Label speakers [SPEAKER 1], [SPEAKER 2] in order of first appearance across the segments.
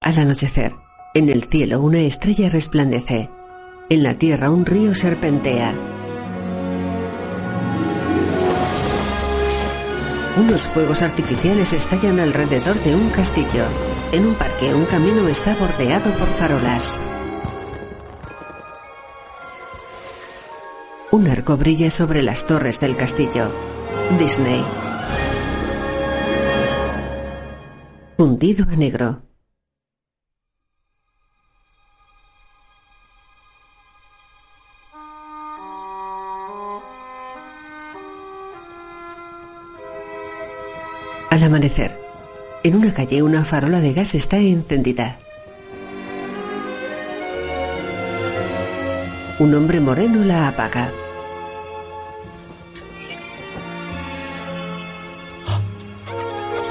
[SPEAKER 1] Al anochecer, en el cielo una estrella resplandece. En la tierra un río serpentea. Unos fuegos artificiales estallan alrededor de un castillo. En un parque un camino está bordeado por farolas. Un arco brilla sobre las torres del castillo. Disney. Fundido a negro. Al amanecer, en una calle una farola de gas está encendida. Un hombre moreno la apaga.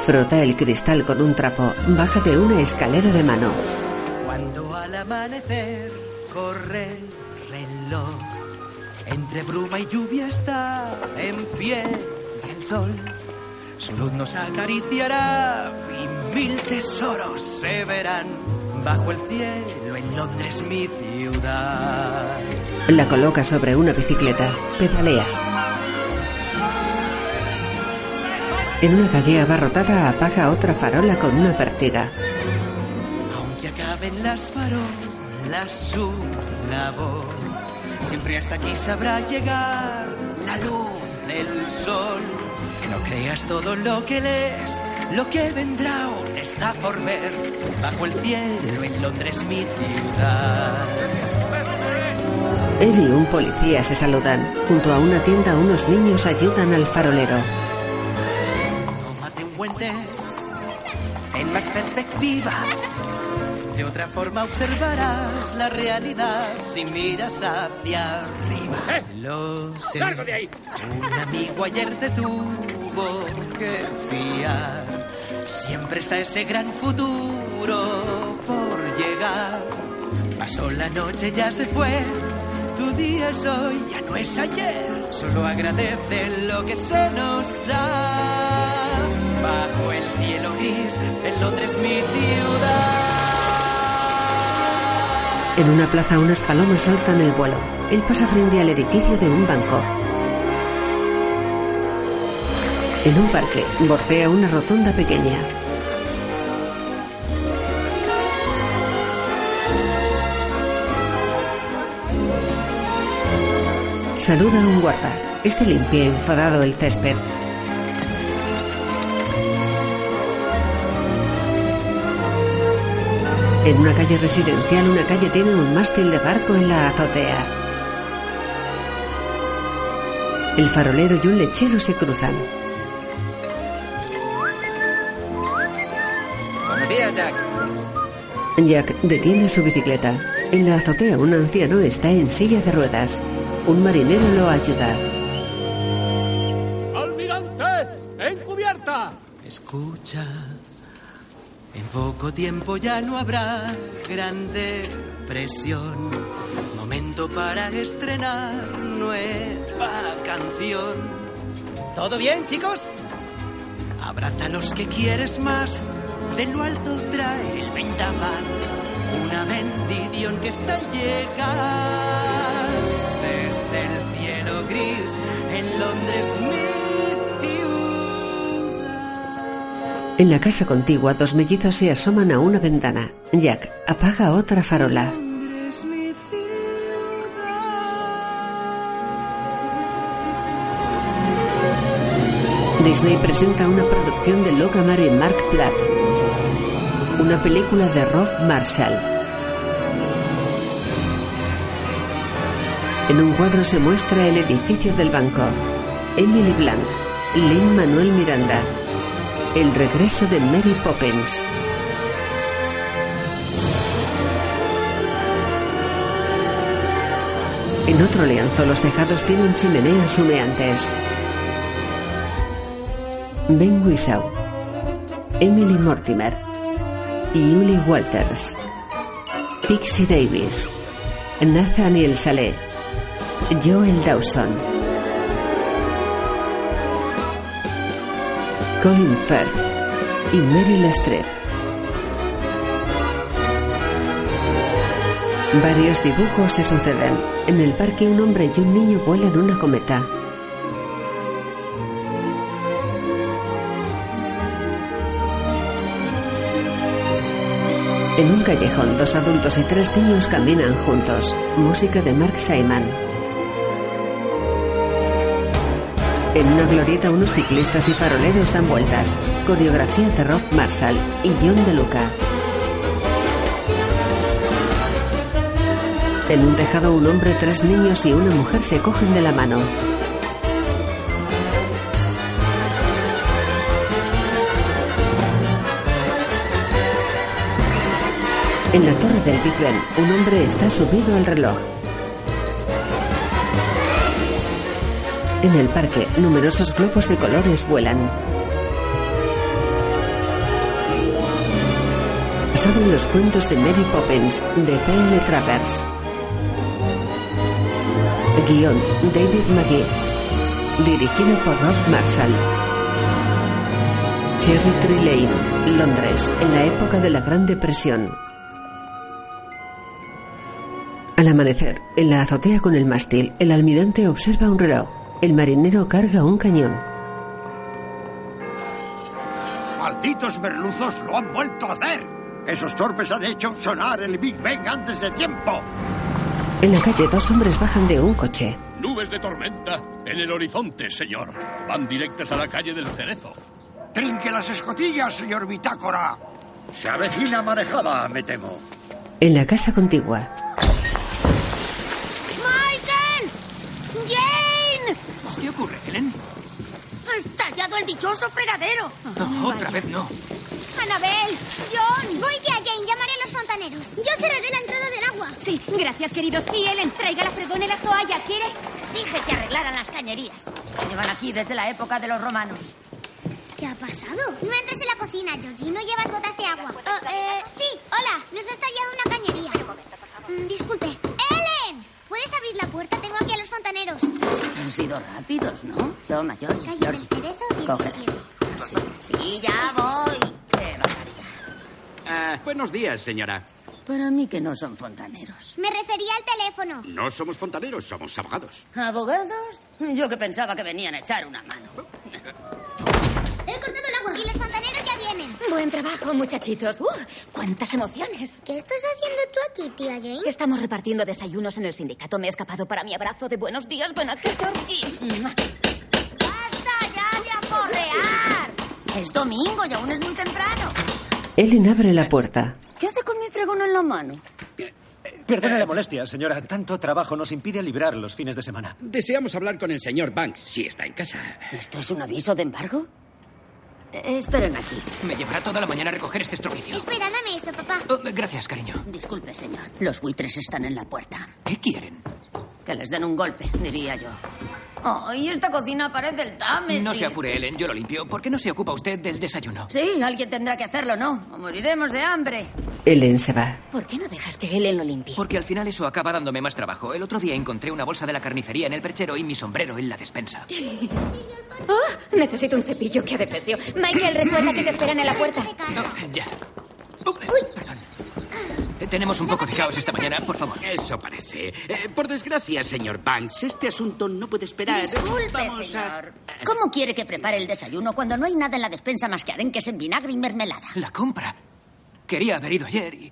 [SPEAKER 1] Frota el cristal con un trapo, baja de una escalera de mano.
[SPEAKER 2] Cuando al amanecer corre el reloj, entre bruma y lluvia está en pie ya el sol. Su luz nos acariciará y mil tesoros se verán bajo el cielo en Londres, mi ciudad.
[SPEAKER 1] La coloca sobre una bicicleta, pedalea. En una calle abarrotada apaga otra farola con una partida.
[SPEAKER 2] Aunque acaben las farolas, su labor siempre hasta aquí sabrá llegar la luz del sol. Que no creas todo lo que lees, lo que vendrá aún está por ver. Bajo el cielo en Londres, mi ciudad.
[SPEAKER 1] Él y un policía se saludan. Junto a una tienda unos niños ayudan al farolero.
[SPEAKER 2] Tómate un buen té, en más perspectiva. De otra forma observarás la realidad si miras hacia arriba.
[SPEAKER 3] ¡Eh! Lo sé. ¡Largo de ahí!
[SPEAKER 2] Un amigo ayer te tuvo que fiar. Siempre está ese gran futuro por llegar. Pasó la noche, ya se fue. Tu día es hoy, ya no es ayer. Solo agradece lo que se nos da. Bajo el cielo gris, en Londres mi ciudad.
[SPEAKER 1] En una plaza unas palomas saltan el vuelo. Él pasa frente al edificio de un banco. En un parque bordea una rotonda pequeña. Saluda a un guarda. Este limpia enfadado el césped. En una calle residencial, una calle tiene un mástil de barco en la azotea. El farolero y un lechero se cruzan.
[SPEAKER 4] Buenos días, Jack.
[SPEAKER 1] Jack detiene su bicicleta. En la azotea, un anciano está en silla de ruedas. Un marinero lo ayuda.
[SPEAKER 5] ¡Almirante! ¡En cubierta!
[SPEAKER 2] Escucha. En poco tiempo ya no habrá gran depresión. Momento para estrenar nueva canción. ¿Todo bien, chicos? Abraza a los que quieres más. De lo alto trae el vendaval. Una bendición que está a llegar. Desde el cielo gris, en Londres, mi
[SPEAKER 1] En la casa contigua, dos mellizos se asoman a una ventana. Jack apaga otra farola. Disney presenta una producción de Loca Mary Mark Platt, una película de Rob Marshall. En un cuadro se muestra el edificio del banco. Emily Blunt, Lin Manuel Miranda, el regreso de Mary Poppins. En otro lienzo los tejados tienen chimeneas humeantes. Ben Whishaw, Emily Mortimer, Julie Walters, Pixie Davis, Nathaniel Saleh, Joel Dawson. Colin Firth y Mary Lestrade. Varios dibujos se suceden. En el parque un hombre y un niño vuelan una cometa. En un callejón, dos adultos y tres niños caminan juntos. Música de Mark Simon. En una glorieta, unos ciclistas y faroleros dan vueltas. Coreografía de Rob Marshall y John De Luca. En un tejado, un hombre, tres niños y una mujer se cogen de la mano. En la torre del Big Ben, un hombre está subido al reloj. En el parque, numerosos globos de colores vuelan. Basado en los cuentos de Mary Poppins, de P.L. Travers. Guión, David McGee. Dirigido por Rob Marshall. Cherry Tree Lane, Londres, en la época de la Gran Depresión. Al amanecer, en la azotea con el mástil, el almirante observa un reloj. El marinero carga un cañón.
[SPEAKER 4] ¡Malditos merluzos lo han vuelto a hacer! Esos torpes han hecho sonar el Big Bang antes de tiempo.
[SPEAKER 1] En la calle, dos hombres bajan de un coche.
[SPEAKER 6] Nubes de tormenta en el horizonte, señor. Van directas a la calle del Cerezo.
[SPEAKER 4] Trinque las escotillas, señor Bitácora. Se avecina marejada, me temo.
[SPEAKER 1] En la casa contigua,
[SPEAKER 7] ¡Michael! ¡Jane!
[SPEAKER 8] ¿Qué ocurre, Helen?
[SPEAKER 7] ¡Ha estallado el dichoso fregadero!
[SPEAKER 8] No, otra vez no.
[SPEAKER 7] ¡Anabel! ¡John!
[SPEAKER 9] Voy ya, Jane. Llamaré a los fontaneros. Yo cerraré la entrada del agua.
[SPEAKER 10] Sí, gracias, queridos. Y Ellen, traiga la fregona y las toallas, ¿quiere?
[SPEAKER 11] Dije que arreglaran las cañerías. Ah, Llevan aquí desde la época de los romanos.
[SPEAKER 9] ¿Qué ha pasado? No entres en la cocina, Georgie. No llevas botas de agua. Oh, eh, sí, hola. Nos ha estallado una cañería. Mm, disculpe. ¡Ellen! ¿Puedes abrir la puerta? Tengo aquí a los fontaneros.
[SPEAKER 11] Han sido rápidos, ¿no? Toma, George.
[SPEAKER 9] Calle
[SPEAKER 11] George.
[SPEAKER 9] del Cerezo,
[SPEAKER 11] Cógelas.
[SPEAKER 9] 17.
[SPEAKER 11] Así. Sí, ya voy. Qué barbaridad.
[SPEAKER 12] Ah, buenos días, señora.
[SPEAKER 11] Para mí que no son fontaneros.
[SPEAKER 9] Me refería al teléfono.
[SPEAKER 12] No somos fontaneros, somos abogados.
[SPEAKER 11] ¿Abogados? Yo que pensaba que venían a echar una mano.
[SPEAKER 9] He cortado el agua. Y los fontaneros ya vienen.
[SPEAKER 10] Buen trabajo, muchachitos. ¡Uh! ¡Cuántas emociones!
[SPEAKER 9] ¿Qué estás haciendo tú aquí, tía Jane?
[SPEAKER 10] Estamos repartiendo desayunos en el sindicato. Me he escapado para mi abrazo de buenos días, Bonacci, Georgie. ¡Mua!
[SPEAKER 11] ¡Basta ya de aporrear! Es domingo y aún es muy temprano.
[SPEAKER 1] Ellen abre la puerta.
[SPEAKER 11] ¿Qué hace con mi fregón en la mano?
[SPEAKER 13] Perdone
[SPEAKER 12] Eh,
[SPEAKER 13] la molestia, señora. Tanto trabajo nos impide librar los fines de semana.
[SPEAKER 12] Deseamos hablar con el señor Banks, si está en casa.
[SPEAKER 11] ¿Esto es un aviso de embargo? Eh, esperen aquí.
[SPEAKER 8] Me llevará toda la mañana a recoger este estropicio.
[SPEAKER 9] Espera, dame eso, papá.
[SPEAKER 8] Oh, gracias, cariño.
[SPEAKER 11] Disculpe, señor. Los buitres están en la puerta.
[SPEAKER 8] ¿Qué quieren?
[SPEAKER 11] Que les den un golpe, diría yo. ¡Ay, esta cocina parece el Támesis!
[SPEAKER 8] No se apure, Ellen, yo lo limpio. ¿Por qué no se ocupa usted del desayuno?
[SPEAKER 11] Sí, alguien tendrá que hacerlo, ¿no? O moriremos de hambre.
[SPEAKER 1] Ellen se va.
[SPEAKER 10] ¿Por qué no dejas que Ellen lo limpie?
[SPEAKER 8] Porque al final eso acaba dándome más trabajo. El otro día encontré una bolsa de la carnicería en el perchero y mi sombrero en la despensa.
[SPEAKER 10] ¡Oh! Necesito un cepillo que adefesio. Michael, recuerda que te esperan en la puerta.
[SPEAKER 9] Se
[SPEAKER 8] Oh,
[SPEAKER 9] casa.
[SPEAKER 8] ya. Oh, eh, Perdón. Eh, Tenemos un poco de caos esta mañana, por favor.
[SPEAKER 12] Eso parece. Eh, por desgracia, señor Banks, este asunto no puede
[SPEAKER 8] eh,
[SPEAKER 12] esperar.
[SPEAKER 11] Disculpe,
[SPEAKER 12] Vamos a-
[SPEAKER 11] señor. ¿Cómo quiere que prepare el desayuno cuando no hay nada en la despensa más que arenques en vinagre y mermelada?
[SPEAKER 8] La compra. Quería haber ido ayer y...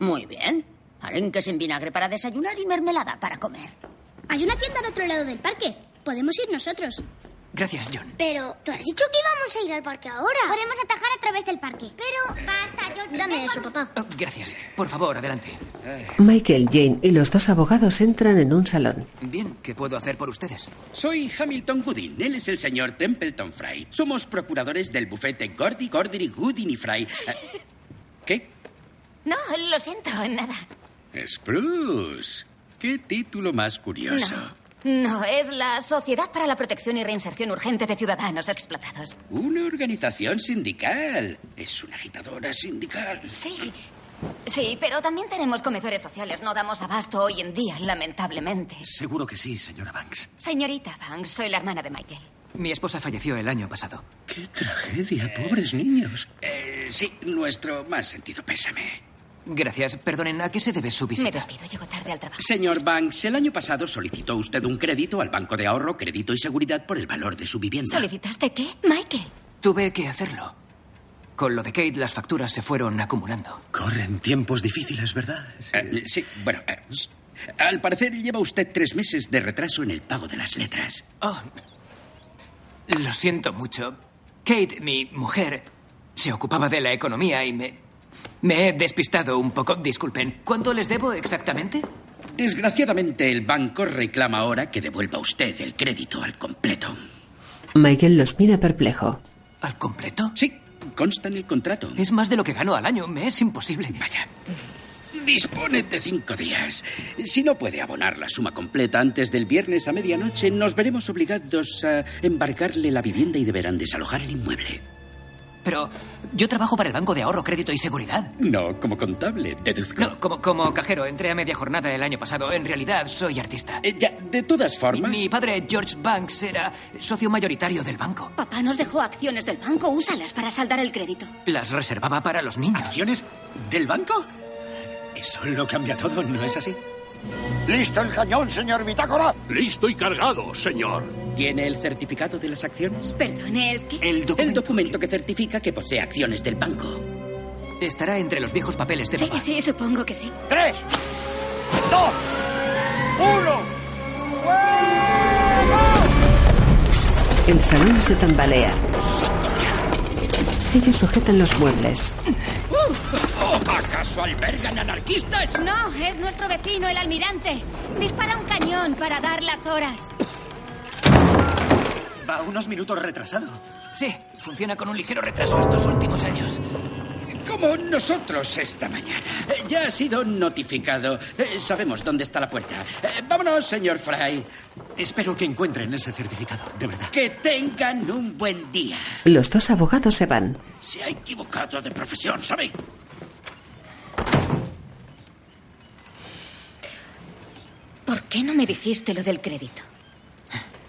[SPEAKER 11] Muy bien. Arenques en vinagre para desayunar y mermelada para comer.
[SPEAKER 9] Hay una tienda al otro lado del parque. Podemos ir nosotros.
[SPEAKER 8] Gracias, John.
[SPEAKER 9] Pero tú has dicho que íbamos a ir al parque ahora. Podemos atajar a través del parque. Pero basta, yo Dame eso, papá.
[SPEAKER 8] Oh, gracias. Por favor, adelante.
[SPEAKER 1] Michael, Jane y los dos abogados entran en un salón.
[SPEAKER 8] Bien, ¿qué puedo hacer por ustedes?
[SPEAKER 12] Soy Hamilton Goodin. Él es el señor Templeton Fry. Somos procuradores del bufete Gordy, Gordy, Goodin y Fry. Ah, ¿Qué?
[SPEAKER 10] No, lo siento, nada.
[SPEAKER 12] Eh, Spruce. Qué título más curioso.
[SPEAKER 10] No, es la Sociedad para la Protección y Reinserción Urgente de Ciudadanos Explotados.
[SPEAKER 12] Una organización sindical. Es una agitadora sindical.
[SPEAKER 10] Sí. Sí, pero también tenemos comedores sociales. No damos abasto hoy en día, lamentablemente.
[SPEAKER 13] Seguro que sí, señora Banks.
[SPEAKER 10] Señorita Banks, soy la hermana de Michael.
[SPEAKER 8] Mi esposa falleció el año pasado.
[SPEAKER 13] ¡Qué tragedia, pobres niños!
[SPEAKER 12] Eh, sí, nuestro más sentido pésame.
[SPEAKER 8] Gracias. Perdonen, ¿a qué se debe su visita?
[SPEAKER 10] Me despido, llego tarde al trabajo.
[SPEAKER 12] Señor Banks, el año pasado solicitó usted un crédito al Banco de Ahorro, Crédito y Seguridad por el valor de su vivienda.
[SPEAKER 10] ¿Solicitaste qué, Michael?
[SPEAKER 8] Tuve que hacerlo. Con lo de Kate, las facturas se fueron acumulando.
[SPEAKER 14] Corren tiempos difíciles, ¿verdad?
[SPEAKER 12] Eh, sí, bueno. eh, al parecer lleva usted tres meses de retraso en el pago de las letras.
[SPEAKER 8] Oh. Lo siento mucho. Kate, mi mujer, se ocupaba de la economía y me. Me he despistado un poco. Disculpen. ¿Cuánto les debo exactamente?
[SPEAKER 12] Desgraciadamente, el banco reclama ahora que devuelva usted el crédito al completo.
[SPEAKER 1] Michael los mira perplejo.
[SPEAKER 8] ¿Al completo?
[SPEAKER 12] Sí, consta en el contrato.
[SPEAKER 8] Es más de lo que gano al año. Me es imposible. Vaya.
[SPEAKER 12] Dispone de cinco días. Si no puede abonar la suma completa antes del viernes a medianoche, nos veremos obligados a embarcarle la vivienda y deberán desalojar el inmueble.
[SPEAKER 8] Pero yo trabajo para el Banco de Ahorro, Crédito y Seguridad.
[SPEAKER 12] No, como contable, deduzco.
[SPEAKER 8] No, como, como cajero, entré a media jornada el año pasado. En realidad, soy artista.
[SPEAKER 12] Eh, ya, de todas formas.
[SPEAKER 8] Mi padre, George Banks, era socio mayoritario del banco.
[SPEAKER 10] Papá nos dejó acciones del banco, úsalas para saldar el crédito.
[SPEAKER 8] Las reservaba para los niños.
[SPEAKER 14] ¿Acciones del banco? Eso lo cambia todo, ¿no es así?
[SPEAKER 13] ¿Listo el cañón, señor Bitácora?
[SPEAKER 4] Listo y cargado, señor.
[SPEAKER 12] ¿Tiene el certificado de las acciones?
[SPEAKER 10] Perdone, ¿el qué?
[SPEAKER 14] El
[SPEAKER 12] El
[SPEAKER 14] documento.
[SPEAKER 12] documento que certifica que posee acciones del banco.
[SPEAKER 8] Estará entre los viejos papeles de
[SPEAKER 10] Sí,
[SPEAKER 8] papá.
[SPEAKER 10] sí, supongo que sí.
[SPEAKER 13] ¡Tres! ¡Dos! ¡Uno!
[SPEAKER 1] El salón se tambalea. Ellos sujetan los muebles.
[SPEAKER 12] ¿O acaso albergan anarquistas?
[SPEAKER 15] No, es nuestro vecino, el almirante. Dispara un cañón para dar las horas.
[SPEAKER 14] Va unos minutos retrasado.
[SPEAKER 8] Sí, funciona con un ligero retraso estos últimos años.
[SPEAKER 12] Como nosotros esta mañana. Eh, Ya ha sido notificado. Eh, Sabemos dónde está la puerta. Eh, Vámonos, señor Fry.
[SPEAKER 14] Espero que encuentren ese certificado, de verdad.
[SPEAKER 12] Que tengan un buen día.
[SPEAKER 1] Los dos abogados se van.
[SPEAKER 12] Se ha equivocado de profesión, ¿sabe?
[SPEAKER 10] ¿Por qué no me dijiste lo del crédito?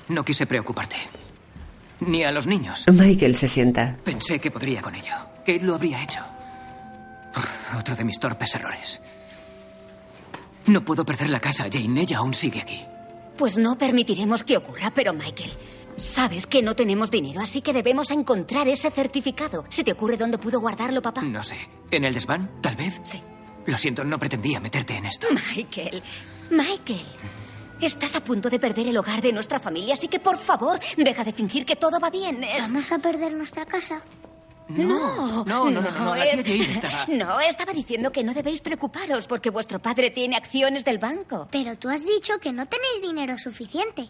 [SPEAKER 8] No quise preocuparte. Ni a los niños.
[SPEAKER 1] Michael se sienta.
[SPEAKER 8] Pensé que podría con ello. Kate lo habría hecho. Otro de mis torpes errores. No puedo perder la casa, Jane. Ella aún sigue aquí.
[SPEAKER 10] Pues no permitiremos que ocurra, pero Michael, sabes que no tenemos dinero, así que debemos encontrar ese certificado. ¿Se te ocurre dónde pudo guardarlo, papá?
[SPEAKER 8] No sé. ¿En el desván? ¿Tal vez?
[SPEAKER 10] Sí.
[SPEAKER 8] Lo siento, no pretendía meterte en esto.
[SPEAKER 10] Michael, Michael, estás a punto de perder el hogar de nuestra familia, así que por favor, deja de fingir que todo va bien. Es-
[SPEAKER 9] ¿Vamos a perder nuestra casa?
[SPEAKER 8] No, no, no, no, no, la tía
[SPEAKER 10] es-
[SPEAKER 8] Jane estaba-
[SPEAKER 10] No, estaba diciendo que no debéis preocuparos porque vuestro padre tiene acciones del banco.
[SPEAKER 9] Pero tú has dicho que no tenéis dinero suficiente.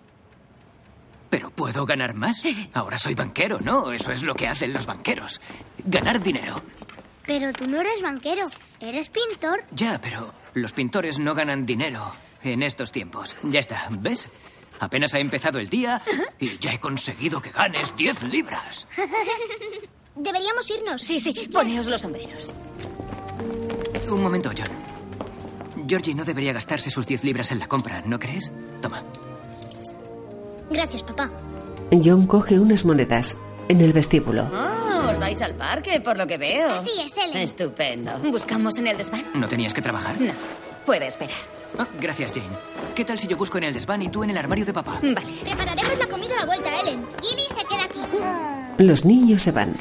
[SPEAKER 8] Pero puedo ganar más. Ahora soy banquero, ¿no? Eso es lo que hacen los banqueros. Ganar dinero.
[SPEAKER 9] Pero tú no eres banquero, eres pintor.
[SPEAKER 8] Ya, pero los pintores no ganan dinero en estos tiempos. Ya está, ¿ves? Apenas ha empezado el día y ya he conseguido que ganes 10 libras.
[SPEAKER 9] Deberíamos irnos.
[SPEAKER 10] Sí, sí, poneos los sombreros.
[SPEAKER 8] Un momento, John. Georgie no debería gastarse sus 10 libras en la compra, ¿no crees? Toma.
[SPEAKER 9] Gracias, papá.
[SPEAKER 1] John coge unas monedas. En el vestíbulo.
[SPEAKER 10] Ah, os vais al parque, por lo que veo.
[SPEAKER 9] Así es, Ellen.
[SPEAKER 10] Estupendo. ¿Buscamos en el desván?
[SPEAKER 8] ¿No tenías que trabajar?
[SPEAKER 10] No, puede esperar.
[SPEAKER 8] Ah, gracias, Jane. ¿Qué tal si yo busco en el desván y tú en el armario de papá?
[SPEAKER 10] Vale.
[SPEAKER 9] Prepararemos la comida a la vuelta, Ellen. Lily se queda aquí. Ah.
[SPEAKER 1] Los niños se van.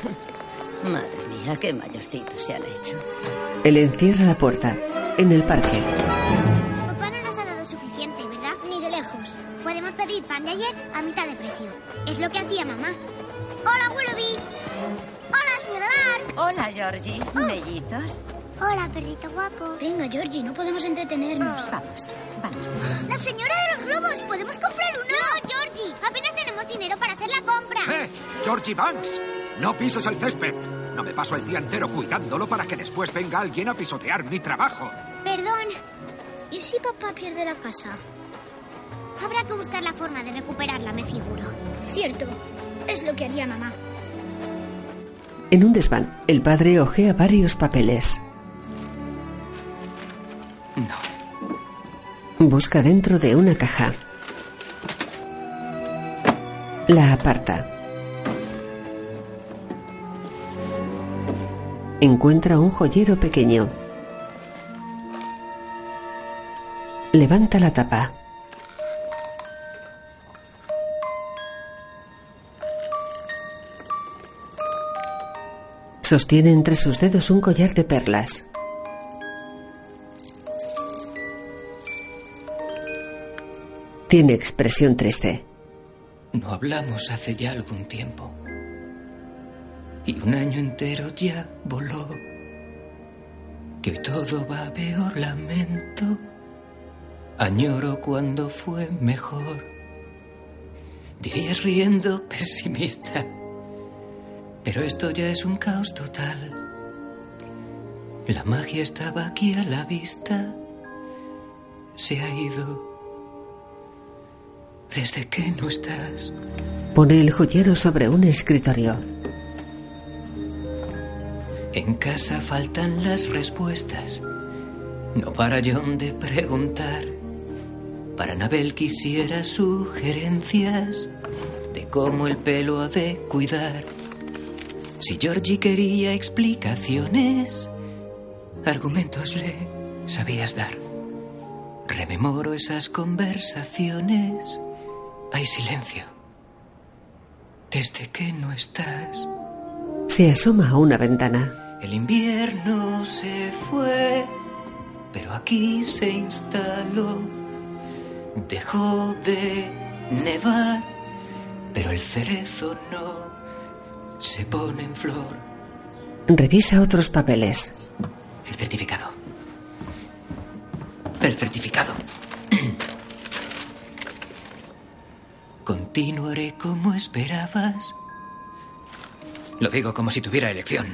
[SPEAKER 16] Madre mía, qué mayorcitos se han hecho.
[SPEAKER 1] Ellen cierra la puerta. En el parque.
[SPEAKER 9] Papá no nos ha dado suficiente, ¿verdad? Ni de lejos. Podemos pedir pan de ayer a mitad de precio. Es lo que hacía mamá. Hola, Willoughby. Hola, señor Dark. Oh.
[SPEAKER 16] Hola, Georgie. Bellitos.
[SPEAKER 9] Hola, perrito guapo. Venga, Georgie, no podemos entretenernos.
[SPEAKER 16] Vamos, vamos.
[SPEAKER 9] La señora de los globos, ¿podemos comprar uno? No, Georgie, apenas tenemos dinero para hacer la compra.
[SPEAKER 13] ¡Eh! ¡Georgie Banks! ¡No pises el césped! No me paso el día entero cuidándolo para que después venga alguien a pisotear mi trabajo.
[SPEAKER 9] Perdón. ¿Y si papá pierde la casa? Habrá que buscar la forma de recuperarla, me figuro. Cierto. Es lo que haría mamá.
[SPEAKER 1] En un desván, el padre ojea varios papeles.
[SPEAKER 8] No.
[SPEAKER 1] Busca dentro de una caja. La aparta. Encuentra un joyero pequeño. Levanta la tapa. Sostiene entre sus dedos un collar de perlas. Tiene expresión triste.
[SPEAKER 17] No hablamos hace ya algún tiempo. Y un año entero ya voló. Que hoy todo va peor, lamento. Añoro cuando fue mejor. Dirías riendo, pesimista. Pero esto ya es un caos total. La magia estaba aquí a la vista. Se ha ido. Desde que no estás.
[SPEAKER 1] Pone el joyero sobre un escritorio.
[SPEAKER 17] En casa faltan las respuestas. No para John de preguntar. Para Anabel quisiera sugerencias de cómo el pelo ha de cuidar. Si Georgie quería explicaciones, argumentos le sabías dar. Rememoro esas conversaciones. Hay silencio. Desde que no estás.
[SPEAKER 1] Se asoma a una ventana.
[SPEAKER 17] El invierno se fue, pero aquí se instaló. Dejó de nevar, pero el cerezo no se pone en flor.
[SPEAKER 1] Revisa otros papeles.
[SPEAKER 17] El certificado. El certificado. Continuaré como esperabas. Lo digo como si tuviera elección.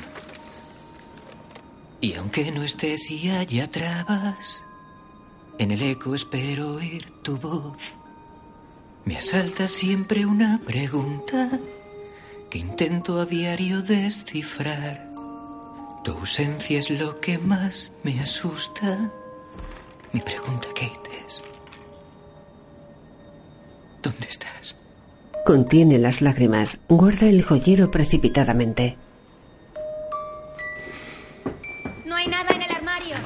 [SPEAKER 17] Y aunque no estés y haya trabas, en el eco espero oír tu voz. Me asalta siempre una pregunta que intento a diario descifrar. Tu ausencia es lo que más me asusta. Mi pregunta, Kate, es... ¿Dónde estás?
[SPEAKER 1] Contiene las lágrimas. Guarda el joyero precipitadamente.
[SPEAKER 18] No hay nada en el armario.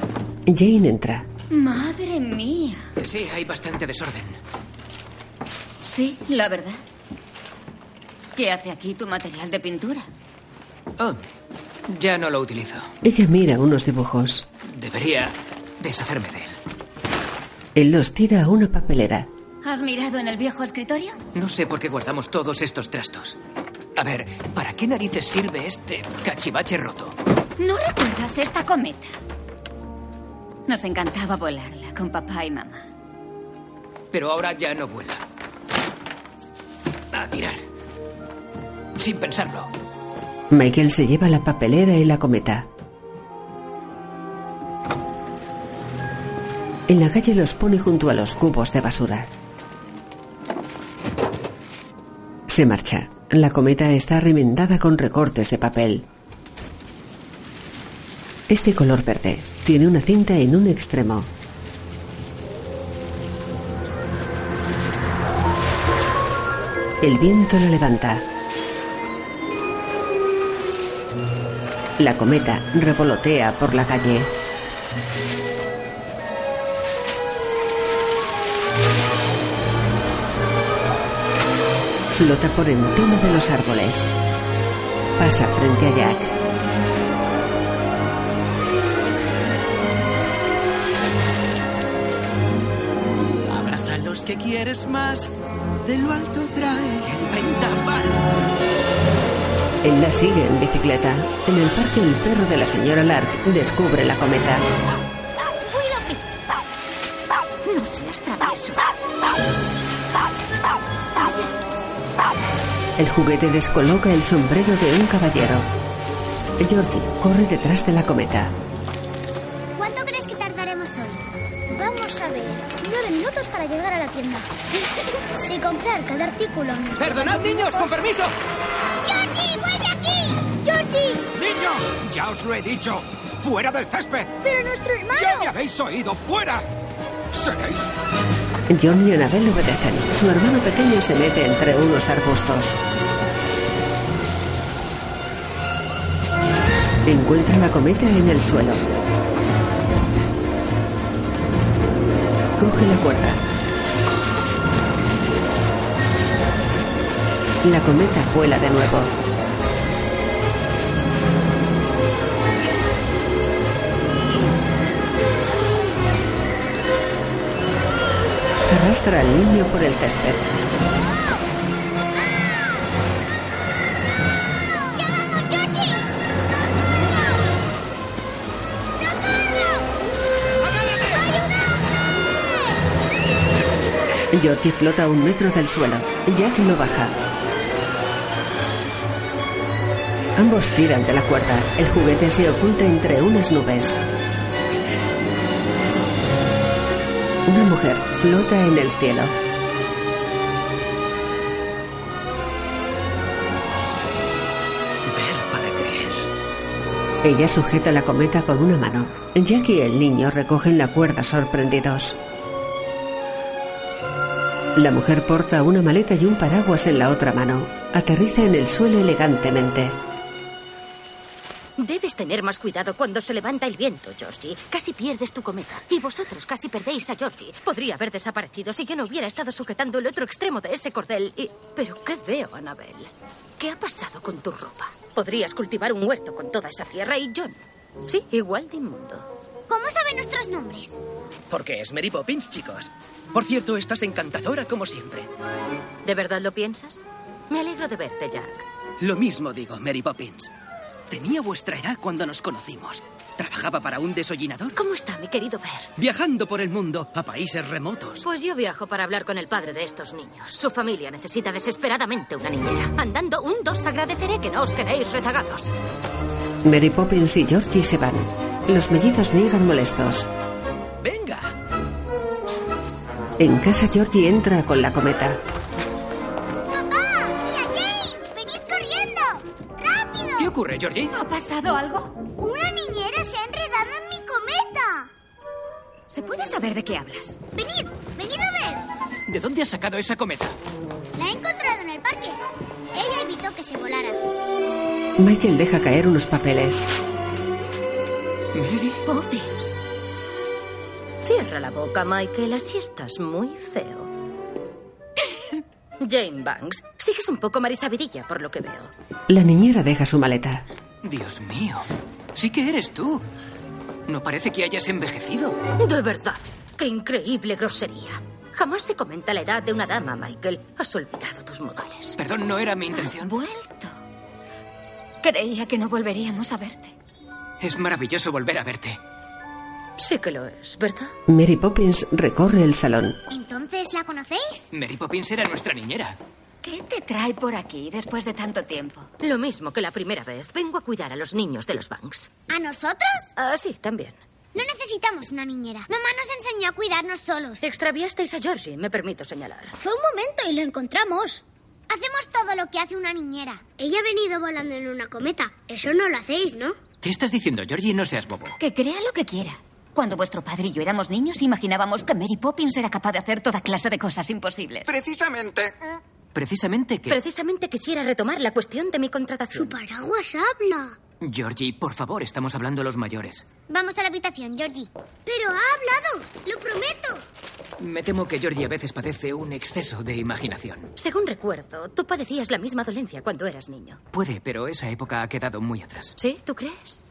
[SPEAKER 1] Jane entra.
[SPEAKER 19] Madre mía.
[SPEAKER 17] Sí, hay bastante desorden.
[SPEAKER 19] Sí, la verdad. ¿Qué hace aquí tu material de pintura?
[SPEAKER 17] Oh, ya no lo utilizo.
[SPEAKER 1] Ella mira unos dibujos.
[SPEAKER 17] Debería deshacerme de él.
[SPEAKER 1] Él los tira a una papelera.
[SPEAKER 19] ¿Has mirado en el viejo escritorio?
[SPEAKER 17] No sé por qué guardamos todos estos trastos. A ver, ¿para qué narices sirve este cachivache roto?
[SPEAKER 19] ¿No recuerdas esta cometa? Nos encantaba volarla con papá y mamá.
[SPEAKER 17] Pero ahora ya no vuela. A tirar. Sin pensarlo.
[SPEAKER 1] Michael se lleva la papelera y la cometa. En la calle los pone junto a los cubos de basura. Se marcha. La cometa está remendada con recortes de papel. Este color verde tiene una cinta en un extremo. El viento la levanta. La cometa revolotea por la calle. Flota por encima de los árboles. Pasa frente a Jack.
[SPEAKER 2] Abraza a los que quieres más. De lo alto trae el vendaval.
[SPEAKER 1] Él la sigue en bicicleta. En el parque el perro de la señora Lark descubre la cometa.
[SPEAKER 10] No seas travieso.
[SPEAKER 1] El juguete descoloca el sombrero de un caballero. Georgie corre detrás de la cometa.
[SPEAKER 9] ¿Cuánto crees que tardaremos hoy? Vamos a ver. Nueve minutos para llegar a la tienda. Si comprar cada artículo.
[SPEAKER 2] Perdonad, niños, con permiso.
[SPEAKER 9] ¡Georgie, vuelve aquí! ¡Georgie!
[SPEAKER 4] ¡Niños! ¡Ya os lo he dicho! ¡Fuera del césped!
[SPEAKER 9] ¡Pero nuestro hermano!
[SPEAKER 4] ¡Ya me habéis oído! ¡Fuera! ¡Seréis!
[SPEAKER 1] John y Annabel obedecen. Su hermano pequeño se mete entre unos arbustos. Encuentra la cometa en el suelo. Coge la cuerda. La cometa vuela de nuevo. Arrastra al niño por el césped. Georgie flota a un metro del suelo. Jack lo baja. Ambos tiran de la cuerda. El juguete se oculta entre unas nubes. Una mujer flota en el cielo.
[SPEAKER 17] Ver para creer.
[SPEAKER 1] Ella sujeta la cometa con una mano. Jack y el niño recogen la cuerda sorprendidos. La mujer porta una maleta y un paraguas en la otra mano. Aterriza en el suelo elegantemente.
[SPEAKER 19] Debes tener más cuidado cuando se levanta el viento, Georgie. Casi pierdes tu cometa. Y vosotros casi perdéis a Georgie. Podría haber desaparecido si yo no hubiera estado sujetando el otro extremo de ese cordel. Y... Pero ¿qué veo, Anabel? ¿Qué ha pasado con tu ropa? Podrías cultivar un huerto con toda esa tierra y John. Sí, igual de inmundo.
[SPEAKER 9] ¿Cómo sabe nuestros nombres?
[SPEAKER 20] Porque es Mary Poppins, chicos. Por cierto, estás encantadora como siempre.
[SPEAKER 19] ¿De verdad lo piensas? Me alegro de verte, Jack.
[SPEAKER 20] Lo mismo digo, Mary Poppins. Tenía vuestra edad cuando nos conocimos. Trabajaba para un desollinador.
[SPEAKER 19] ¿Cómo está, mi querido Bert?
[SPEAKER 20] Viajando por el mundo a países remotos.
[SPEAKER 19] Pues yo viajo para hablar con el padre de estos niños. Su familia necesita desesperadamente una niñera. Andando un dos, agradeceré que no os quedéis rezagados.
[SPEAKER 1] Mary Poppins y Georgie se van. Los mellizos niegan molestos.
[SPEAKER 20] Venga.
[SPEAKER 1] En casa Georgie entra con la cometa.
[SPEAKER 20] ¿Qué ocurre, Georgie?
[SPEAKER 10] ¿Ha pasado algo?
[SPEAKER 9] Una niñera se ha enredado en mi cometa.
[SPEAKER 19] ¿Se puede saber de qué hablas?
[SPEAKER 9] Venid, venid a
[SPEAKER 20] ¿De dónde has sacado esa cometa?
[SPEAKER 9] ver. La he encontrado en el parque. Ella evitó que se volara.
[SPEAKER 1] Michael deja caer unos papeles.
[SPEAKER 20] Mary
[SPEAKER 19] Poppins. Cierra la boca, Michael. Así estás muy feo. Jane Banks, sigues un poco marisabidilla por lo que veo.
[SPEAKER 1] La niñera deja su maleta.
[SPEAKER 20] Dios mío. Sí que eres tú. No parece que hayas envejecido.
[SPEAKER 19] De verdad. Qué increíble grosería. Jamás se comenta la edad de una dama, Michael. Has olvidado tus modales.
[SPEAKER 20] Perdón, no era mi intención.
[SPEAKER 19] vuelto. Creía que no volveríamos a verte.
[SPEAKER 20] Es maravilloso volver a verte.
[SPEAKER 19] Sí que lo es, ¿verdad?
[SPEAKER 1] Mary Poppins recorre el salón.
[SPEAKER 9] Entonces, ¿la conocéis?
[SPEAKER 20] Mary Poppins era nuestra niñera.
[SPEAKER 19] ¿Qué te trae por aquí después de tanto tiempo? Lo mismo que la primera vez. Vengo a cuidar a los niños de los Banks.
[SPEAKER 9] ¿A nosotros?
[SPEAKER 19] Ah, sí, también.
[SPEAKER 9] No necesitamos una niñera. Mamá nos enseñó a cuidarnos solos.
[SPEAKER 19] Extraviasteis a Georgie, me permito señalar.
[SPEAKER 9] Fue un momento y lo encontramos. Hacemos todo lo que hace una niñera. Ella ha venido volando en una cometa. Eso no lo hacéis, ¿no?
[SPEAKER 20] ¿Qué estás diciendo, Georgie? No seas bobo.
[SPEAKER 19] Que crea lo que quiera. Cuando vuestro padre y yo éramos niños, imaginábamos que Mary Poppins era capaz de hacer toda clase de cosas imposibles.
[SPEAKER 10] Precisamente.
[SPEAKER 20] Precisamente que...
[SPEAKER 19] Precisamente quisiera retomar la cuestión de mi contratación.
[SPEAKER 9] Paraguas Pues habla.
[SPEAKER 20] Georgie, por favor, estamos hablando a los mayores.
[SPEAKER 9] Vamos a la habitación, Georgie. Pero ha hablado, lo prometo.
[SPEAKER 20] Me temo que Georgie a veces padece un exceso de imaginación.
[SPEAKER 19] Según recuerdo, tú padecías la misma dolencia cuando eras niño.
[SPEAKER 20] Puede, pero esa época ha quedado muy atrás.
[SPEAKER 19] ¿Sí? ¿Tú crees?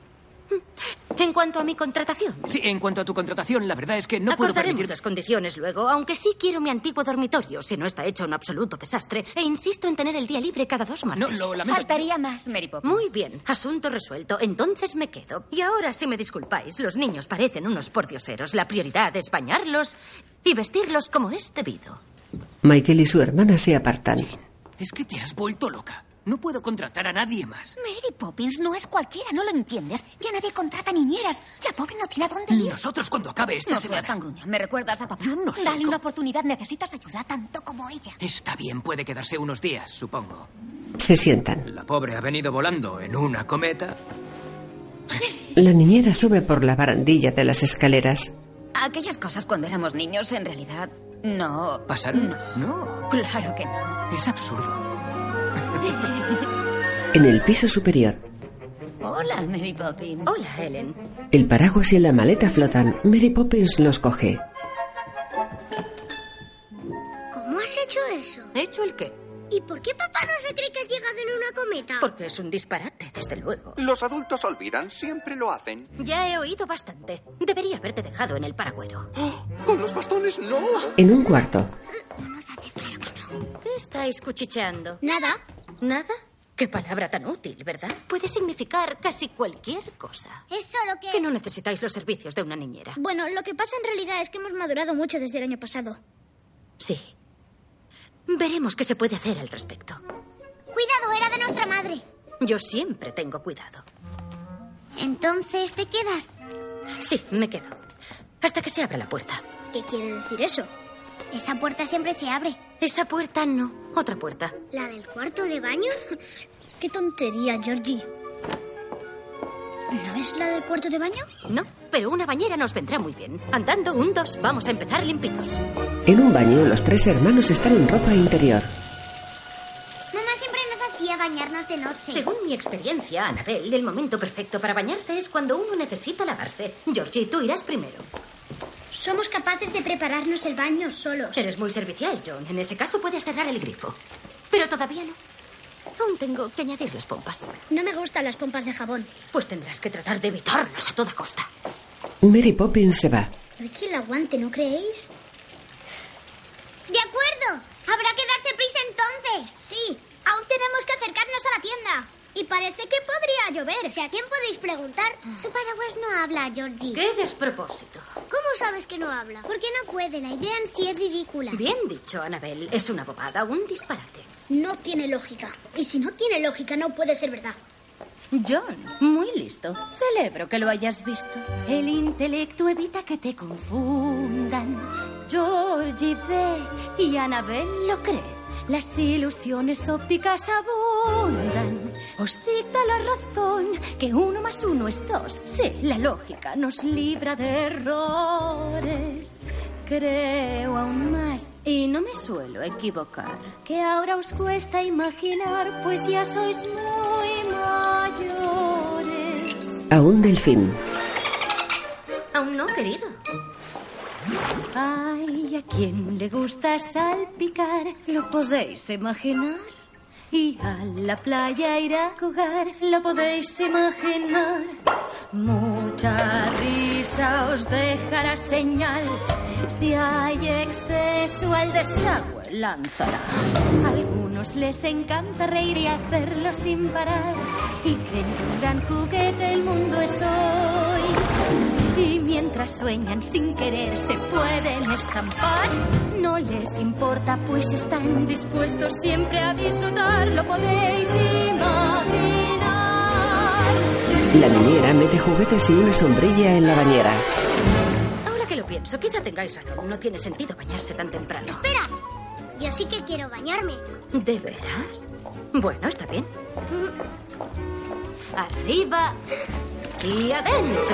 [SPEAKER 19] Mm. En cuanto a mi contratación,
[SPEAKER 20] Sí, en cuanto a tu contratación, la verdad es que no puedo
[SPEAKER 19] acordaremos
[SPEAKER 20] permitir...
[SPEAKER 19] las condiciones luego, aunque sí quiero mi antiguo dormitorio, si no está hecho un absoluto desastre, e insisto en tener el día libre cada dos martes.
[SPEAKER 20] No, lo lamento. Faltaría
[SPEAKER 19] más, Mary Poppins. Muy bien, asunto resuelto, entonces me quedo. Y ahora, si me disculpáis, los niños parecen unos pordioseros. La prioridad es bañarlos y vestirlos como es debido.
[SPEAKER 1] Michael y su hermana se apartan.
[SPEAKER 20] Es que te has vuelto loca. No puedo contratar a nadie más.
[SPEAKER 10] Mary Poppins no es cualquiera, ¿no lo entiendes? Ya nadie contrata niñeras. La pobre no tiene a dónde ir.
[SPEAKER 20] Nosotros cuando acabe esta
[SPEAKER 10] No seas
[SPEAKER 20] semana...
[SPEAKER 10] tan gruña. Me recuerdas a papá.
[SPEAKER 20] Yo no sé
[SPEAKER 10] Dale
[SPEAKER 20] cómo-
[SPEAKER 10] una oportunidad. Necesitas ayuda tanto como ella.
[SPEAKER 20] Está bien, puede quedarse unos días, supongo.
[SPEAKER 1] Se sientan.
[SPEAKER 20] La pobre ha venido volando en una cometa.
[SPEAKER 1] La niñera sube por la barandilla de las escaleras.
[SPEAKER 19] Aquellas cosas cuando éramos niños, en realidad, no.
[SPEAKER 20] ¿Pasaron? No.
[SPEAKER 19] Claro que no.
[SPEAKER 20] Es absurdo.
[SPEAKER 1] En el piso superior,
[SPEAKER 19] Hola, Mary Poppins. Hola, Helen.
[SPEAKER 1] el paraguas y la maleta flotan. Mary Poppins los coge.
[SPEAKER 9] has hecho eso?
[SPEAKER 21] ¿He hecho el qué?
[SPEAKER 9] ¿Y por qué papá no se cree que has llegado en una cometa?
[SPEAKER 21] Porque es un disparate, desde luego.
[SPEAKER 22] Los adultos olvidan, siempre lo hacen.
[SPEAKER 21] Ya he oído bastante. Debería haberte dejado en el paragüero.
[SPEAKER 22] ¡Oh! Con los bastones, no.
[SPEAKER 1] En un cuarto,
[SPEAKER 21] ¿Qué estáis cuchicheando?
[SPEAKER 9] Nada.
[SPEAKER 21] ¿Nada? Qué palabra tan útil, ¿verdad? Puede significar casi cualquier cosa.
[SPEAKER 9] Es solo que...
[SPEAKER 21] Que no necesitáis los servicios de una niñera.
[SPEAKER 9] Bueno, lo que pasa en realidad es que hemos madurado mucho desde el año pasado.
[SPEAKER 21] Sí. Veremos qué se puede hacer al respecto.
[SPEAKER 9] Cuidado, era de nuestra madre.
[SPEAKER 21] Yo siempre tengo cuidado.
[SPEAKER 9] Entonces, ¿te quedas?
[SPEAKER 21] Sí, me quedo. Hasta que se abra la puerta.
[SPEAKER 9] ¿Qué quiere decir eso? Esa puerta siempre se abre.
[SPEAKER 21] Esa puerta no, otra puerta.
[SPEAKER 9] ¿La del cuarto de baño? Qué tontería, Georgie. ¿No es la del cuarto de baño?
[SPEAKER 21] No, pero una bañera nos vendrá muy bien. Andando un, dos, vamos a empezar limpitos.
[SPEAKER 1] en un baño, los tres hermanos están en ropa interior.
[SPEAKER 9] Mamá siempre nos hacía bañarnos de noche.
[SPEAKER 21] Según mi experiencia, Anabel, el momento perfecto para bañarse es cuando uno necesita lavarse. Georgie, tú irás primero.
[SPEAKER 9] Somos capaces de prepararnos el baño solos.
[SPEAKER 21] Eres muy servicial, John. En ese caso puedes cerrar el grifo. Pero todavía no. Aún tengo que añadir las pompas.
[SPEAKER 9] No me gustan las pompas de jabón.
[SPEAKER 21] Pues tendrás que tratar de evitarlas a toda costa.
[SPEAKER 1] Mary Poppins se va.
[SPEAKER 9] No hay quien la aguante, ¿no creéis? De acuerdo. Habrá que darse prisa entonces. Sí. Aún tenemos que acercarnos a la tienda. Y parece que podría llover. Si a quién podéis preguntar. Su paraguas no habla, Georgie.
[SPEAKER 21] Ah. ¡Qué despropósito!
[SPEAKER 9] ¿Cómo sabes que no habla? Porque no puede. La idea en sí es ridícula.
[SPEAKER 21] Bien dicho, Anabel. Es una bobada, un disparate.
[SPEAKER 9] No tiene lógica. Y si no tiene lógica, no puede ser verdad.
[SPEAKER 21] John, muy listo. Celebro que lo hayas visto.
[SPEAKER 19] El intelecto evita que te confundan. Georgie ve y Anabel lo cree. Las ilusiones ópticas abundan. Os dicta la razón que uno más uno es dos. Sí, la lógica nos libra de errores. Creo aún más
[SPEAKER 21] Y no me suelo equivocar.
[SPEAKER 19] que ahora os cuesta imaginar, pues ya sois muy mayores.
[SPEAKER 1] A un delfín.
[SPEAKER 21] Aún no, querido.
[SPEAKER 19] Ay, a quien le gusta salpicar, lo podéis imaginar. Y a la playa ir a jugar, lo podéis imaginar. Mucha risa os dejará señal. Si hay exceso, al desagüe lanzará. A algunos les encanta reír y hacerlo sin parar. Y creen que un gran juguete el mundo es hoy. Y mientras sueñan sin querer, se pueden estampar. No les importa, pues están dispuestos siempre a disfrutar. Lo podéis imaginar.
[SPEAKER 1] La niñera mete juguetes y una sombrilla en la bañera.
[SPEAKER 21] Ahora que lo pienso, quizá tengáis razón. No tiene sentido bañarse tan temprano.
[SPEAKER 9] Espera. Yo sí que quiero bañarme.
[SPEAKER 21] ¿De veras? Bueno, está bien. Arriba y adentro.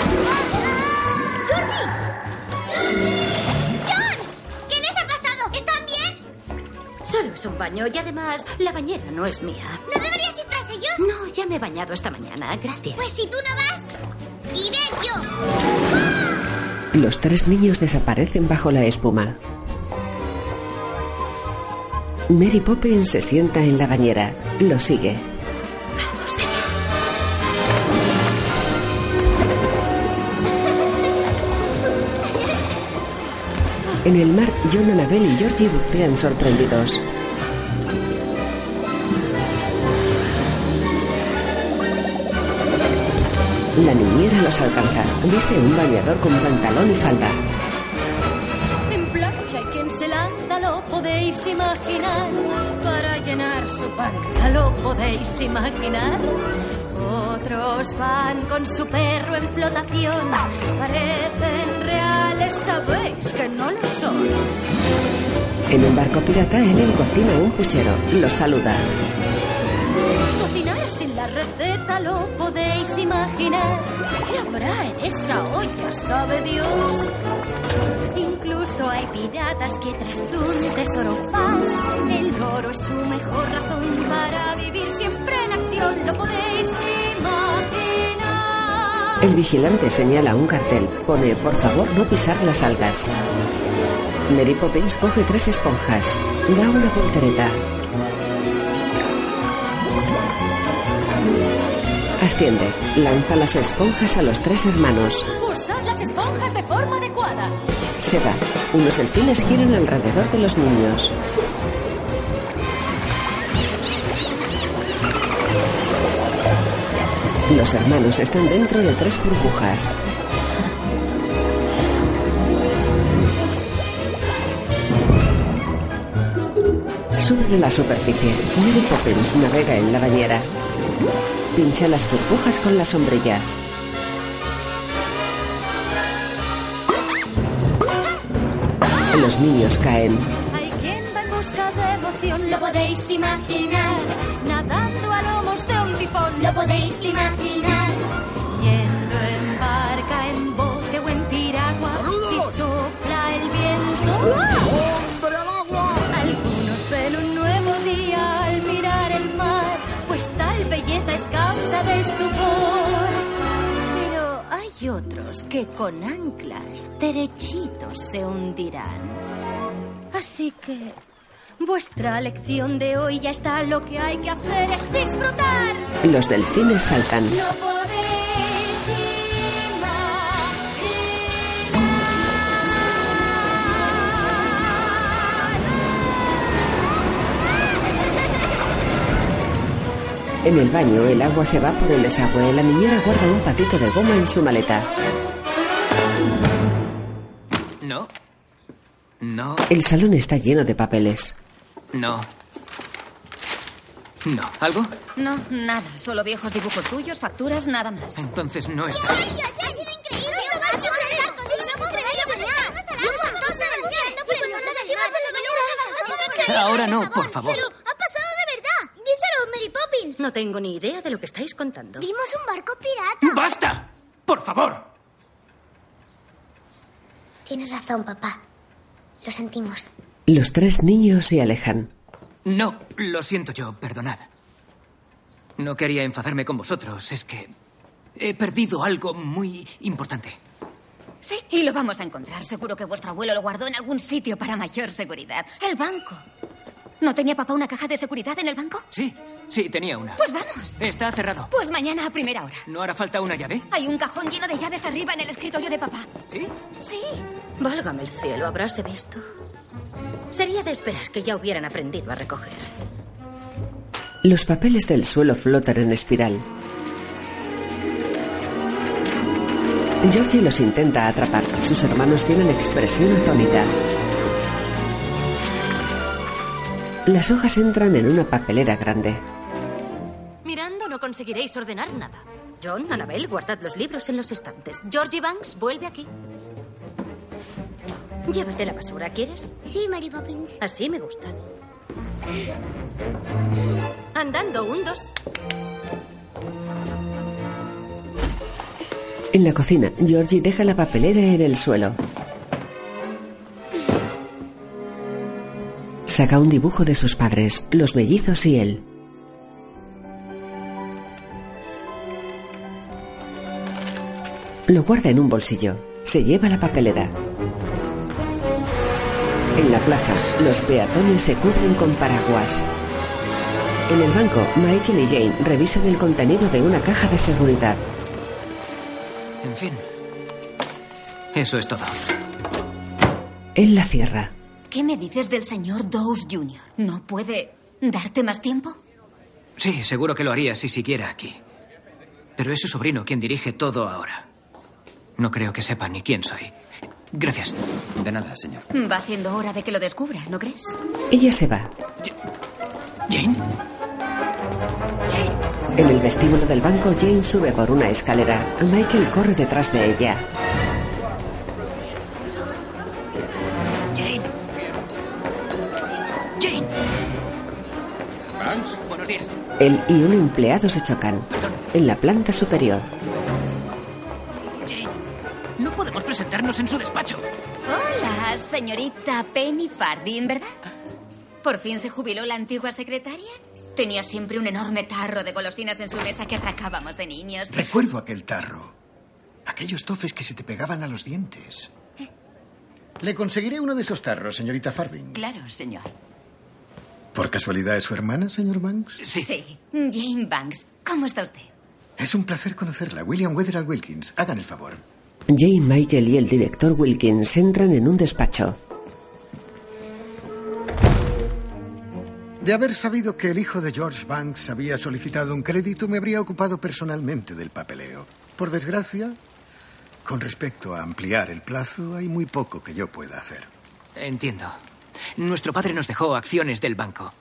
[SPEAKER 9] ¡John! ¿Qué les ha pasado? ¿Están bien?
[SPEAKER 21] Solo es un baño y además la bañera no es mía.
[SPEAKER 9] ¿No deberías ir tras ellos?
[SPEAKER 21] No, ya me he bañado esta mañana. Gracias.
[SPEAKER 9] Pues si tú no vas, iré yo.
[SPEAKER 1] Los tres niños desaparecen bajo la espuma. Mary Poppins se sienta en la bañera. Lo sigue. En el mar, John, Annabelle y Georgie bucean sorprendidos. La niñera los alcanza. Viste un bañador con pantalón y falda.
[SPEAKER 19] En plancha quien se lanza lo podéis imaginar. Para llenar su panza lo podéis imaginar. Otros van con su perro en flotación. Parecen reales, sabéis que no lo son.
[SPEAKER 1] En un barco pirata, Ellen cocina un puchero. Los saluda.
[SPEAKER 19] Cocinar sin la receta lo podéis imaginar. ¿Qué habrá en esa olla, sabe Dios? Incluso hay piratas que tras un tesoro van. El oro es su mejor razón para vivir siempre en acción. Lo podéis imaginar.
[SPEAKER 1] El vigilante señala un cartel. Pone, por favor, no pisar las algas. Mary Poppins coge tres esponjas. Da una voltereta. Asciende. Lanza las esponjas a los tres hermanos.
[SPEAKER 9] Usad las esponjas de forma adecuada.
[SPEAKER 1] Se va. Unos delfines giran alrededor de los niños. Los hermanos están dentro de tres burbujas. Suben a la superficie. Mary Poppins navega en la bañera. Pincha las burbujas con la sombrilla. Los niños caen.
[SPEAKER 9] Hay quien va en busca de emoción, lo podéis imaginar. Nadando a lomos de un tifón, lo podéis imaginar. Yendo en barca, en bote o en piragua, si sopla el viento.
[SPEAKER 23] ¡Hombre al agua!
[SPEAKER 9] Algunos ven un nuevo día al mirar el mar, pues tal belleza es causa de estupor.
[SPEAKER 19] Pero hay otros que con anclas derechitos se hundirán. Así que
[SPEAKER 24] Vuestra lección de hoy ya está. Lo que hay que hacer es disfrutar.
[SPEAKER 1] Los delfines saltan.
[SPEAKER 9] Lo podéis
[SPEAKER 1] En el baño, el agua se va por el desagüe. La niñera guarda un patito de goma en su maleta.
[SPEAKER 8] No. No,
[SPEAKER 1] El salón está lleno de papeles.
[SPEAKER 8] no. No. ¿Algo?
[SPEAKER 10] No, nada. Solo viejos dibujos tuyos, facturas, nada más.
[SPEAKER 8] Entonces no está.
[SPEAKER 9] Ahora no, por favor.
[SPEAKER 25] Pero ha pasado de verdad. Díselo, Mary Poppins.
[SPEAKER 19] no tengo ni idea de lo que estáis contando.
[SPEAKER 25] Vimos un barco pirata.
[SPEAKER 8] ¡Basta! ¡Por favor!
[SPEAKER 25] Tienes razón, papá. Lo sentimos.
[SPEAKER 1] Los tres niños se alejan.
[SPEAKER 8] No, lo siento yo, perdonad. No quería enfadarme con vosotros, es que he perdido algo muy importante.
[SPEAKER 10] Sí, y lo vamos a encontrar. Seguro que vuestro abuelo lo guardó en algún sitio para mayor seguridad. El banco. ¿No tenía papá una caja de seguridad en el banco?
[SPEAKER 8] Sí, sí, tenía una.
[SPEAKER 10] Pues vamos.
[SPEAKER 8] Está cerrado.
[SPEAKER 10] Pues mañana a primera hora.
[SPEAKER 8] ¿No hará falta una llave?
[SPEAKER 10] Hay un cajón lleno de llaves arriba en el escritorio de papá.
[SPEAKER 8] ¿Sí?
[SPEAKER 10] Sí.
[SPEAKER 19] Válgame el cielo, habráse visto. Sería de esperas que ya hubieran aprendido a recoger.
[SPEAKER 1] Los papeles del suelo flotan en espiral. Georgie los intenta atrapar. Sus hermanos tienen expresión atónita. Las hojas entran en una papelera grande.
[SPEAKER 19] Mirando no conseguiréis ordenar nada. John, Annabel, guardad los libros en los estantes. Georgie Banks, vuelve aquí. Llévate la basura, ¿quieres?
[SPEAKER 25] Sí, Mary Poppins.
[SPEAKER 19] Así me gusta. Andando, un, dos.
[SPEAKER 1] En la cocina, Georgie deja la papelera en el suelo. Saca un dibujo de sus padres, los mellizos y él. Lo guarda en un bolsillo. Se lleva la papelera. En la plaza, los peatones se cubren con paraguas. En el banco, Michael y Jane revisan el contenido de una caja de seguridad.
[SPEAKER 8] En fin. Eso es todo.
[SPEAKER 1] Él la cierra.
[SPEAKER 10] ¿Qué me dices del señor Dawes Jr.? ¿No puede darte más tiempo?
[SPEAKER 8] Sí, seguro que lo haría si siguiera aquí. Pero es su sobrino quien dirige todo ahora. No creo que sepa ni quién soy. Gracias. De nada, señor.
[SPEAKER 10] Va siendo hora de que lo descubra, ¿no crees?
[SPEAKER 1] Ella se va.
[SPEAKER 8] ¿Jane?
[SPEAKER 1] En el vestíbulo del banco, Jane sube por una escalera. Michael corre detrás de ella.
[SPEAKER 8] Jane. Jane. Banks. Buenos días.
[SPEAKER 1] Él y un empleado se chocan. En la planta superior,
[SPEAKER 8] No podemos presentarnos en su despacho.
[SPEAKER 10] Hola, señorita Penny Fardin, ¿verdad? ¿Por fin se jubiló la antigua secretaria? Tenía siempre un enorme tarro de golosinas en su mesa que atracábamos de niños.
[SPEAKER 26] Recuerdo aquel tarro. Aquellos tofes que se te pegaban a los dientes. ¿Eh? Le conseguiré uno de esos tarros, señorita Farding.
[SPEAKER 10] Claro, señor.
[SPEAKER 26] ¿Por casualidad es su hermana, señor Banks?
[SPEAKER 10] Sí. Jane Banks, ¿cómo está usted?
[SPEAKER 26] Es un placer conocerla. William Weatherall Wilkins, hagan el favor.
[SPEAKER 1] Jane Michael y el director Wilkins entran en un despacho.
[SPEAKER 26] De haber sabido que el hijo de George Banks había solicitado un crédito, me habría ocupado personalmente del papeleo. Por desgracia, con respecto a ampliar el plazo, hay muy poco que yo pueda hacer.
[SPEAKER 20] Entiendo. Nuestro padre nos dejó acciones del banco.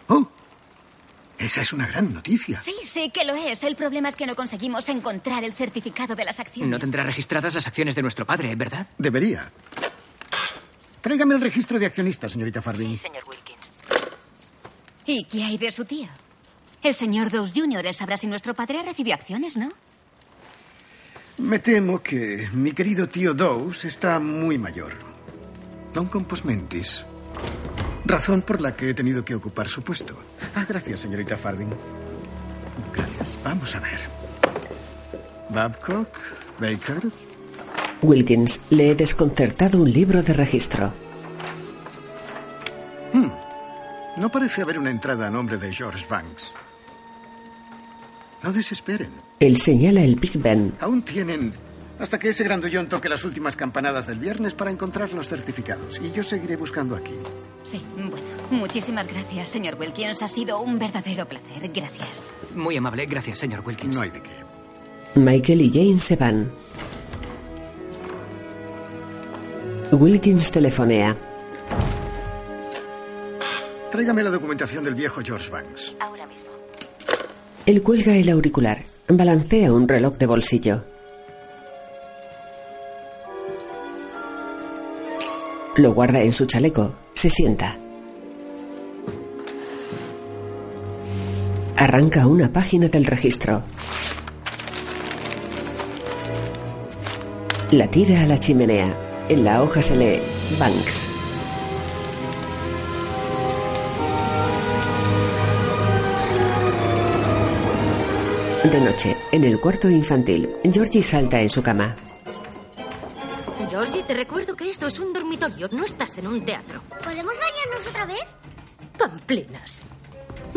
[SPEAKER 26] Esa es una gran
[SPEAKER 8] Ah.
[SPEAKER 26] noticia.
[SPEAKER 10] Sí, sí, que lo es. El problema es que no conseguimos encontrar el certificado de las acciones.
[SPEAKER 20] No tendrá registradas las acciones de nuestro padre, ¿verdad?
[SPEAKER 26] Debería. Tráigame el registro de accionistas, señorita Farding.
[SPEAKER 10] señor Wilkins. ¿Y qué hay de su tío? El señor Dawes Jr. Él sabrá si nuestro padre recibió acciones, ¿no?
[SPEAKER 26] Me temo que mi querido tío Dawes está muy mayor. Non compos mentis. Razón por la que he tenido que ocupar su puesto. Ah, gracias, señorita Farding. Gracias. Vamos a ver. Babcock, Baker.
[SPEAKER 1] Wilkins le he desconcertado un libro de registro.
[SPEAKER 26] Hmm. No parece haber una entrada a nombre de George Banks. No desesperen.
[SPEAKER 1] Él señala el Big Ben.
[SPEAKER 26] Aún tienen hasta que ese grandullón toque las últimas campanadas del viernes para encontrar los certificados. Y yo seguiré buscando aquí.
[SPEAKER 10] Sí, bueno. Muchísimas gracias, señor Wilkins. Ha sido un verdadero placer. Gracias.
[SPEAKER 20] Muy amable, gracias, señor Wilkins. No hay de qué.
[SPEAKER 1] Michael y Jane se van. Wilkins telefonea.
[SPEAKER 26] Tráigame la documentación del viejo George Banks. Ahora mismo.
[SPEAKER 1] Él cuelga el auricular, balancea un reloj de bolsillo. Lo guarda en su chaleco, se sienta. Arranca una página del registro. La tira a la chimenea. En la hoja se lee Banks. De noche, en el cuarto infantil, Georgie salta en su cama.
[SPEAKER 19] Georgie, te recuerdo que esto es un dormitorio, no estás en un teatro.
[SPEAKER 9] ¿Podemos bañarnos otra vez?
[SPEAKER 19] Pamplinas.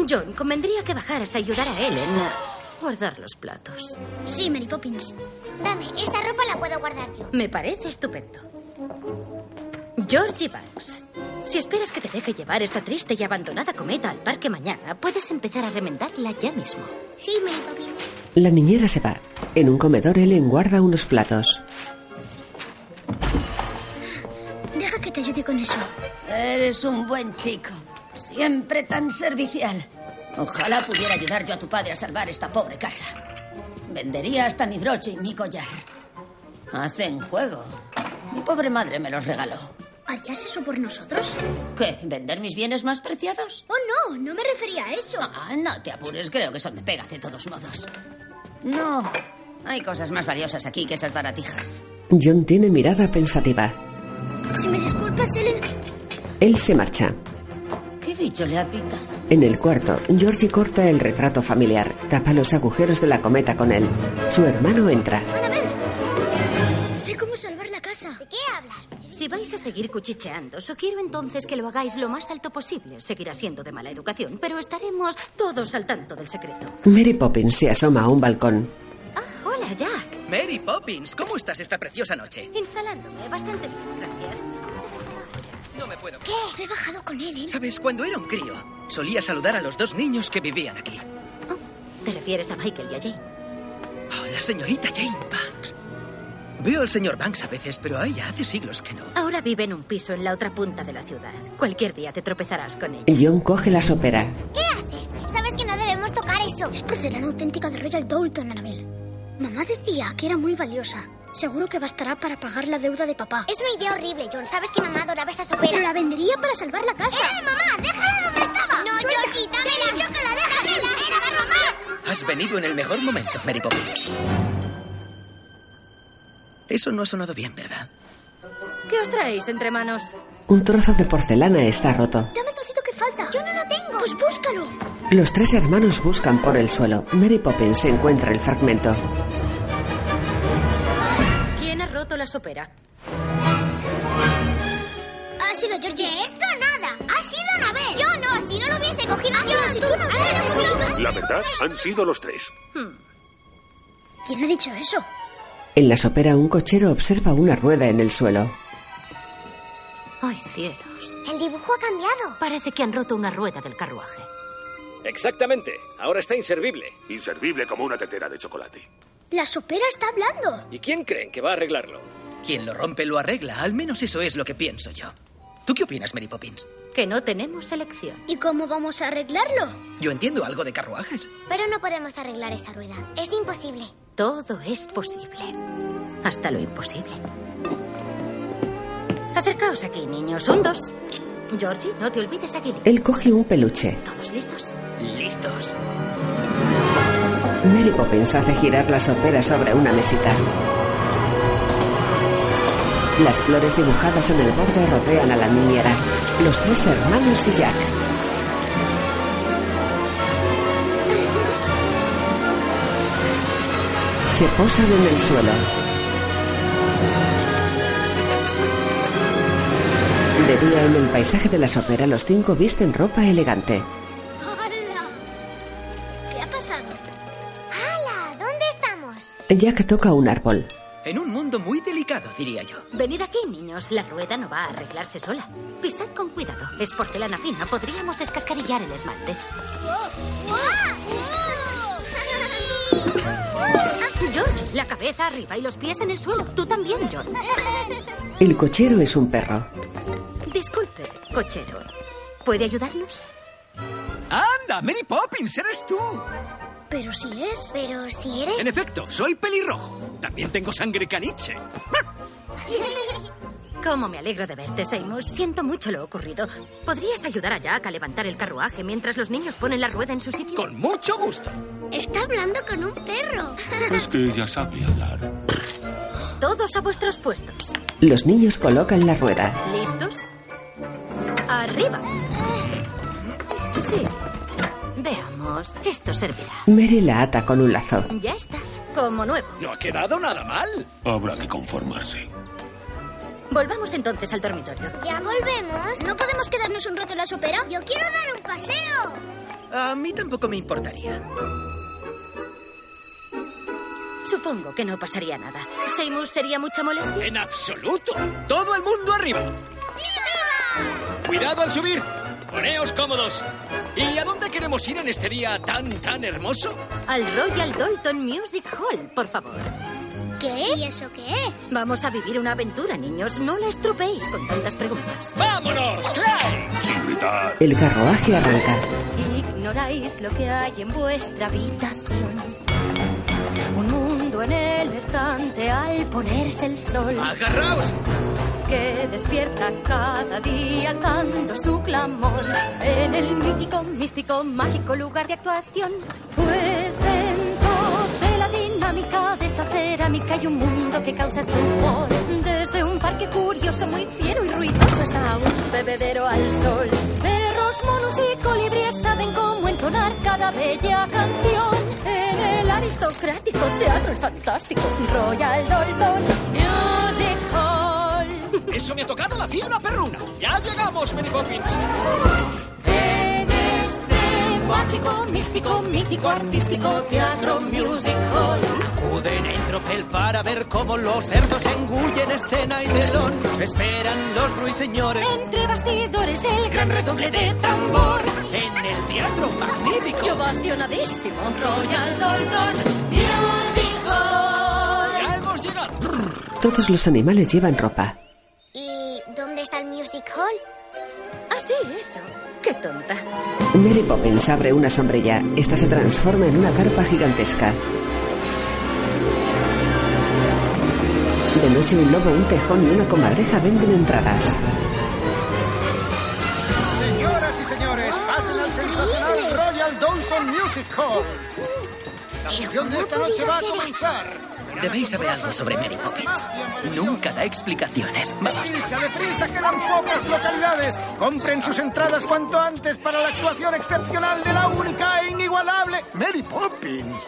[SPEAKER 19] John, convendría que bajaras a ayudar a Ellen a guardar los platos.
[SPEAKER 9] Sí, Mary Poppins. Dame, esta ropa la puedo guardar yo.
[SPEAKER 19] Me parece estupendo. Georgie Banks, si esperas que te deje llevar esta triste y abandonada cometa al parque mañana, puedes empezar a remendarla ya mismo.
[SPEAKER 9] Sí, Mary Poppins.
[SPEAKER 1] La niñera se va. En un comedor, Ellen guarda unos platos.
[SPEAKER 9] Deja que te ayude con eso.
[SPEAKER 11] Eres un buen chico. Siempre tan servicial. Ojalá pudiera ayudar yo a tu padre a salvar esta pobre casa. Vendería hasta mi broche y mi collar. Hacen juego. Mi pobre madre me los regaló.
[SPEAKER 9] ¿Harías eso por nosotros?
[SPEAKER 11] ¿Qué? ¿Vender mis bienes más preciados?
[SPEAKER 9] Oh, no, no me refería a eso.
[SPEAKER 11] Ah, no te apures, creo que son de pega de todos modos. No, hay cosas más valiosas aquí que esas baratijas.
[SPEAKER 1] John tiene mirada pensativa.
[SPEAKER 9] Si me disculpas, Ellen.
[SPEAKER 1] Él se marcha.
[SPEAKER 11] ¿Qué bicho le ha picado?
[SPEAKER 1] En el cuarto, Georgie corta el retrato familiar, tapa los agujeros de la cometa con él. Su hermano entra.
[SPEAKER 9] Sé cómo salvar la casa. ¿De qué hablas?
[SPEAKER 19] Si vais a seguir cuchicheando, sugiero entonces que lo hagáis lo más alto posible. Seguirá siendo de mala educación, pero estaremos todos al tanto del secreto.
[SPEAKER 1] Mary Poppins se asoma a un balcón.
[SPEAKER 19] Hola, Jack.
[SPEAKER 20] Mary Poppins, ¿cómo estás Pues esta preciosa noche?
[SPEAKER 19] Instalándome bastante bien, gracias.
[SPEAKER 20] No me puedo.
[SPEAKER 9] ¿Qué? He bajado con ¿eh? Ellen.
[SPEAKER 20] ¿Sabes? Cuando era un crío, solía saludar a los dos niños que vivían aquí.
[SPEAKER 19] ¿Te refieres a Michael y a Jane?
[SPEAKER 20] Oh, la señorita Jane Banks. Veo al señor Banks a veces, pero a ella hace siglos que no.
[SPEAKER 19] Ahora vive en un piso en la otra punta de la ciudad. Cualquier día te tropezarás con ella.
[SPEAKER 1] John coge la sopera.
[SPEAKER 9] ¿Qué haces? Sabes que no debemos tocar eso. Es porcelana auténtica de Royal Doulton, Annabel. Mamá decía que era muy valiosa. Seguro que bastará para pagar la deuda de papá. Es una idea horrible, John. Sabes que mamá adoraba esa sopera. Pero la vendería para salvar la casa. ¡Eh, mamá! ¡Déjala donde estaba! No, Georgie, dámela. Sí. la déjala. Era de mamá.
[SPEAKER 20] Has venido en el mejor momento, Mary Poppins. Eso no ha sonado bien, ¿verdad?
[SPEAKER 19] ¿Qué os traéis entre manos?
[SPEAKER 1] Un trozo de porcelana está roto.
[SPEAKER 9] Dame el trocito que falta. Yo no lo tengo. Pues búscalo.
[SPEAKER 1] Los tres hermanos buscan por el suelo. Mary Poppins encuentra el fragmento.
[SPEAKER 19] las opera.
[SPEAKER 9] Ha sido Georgie. De eso nada. Ha sido Anabel. Yo no. Si no lo hubiese cogido, yo no tú.
[SPEAKER 4] La verdad, han sido los tres.
[SPEAKER 9] ¿Quién ha dicho eso?
[SPEAKER 1] En la sopera un cochero observa una rueda en el suelo.
[SPEAKER 19] ¡Ay, cielos!
[SPEAKER 9] El dibujo ha cambiado.
[SPEAKER 19] Parece que han roto una rueda del carruaje.
[SPEAKER 13] Exactamente. Ahora está inservible.
[SPEAKER 4] Inservible como una tetera de chocolate.
[SPEAKER 9] La sopera está hablando.
[SPEAKER 13] ¿Y quién creen que va a arreglarlo?
[SPEAKER 2] Quien lo rompe lo arregla. Al menos eso es lo que pienso yo. ¿Tú qué opinas, Mary Poppins?
[SPEAKER 19] Que no tenemos elección.
[SPEAKER 9] ¿Y cómo vamos a arreglarlo?
[SPEAKER 2] Yo entiendo algo de carruajes.
[SPEAKER 9] Pero no podemos arreglar esa rueda. Es imposible.
[SPEAKER 19] Todo es posible. Hasta lo imposible. Acercaos aquí, niños. Un, dos. Georgie, no te olvides a Gilly.
[SPEAKER 1] Él coge un peluche.
[SPEAKER 19] ¿Todos listos?
[SPEAKER 2] Listos.
[SPEAKER 1] Mary Poppins hace girar la sopera sobre una mesita. Las flores dibujadas en el borde rodean a la niñera. Los tres hermanos y Jack. Se posan en el suelo. De día en el paisaje de la sopera los cinco visten ropa elegante.
[SPEAKER 9] ¡Hala! ¿Qué ha pasado? ¡Hala! ¿Dónde estamos?
[SPEAKER 1] Jack toca un árbol.
[SPEAKER 2] En un mundo muy delicado, diría yo.
[SPEAKER 19] Venid aquí, niños. La rueda no va a arreglarse sola. Pisad con cuidado. Es porcelana fina. Podríamos descascarillar el esmalte. George, la cabeza arriba y los pies en el suelo. Tú también, George.
[SPEAKER 1] El cochero es un perro.
[SPEAKER 19] Disculpe, cochero. ¿Puede ayudarnos?
[SPEAKER 2] ¡Anda, Mary Poppins, eres tú!
[SPEAKER 9] Pero si es. Pero si eres.
[SPEAKER 2] En efecto, soy pelirrojo. También tengo sangre caniche.
[SPEAKER 19] Cómo me alegro de verte, Seymour. Siento mucho lo ocurrido. ¿Podrías ayudar a Jack a levantar el carruaje mientras los niños ponen la rueda en su sitio?
[SPEAKER 2] Con mucho gusto.
[SPEAKER 9] Está hablando con un perro.
[SPEAKER 4] Es que ella sabe hablar.
[SPEAKER 19] Todos a vuestros puestos.
[SPEAKER 1] Los niños colocan la rueda.
[SPEAKER 19] ¿Listos? Arriba. Sí. Veamos, esto servirá.
[SPEAKER 1] Mary la ata con un lazo.
[SPEAKER 19] Ya está, como nuevo.
[SPEAKER 2] No ha quedado nada mal.
[SPEAKER 4] Habrá que conformarse.
[SPEAKER 19] Volvamos entonces al dormitorio.
[SPEAKER 9] ¿Ya volvemos? ¿No podemos quedarnos un rato en la sopera? Yo quiero dar un paseo.
[SPEAKER 2] A mí tampoco me importaría.
[SPEAKER 19] Supongo que no pasaría nada. Seymour sería mucha molestia.
[SPEAKER 2] En absoluto. Todo el mundo arriba. Cuidado al subir. Poneos cómodos. ¿Y a dónde queremos ir en este día tan, tan hermoso?
[SPEAKER 19] Al Royal Dalton Music Hall, por favor.
[SPEAKER 9] ¿Qué? ¿Y eso qué es?
[SPEAKER 19] Vamos a vivir una aventura, niños. No la estropeéis con tantas preguntas.
[SPEAKER 2] ¡Vámonos, Clyde!
[SPEAKER 4] Sin gritar.
[SPEAKER 1] El carruaje arranca.
[SPEAKER 18] Ignoráis lo que hay en vuestra habitación. Un mundo en el estante al ponerse el sol.
[SPEAKER 2] ¡Agarraos!
[SPEAKER 18] que despierta cada día alzando su clamor en el mítico, místico, mágico lugar de actuación. Pues dentro de la dinámica de esta cerámica hay un mundo que causa estupor. Desde un parque curioso, muy fiero y ruidoso hasta un bebedero al sol. Perros, monos y colibríes saben cómo entonar cada bella canción. En el aristocrático teatro, el fantástico Royal Dalton Music Hall.
[SPEAKER 2] Eso me ha tocado la fibra perruna. Ya llegamos, Mary Poppins.
[SPEAKER 18] En este mágico, místico, mítico, artístico teatro music hall.
[SPEAKER 2] Acuden en tropel para ver cómo los cerdos engullen escena y telón. Esperan los ruiseñores.
[SPEAKER 18] Entre bastidores el gran redoble de tambor.
[SPEAKER 2] En el teatro magnífico.
[SPEAKER 18] Y ovacionadísimo Royal Dalton Music Hall.
[SPEAKER 2] Ya hemos llegado.
[SPEAKER 1] Todos los animales llevan ropa.
[SPEAKER 9] ¿Y dónde está el Music Hall?
[SPEAKER 19] Ah, sí, eso. Qué tonta.
[SPEAKER 1] Mary Poppins abre una sombrilla. Esta se transforma en una carpa gigantesca. De noche un lobo, un tejón y una comadreja venden entradas.
[SPEAKER 26] Señoras y señores, pasen al sensacional Royal Dalton Music Hall. La función de esta noche va a comenzar.
[SPEAKER 2] Debéis saber algo sobre Mary Poppins. Nunca da explicaciones. Vamos.
[SPEAKER 26] ¡Deprisa, deprisa! ¡Quedan pocas localidades! ¡Compren sus entradas cuanto antes para la actuación excepcional de la única e inigualable Mary Poppins!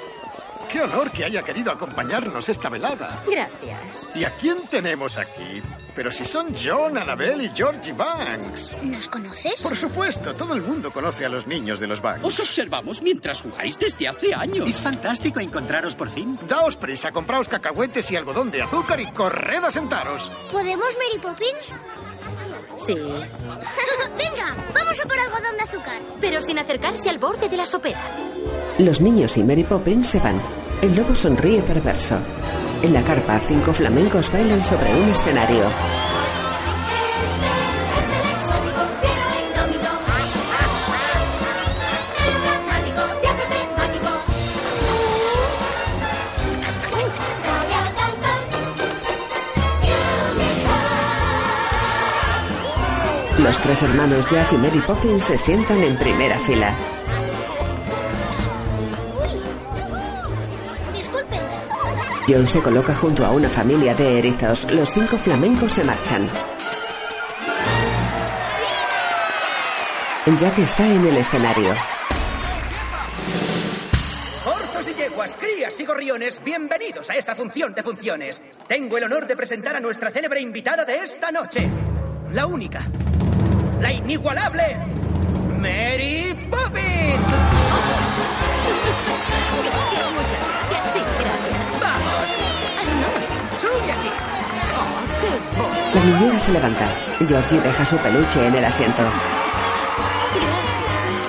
[SPEAKER 26] Qué honor que haya querido acompañarnos esta velada.
[SPEAKER 19] Gracias.
[SPEAKER 26] ¿Y a quién tenemos aquí? Pero si son John, Annabelle y Georgie Banks.
[SPEAKER 9] ¿Nos conoces?
[SPEAKER 26] Por supuesto, todo el mundo conoce a los niños de los Banks.
[SPEAKER 27] Os observamos mientras jugáis desde hace años.
[SPEAKER 26] Es fantástico encontraros por fin. Daos prisa, compraos cacahuetes y algodón de azúcar y corred a sentaros.
[SPEAKER 9] ¿Podemos, Mary Poppins?
[SPEAKER 18] Sí.
[SPEAKER 9] Venga, vamos a por algodón de azúcar.
[SPEAKER 18] Pero sin acercarse al borde de la sopera.
[SPEAKER 1] Los niños y Mary Poppins se van. El lobo sonríe perverso. En la carpa, cinco flamencos bailan sobre un escenario. Los tres hermanos Jack y Mary Poppins se sientan en primera fila.
[SPEAKER 9] Disculpen.
[SPEAKER 1] John se coloca junto a una familia de erizos. Los cinco flamencos se marchan. Jack está en el escenario.
[SPEAKER 2] Orzos y yeguas, crías y gorriones, bienvenidos a esta función de funciones. Tengo el honor de presentar a nuestra célebre invitada de esta noche. La única, la inigualable, Mary Poppins.
[SPEAKER 18] Muchas gracias, sí, gracias.
[SPEAKER 2] ¡Vamos! ¡Sube aquí!
[SPEAKER 1] La niñera se levanta. Georgie deja su peluche en el asiento.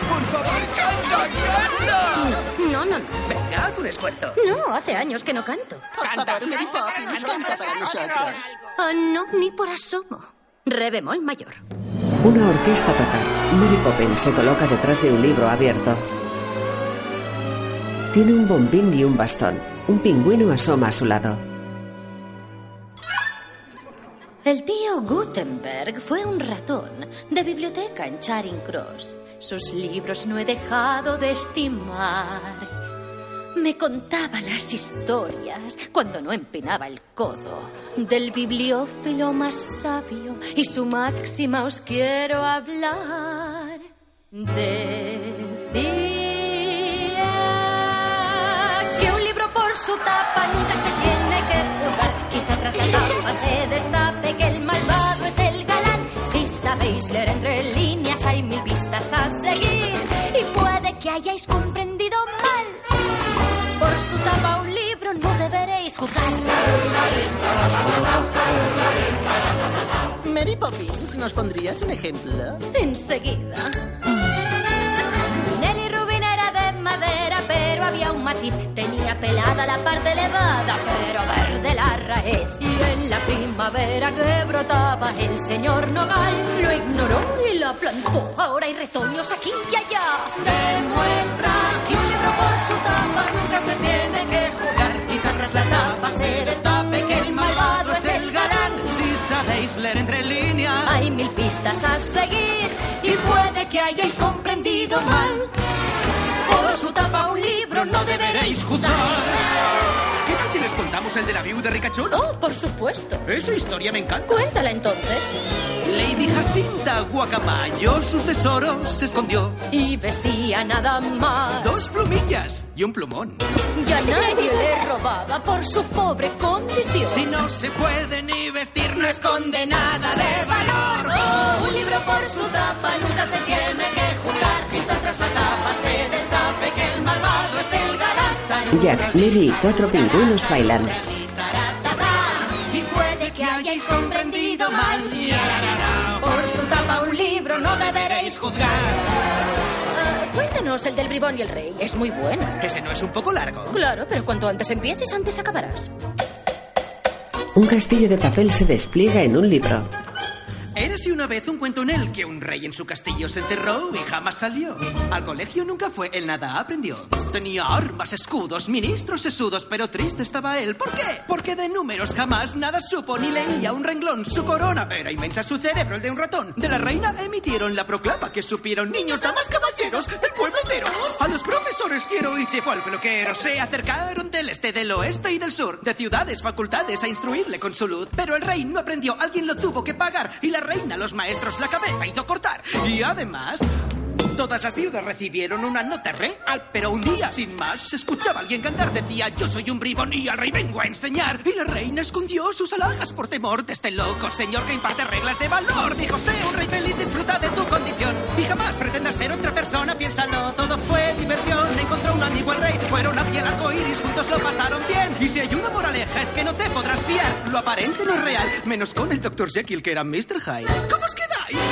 [SPEAKER 2] ¡Por favor, canta, canta!
[SPEAKER 18] No, no, no.
[SPEAKER 2] Venga, haz un esfuerzo.
[SPEAKER 18] No, hace años que no canto.
[SPEAKER 2] Canta, favor, Mary Poppins, canta para nosotros.
[SPEAKER 18] Ah, no, ni por asomo. Re bemol mayor.
[SPEAKER 1] Una orquesta toca. Mary Poppins se coloca detrás de un libro abierto. Tiene un bombín y un bastón. Un pingüino asoma a su lado.
[SPEAKER 19] El tío Gutenberg fue un ratón de biblioteca en Charing Cross. Sus libros no he dejado de estimar. Me contaba las historias cuando no empinaba el codo del bibliófilo más sabio y su máxima os quiero hablar. Decía que un libro por su tapa nunca se tiene que jugar. Quizá tras la tapa se destape que el malvado es el galán. Si sabéis leer entre líneas hay mil pistas a seguir y puede que hayáis comprendido mal. Por su tapa un libro no deberéis juzgar.
[SPEAKER 28] Mary Poppins, ¿nos pondrías un ejemplo?
[SPEAKER 19] Enseguida. Nelly Rubin era de madera, pero había un matiz. Tenía pelada la parte elevada, pero verde la raíz. Y en la primavera que brotaba el señor Nogal, lo ignoró y la plantó. Ahora hay retoños aquí y allá. Demuestra que un libro por su tapa nunca se tiene que jugar. Quizá tras la tapa se destape que el malvado es el galán.
[SPEAKER 2] Si sabéis leer entre líneas.
[SPEAKER 19] Hay mil pistas a seguir y puede que hayáis comprendido mal. Por su tapa un libro no deberéis juzgar.
[SPEAKER 2] ¿Qué tal si les contamos el de la viuda ricachona?
[SPEAKER 19] Oh, por supuesto.
[SPEAKER 2] Esa historia me encanta.
[SPEAKER 19] Cuéntala entonces.
[SPEAKER 2] Lady Jacinta Guacamayo sus tesoros se escondió.
[SPEAKER 19] Y vestía nada más.
[SPEAKER 2] Dos plumillas y un plumón.
[SPEAKER 19] Y a nadie le robaba por su pobre condición.
[SPEAKER 2] Si no se puede ni vestir, no esconde nada
[SPEAKER 19] nada
[SPEAKER 2] de valor.
[SPEAKER 19] Oh, un libro por su tapa nunca se tiene que jugar. Quizá tras la tapa se destape que el malvado es el galán.
[SPEAKER 1] Jack, Mary y cuatro pingüinos bailan.
[SPEAKER 19] Y puede que hayáis comprendido mal. Por su tapa un libro no deberéis juzgar. Eh, cuéntanos el del bribón y el rey. Es muy bueno.
[SPEAKER 2] Ese no es un poco largo.
[SPEAKER 19] Claro, pero cuanto antes empieces, antes acabarás.
[SPEAKER 1] Un castillo de papel se despliega en un libro.
[SPEAKER 2] Érase una vez un cuento en el que un rey en su castillo se encerró y jamás salió. Al colegio nunca fue, él nada aprendió. Tenía armas, escudos, ministros sesudos, pero triste estaba él. ¿Por qué? Porque de números jamás nada supo, ni leía un renglón. Su corona era inmensa, su cerebro el de un ratón. De la reina emitieron la proclama que supieron niños, damas, caballeros, el pueblo entero. A los profesores quiero y se fue al peluquero. Se acercaron del este, del oeste y del sur, de ciudades, facultades, a instruirle con su luz. Pero el rey no aprendió, alguien lo tuvo que pagar y la reina, los maestros, la cabeza hizo cortar. Y además, Todas las viudas recibieron una nota real, pero un día, sin más, se escuchaba a alguien cantar. Decía, yo soy un bribón y al rey vengo a enseñar. Y la reina escondió sus alhajas por temor de este loco señor que imparte reglas de valor. Dijo, sé un rey feliz, disfruta de tu condición. Y jamás pretendas ser otra persona, piénsalo, todo fue diversión. Encontró un amigo el rey, fueron hacia el arco iris, juntos lo pasaron bien. Y si hay una moraleja es que no te podrás fiar. Lo aparente no es real, menos con el Dr. Jekyll que era Mr. Hyde. ¿Cómo os quedáis?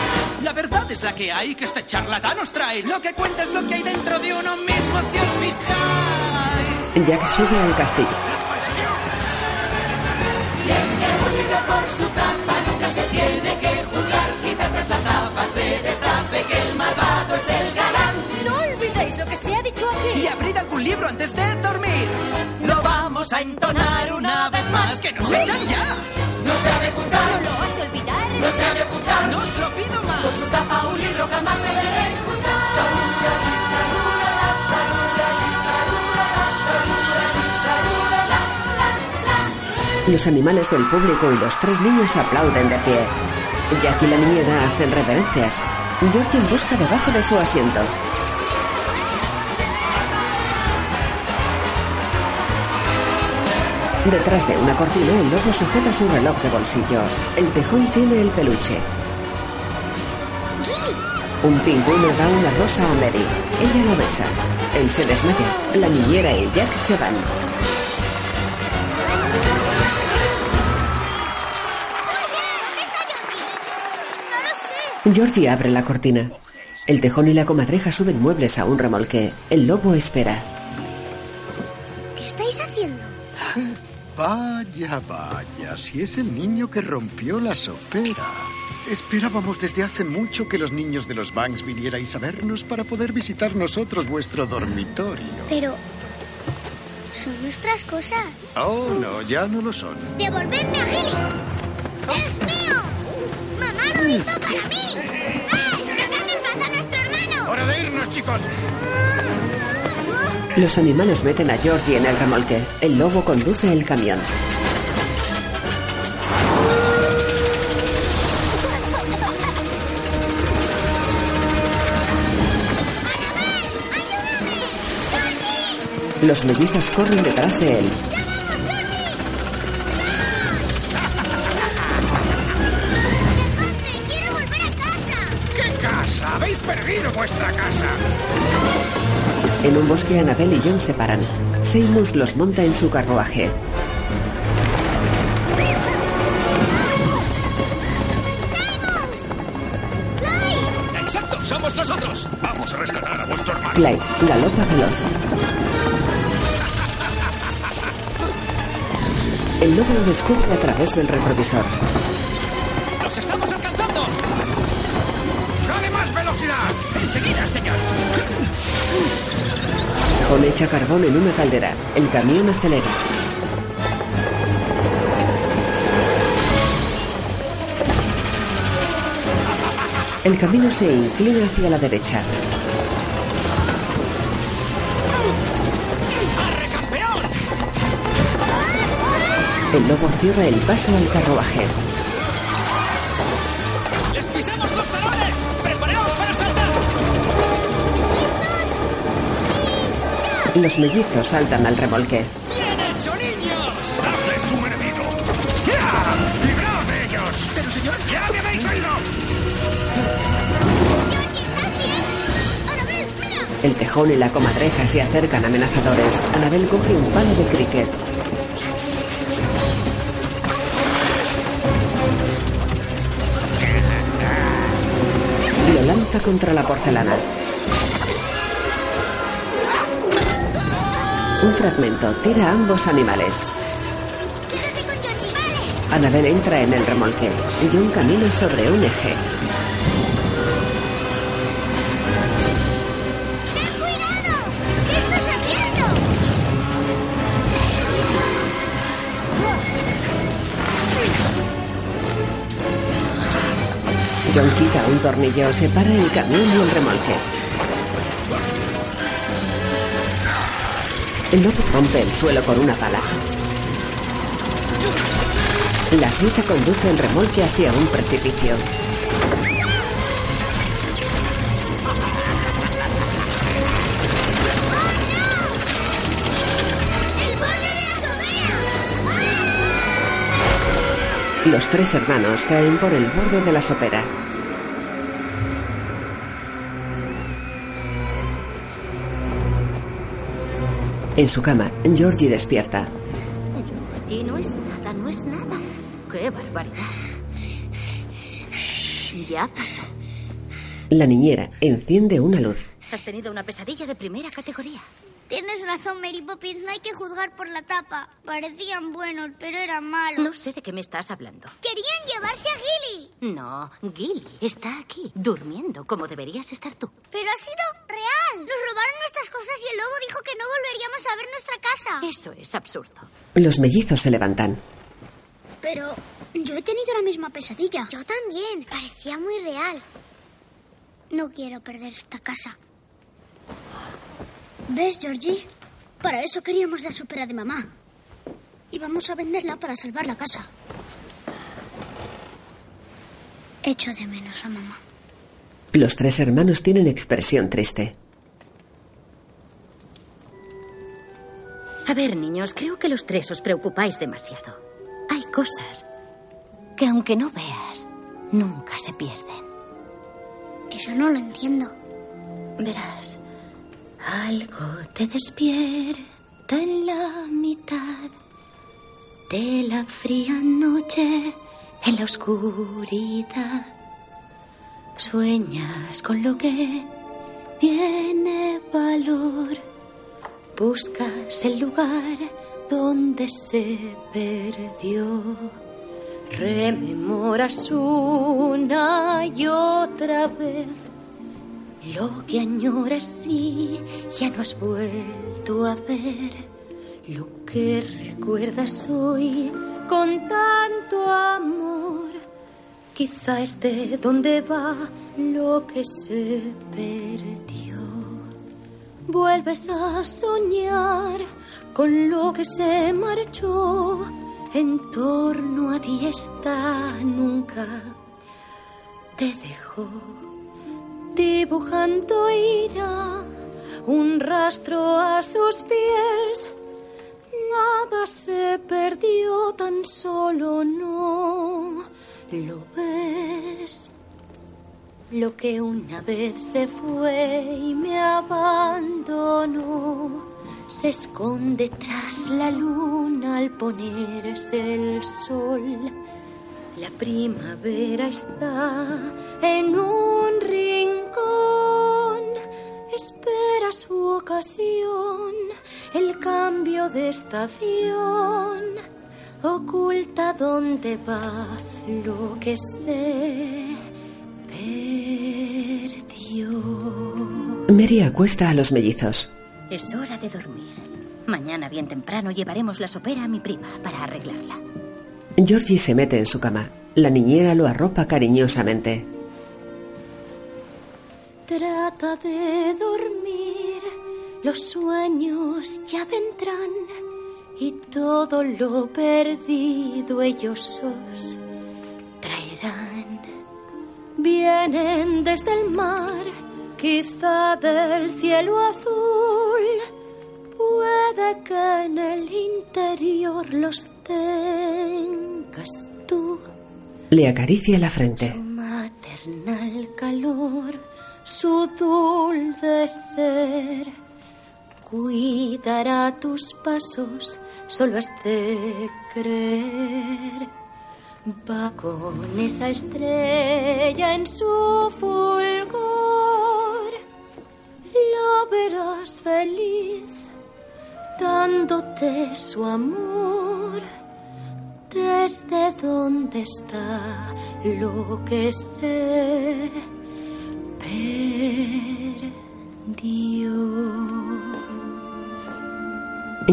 [SPEAKER 2] La verdad es la que hay, que este charlatán os trae. Lo que cuenta es lo que hay dentro de uno mismo, si os fijáis.
[SPEAKER 1] Jack sube al castillo.
[SPEAKER 29] Y es que un libro por su tapa nunca se tiene que juzgar. Quizá tras la tapa se destape que el malvado es el galán.
[SPEAKER 2] No olvidéis lo que se ha dicho aquí. Y abrid algún libro antes de dormir. Lo vamos a entonar una vez más. ¡Que nos echan ya!
[SPEAKER 29] No se ha de juzgar. No lo has de olvidar. No se ha de juzgar. No os
[SPEAKER 2] lo pido más.
[SPEAKER 29] Por su tapa un libro jamás se debe expulsar. Tarura, tarura, la, tarura, la, tarura, la, tarura, la, tarura, la, la, la.
[SPEAKER 1] Los animales del público y los tres niños aplauden de pie. Jack y la niñera hacen reverencias. George en busca debajo de su asiento. Detrás de una cortina, el lobo sujeta su reloj de bolsillo. El tejón tiene el peluche. Un pingüino da una rosa a Mary. Ella lo besa. Él se desmaya. La niñera y Jack se van. Georgie abre la cortina. El tejón y la comadreja suben muebles a un remolque. El lobo espera.
[SPEAKER 9] ¿Qué estáis haciendo?
[SPEAKER 26] Vaya, vaya, si es el niño que rompió la sopera. Esperábamos desde hace mucho que los niños de los Banks vinierais a vernos para poder visitar nosotros vuestro dormitorio.
[SPEAKER 9] Pero... Son nuestras cosas.
[SPEAKER 26] Oh, no, ya no lo son.
[SPEAKER 9] ¡Devolvedme a Gilly! ¡Es mío! ¡Mamá lo hizo para mí! ¡Ay, dejadme en paz a nuestro hermano!
[SPEAKER 30] ¡Hora de irnos, chicos!
[SPEAKER 1] Los animales meten a Georgie en el remolque. El lobo conduce el camión. Los mellizos corren detrás de él.
[SPEAKER 30] ¿Qué casa? ¡Habéis perdido vuestra casa!
[SPEAKER 1] En un bosque, Annabelle y John se paran. Seymour los monta en su carruaje.
[SPEAKER 30] ¡Exacto! ¡Somos nosotros! ¡Vamos a rescatar a vuestro hermano!
[SPEAKER 1] Clyde galopa veloz. El lobo lo descubre a través del retrovisor.
[SPEAKER 30] ¡Nos estamos alcanzando! ¡Dale más velocidad! ¡Enseguida, señor!
[SPEAKER 1] John echa carbón en una caldera. El camión acelera. El camino se inclina hacia la derecha. El lobo cierra el paso al carruaje.
[SPEAKER 30] ¡Les pisamos los talones! ¡Preparaos para saltar!
[SPEAKER 1] Los mellizos saltan al remolque.
[SPEAKER 30] ¡Bien hecho, niños! ¡Dadle su merecido! ¡Ya! ¡Libraos de ellos! ¡Pero, señor! ¡Ya me habéis oído!
[SPEAKER 1] El tejón y la comadreja se acercan amenazadores. Anabel coge un palo de cricket. Lo lanza contra la porcelana. Un fragmento tira a ambos animales. Anabel entra en el remolque. John camina sobre un eje. John quita un tornillo, separa el camión y el remolque. El lobo rompe el suelo con una pala. La cinta conduce el remolque hacia un precipicio. Los tres hermanos caen por el borde de la sopera. En su cama, Georgie despierta.
[SPEAKER 19] Georgie, no es nada, no es nada. ¡Qué barbaridad! Ya pasó.
[SPEAKER 1] La niñera enciende una luz.
[SPEAKER 19] Has tenido una pesadilla de primera categoría.
[SPEAKER 9] Tienes razón, Mary Poppins. No hay que juzgar por la tapa. Parecían buenos, pero eran malos.
[SPEAKER 19] No sé de qué me estás hablando.
[SPEAKER 9] Querían llevarse a Gilly.
[SPEAKER 19] No, Gilly está aquí, durmiendo, como deberías estar tú.
[SPEAKER 9] Pero ha sido real. Nos robaron nuestras cosas y el lobo dijo que no volveríamos a ver nuestra casa.
[SPEAKER 19] Eso es absurdo.
[SPEAKER 1] Los mellizos se levantan.
[SPEAKER 9] Pero yo he tenido la misma pesadilla. Yo también. Parecía muy real. No quiero perder esta casa. ¿Ves, Georgie? Para eso queríamos la sopera de mamá. Y vamos a venderla para salvar la casa. Echo de menos a mamá.
[SPEAKER 1] Los tres hermanos tienen expresión triste.
[SPEAKER 19] A ver, niños, creo que los tres os preocupáis demasiado. Hay cosas que aunque no veas, nunca se pierden.
[SPEAKER 9] Eso no lo entiendo.
[SPEAKER 19] Verás, algo te despierta en la mitad de la fría noche, en la oscuridad. Sueñas con lo que tiene valor. Buscas el lugar donde se perdió. Rememoras una y otra vez lo que añoras y ya no has vuelto a ver. Lo que recuerdas hoy con tanto amor. Quizá esté donde va lo que se perdió. Vuelves a soñar con lo que se marchó. En torno a ti está, nunca te dejó. Dibujando irá un rastro a sus pies. Nada se perdió, tan solo no lo ves. Lo que una vez se fue y me abandonó se esconde tras la luna al ponerse el sol. La primavera está en un rincón, espera su ocasión, el cambio de estación, oculta dónde va lo que se perdió.
[SPEAKER 1] Mary acuesta a los mellizos.
[SPEAKER 19] Es hora de dormir. Mañana bien temprano llevaremos la sopera a mi prima para arreglarla.
[SPEAKER 1] Georgie se mete en su cama. La niñera lo arropa cariñosamente.
[SPEAKER 19] Trata de dormir, los sueños ya vendrán y todo lo perdido ellos os traerán. Vienen desde el mar, quizá del cielo azul, puede que en el interior los tengas tú.
[SPEAKER 1] Le acaricia la frente.
[SPEAKER 19] maternal calor, su dulce ser. Cuidará tus pasos, solo has de creer. Va con esa estrella en su fulgor, la verás feliz, dándote su amor. Desde donde está lo que se perdió.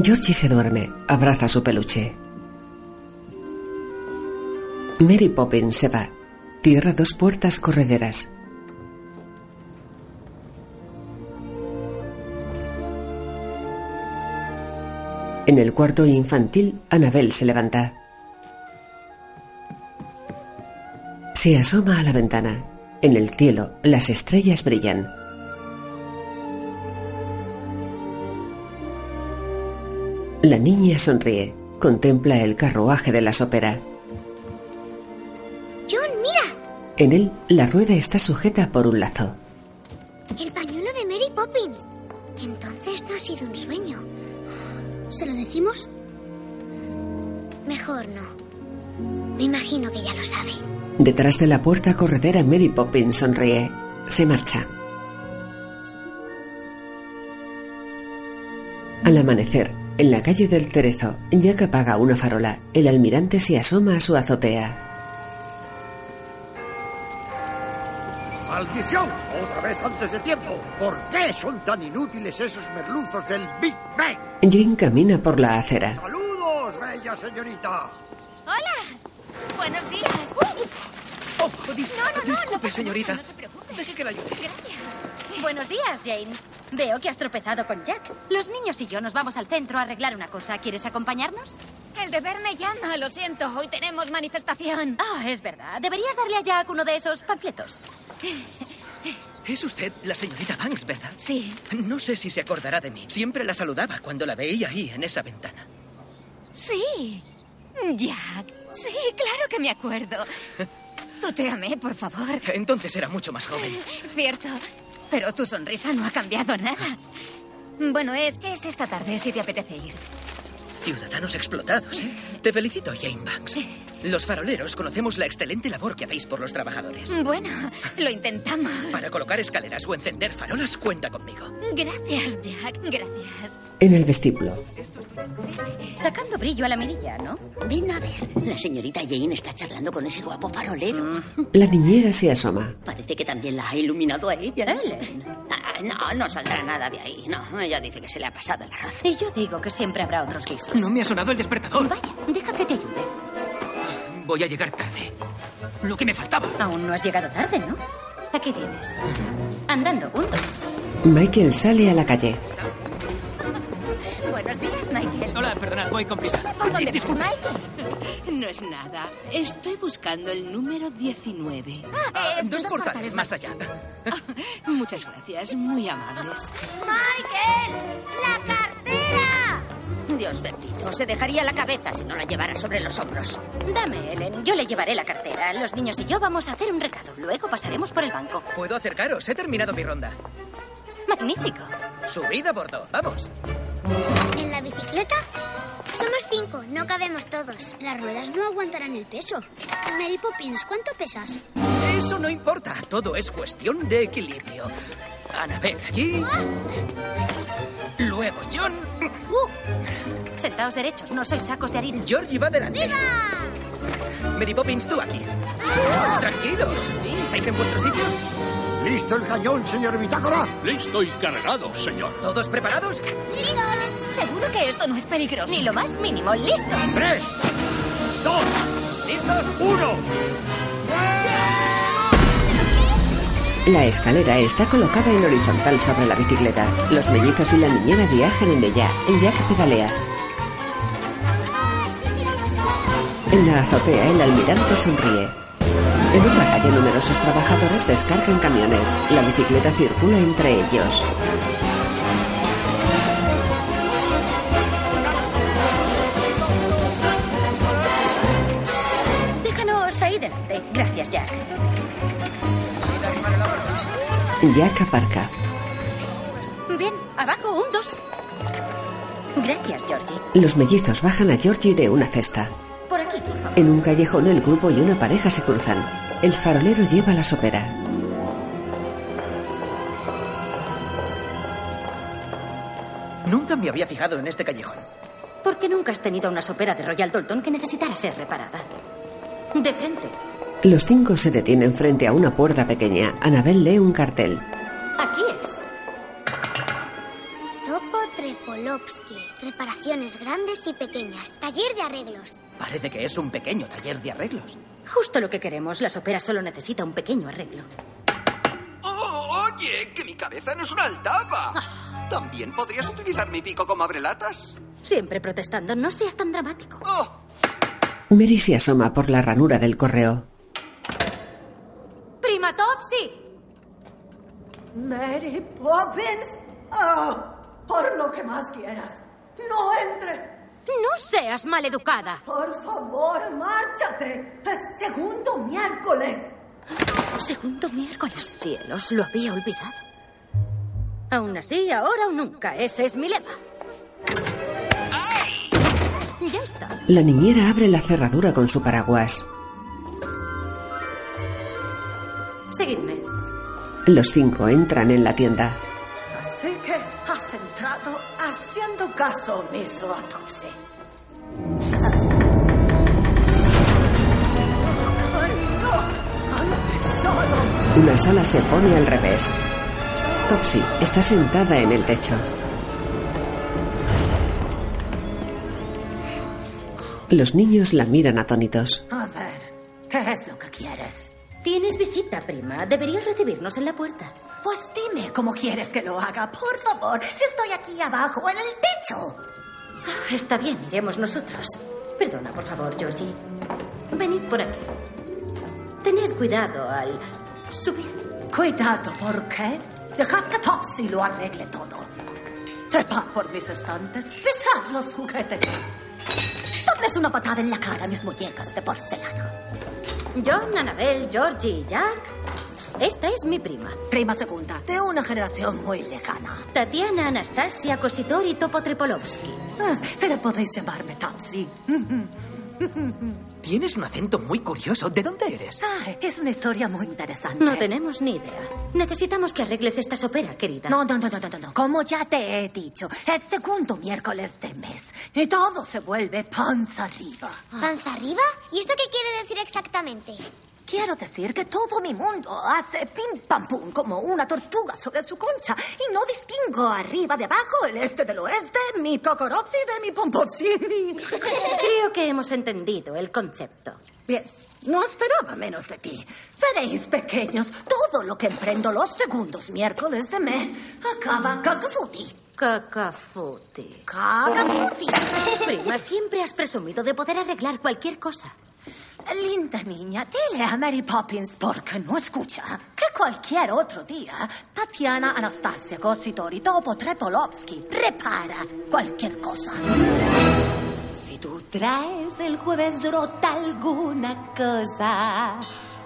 [SPEAKER 1] Georgie se duerme, abraza su peluche. Mary Poppins se va. Cierra dos puertas correderas. En el cuarto infantil, Anabel se levanta. Se asoma a la ventana. En el cielo, las estrellas brillan. La niña sonríe. Contempla el carruaje de la sopera. En él, la rueda está sujeta por un lazo.
[SPEAKER 9] El pañuelo de Mary Poppins. Entonces no ha sido un sueño. ¿Se lo decimos? Mejor no. Me imagino que ya lo sabe.
[SPEAKER 1] Detrás de la puerta corredera, Mary Poppins sonríe. Se marcha. Al amanecer, en la calle del Cerezo, Jack apaga una farola. El almirante se asoma a su azotea.
[SPEAKER 13] ¡Maldición! ¡Otra vez antes de tiempo! ¿Por qué son tan inútiles esos merluzos del Big Bang?
[SPEAKER 1] Jane camina por la acera.
[SPEAKER 13] ¡Saludos, bella señorita!
[SPEAKER 31] ¡Hola! ¡Buenos días!
[SPEAKER 2] Oh, dis- disculpe, señorita.
[SPEAKER 19] Deje que la ayude. Gracias. Buenos días, Jane. Veo que has tropezado con Jack. Los niños y yo nos vamos al centro a arreglar una cosa. ¿Quieres acompañarnos?
[SPEAKER 10] El deber me llama, lo siento. Hoy tenemos manifestación.
[SPEAKER 19] Ah, es verdad. Deberías darle a Jack uno de esos panfletos.
[SPEAKER 2] Es usted la señorita Banks, ¿verdad? Sí. No sé si se acordará de mí. Siempre la saludaba cuando la veía ahí, en esa ventana.
[SPEAKER 10] Sí. Jack. Sí, claro que me acuerdo. Tuteame, por favor.
[SPEAKER 2] Entonces era mucho más joven.
[SPEAKER 10] Cierto. Pero tu sonrisa no ha cambiado nada. Bueno, es, es esta tarde, si te apetece ir.
[SPEAKER 2] Ciudadanos explotados, ¿eh? Te felicito, Jane Banks. Los faroleros conocemos la excelente labor que hacéis por los trabajadores.
[SPEAKER 10] Bueno, lo intentamos.
[SPEAKER 2] Para colocar escaleras o encender farolas, cuenta conmigo.
[SPEAKER 10] Gracias, Jack. Gracias.
[SPEAKER 1] En el vestíbulo,
[SPEAKER 19] Sacando brillo a la mirilla, ¿no?
[SPEAKER 11] Ven a ver. La señorita Jane está charlando con ese guapo farolero.
[SPEAKER 19] Mm.
[SPEAKER 1] la niñera se asoma.
[SPEAKER 11] Parece que también la ha iluminado a ella. Ah, no, no saldrá nada de ahí. No, ella dice que se le ha pasado el arroz.
[SPEAKER 19] Y yo digo que siempre habrá otros guisos.
[SPEAKER 11] No me ha
[SPEAKER 8] sonado el despertador.
[SPEAKER 19] Vaya, deja que te ayude.
[SPEAKER 8] Voy a llegar tarde. Lo que me faltaba.
[SPEAKER 19] Aún no has llegado tarde, ¿no? Aquí tienes. Andando juntos.
[SPEAKER 1] Michael sale a la calle.
[SPEAKER 10] Buenos días, Michael.
[SPEAKER 8] Hola, perdonad, voy con prisa.
[SPEAKER 10] ¿Por dónde vas,
[SPEAKER 8] Disculpe.
[SPEAKER 10] Michael?
[SPEAKER 32] No es nada. Estoy buscando el número 19.
[SPEAKER 19] eh,
[SPEAKER 2] Ah, dos portales más allá.
[SPEAKER 32] Muchas gracias, muy amables.
[SPEAKER 18] ¡Michael! ¡La cartera!
[SPEAKER 11] Dios bendito, se dejaría la cabeza si no la llevara sobre los hombros.
[SPEAKER 19] Dame, Ellen. Yo le llevaré la cartera. Los niños y yo vamos a hacer un recado. Luego pasaremos por el banco.
[SPEAKER 2] Puedo acercaros, he terminado mi ronda.
[SPEAKER 19] Magnífico.
[SPEAKER 2] Subid a bordo, vamos.
[SPEAKER 9] ¿En la bicicleta? Somos cinco, no cabemos todos. Las ruedas no aguantarán el peso. Mary Poppins, ¿cuánto pesas?
[SPEAKER 2] Eso no importa, todo es cuestión de equilibrio. Anabel aquí. Luego John.
[SPEAKER 19] Uh, Sentaos derechos, no sois sacos de harina.
[SPEAKER 2] Georgie va delante. Mary Poppins, tú aquí. Tranquilos. ¿Estáis en vuestro sitio?
[SPEAKER 13] ¿Listo el cañón, señor Bitácora?
[SPEAKER 4] Listo y cargado, señor.
[SPEAKER 2] ¿Todos preparados?
[SPEAKER 10] ¡Listos! Seguro que esto no es peligroso.
[SPEAKER 19] Ni lo más mínimo. ¡Listos!
[SPEAKER 13] ¡Tres! ¡Dos!
[SPEAKER 2] ¿Listos?
[SPEAKER 13] ¡Uno!
[SPEAKER 1] La escalera está colocada en horizontal sobre la bicicleta. Los mellizos y la niñera viajan en ella. Jack pedalea. En la azotea, el almirante sonríe. En otra calle, numerosos trabajadores descargan camiones. La bicicleta circula entre ellos.
[SPEAKER 19] Déjanos ahí delante. Gracias, Jack.
[SPEAKER 1] Jack aparca.
[SPEAKER 19] Bien, abajo, un dos. Gracias, Georgie.
[SPEAKER 1] Los mellizos bajan a Georgie de una cesta.
[SPEAKER 19] Por aquí, por favor.
[SPEAKER 1] En un callejón, el grupo y una pareja se cruzan. El farolero lleva la sopera.
[SPEAKER 2] Nunca me había fijado en este callejón.
[SPEAKER 19] ¿Por qué nunca has tenido una sopera de Royal Dolton que necesitara ser reparada? De frente.
[SPEAKER 1] Los cinco se detienen frente a una puerta pequeña. Anabel lee un cartel.
[SPEAKER 19] Aquí es.
[SPEAKER 9] Topo Trepolovsky. Reparaciones grandes y pequeñas. Taller de arreglos.
[SPEAKER 2] Parece que es un pequeño taller de arreglos.
[SPEAKER 19] Justo lo que queremos. La sopera solo necesita un pequeño arreglo.
[SPEAKER 33] ¡Oh, oye! ¡Que mi cabeza no es una aldaba! ¿También podrías utilizar mi pico como abrelatas? Oh.
[SPEAKER 19] Siempre protestando. No seas tan dramático.
[SPEAKER 1] Mary se asoma por la ranura del correo.
[SPEAKER 32] ¡Primatopsy!
[SPEAKER 34] Mary Poppins, oh, por lo que más quieras, no entres.
[SPEAKER 32] No seas maleducada.
[SPEAKER 34] Por favor, márchate. Es segundo miércoles.
[SPEAKER 19] Segundo miércoles. Cielos, lo había olvidado. Aún así, ahora o nunca. Ese es mi lema. Ya está.
[SPEAKER 1] La niñera abre la cerradura con su paraguas.
[SPEAKER 19] Seguidme.
[SPEAKER 1] Los cinco entran en la tienda.
[SPEAKER 34] Así que has entrado haciendo caso omiso a Topsy. ¡Ay, no! ¡Han empezado!
[SPEAKER 1] Una sala se pone al revés. Topsy está sentada en el techo. Los niños la miran atónitos.
[SPEAKER 34] A ver, ¿qué es lo que quieres?
[SPEAKER 19] Tienes visita, prima. Deberías recibirnos en la puerta.
[SPEAKER 34] Pues dime cómo quieres que lo haga, por favor. Si estoy aquí abajo, en el techo.
[SPEAKER 19] Ah, Está bien, iremos nosotros. Perdona, por favor, Georgie. Venid por aquí. Tened cuidado al subir.
[SPEAKER 34] Cuidado, ¿por qué? Dejad que Topsy lo arregle todo. Trepad por mis estantes, pisad los juguetes. Dadles una patada en la cara a mis muñecas de porcelana.
[SPEAKER 19] John, Annabel, Georgie y Jack. Esta es mi prima.
[SPEAKER 34] Prima segunda, de una generación muy lejana.
[SPEAKER 19] Tatiana, Anastasia, Cositor y Topo Trepolovsky.
[SPEAKER 34] Ah, pero podéis llamarme Topsy.
[SPEAKER 20] Tienes un acento muy curioso. ¿De dónde eres?
[SPEAKER 34] Ay, es una historia muy interesante.
[SPEAKER 19] No tenemos ni idea. Necesitamos que arregles esta sopera, querida.
[SPEAKER 34] No, no, no, no, no, no, no. Como ya te he dicho, es segundo miércoles de mes y todo se vuelve panza arriba.
[SPEAKER 19] Ah.
[SPEAKER 9] ¿Panza arriba? ¿Y eso qué quiere decir exactamente?
[SPEAKER 34] Quiero decir que todo mi mundo hace pim pam pum como una tortuga sobre su concha y no distingo arriba de abajo, el este del oeste, mi cocoropsi de mi pomporopsi.
[SPEAKER 19] Creo que hemos entendido el concepto.
[SPEAKER 34] Bien, no esperaba menos de ti. Veréis, pequeños, todo lo que emprendo los segundos miércoles de mes acaba cacafuti.
[SPEAKER 19] Cacafuti.
[SPEAKER 34] Cacafuti.
[SPEAKER 19] Prima, siempre has presumido de poder arreglar cualquier cosa.
[SPEAKER 34] Linda niña, dile a Mary Poppins porque no escucha que cualquier otro día Tatiana Anastasia Cositori dopo Trepolovsky repara cualquier cosa. Si tú traes el jueves rota alguna cosa,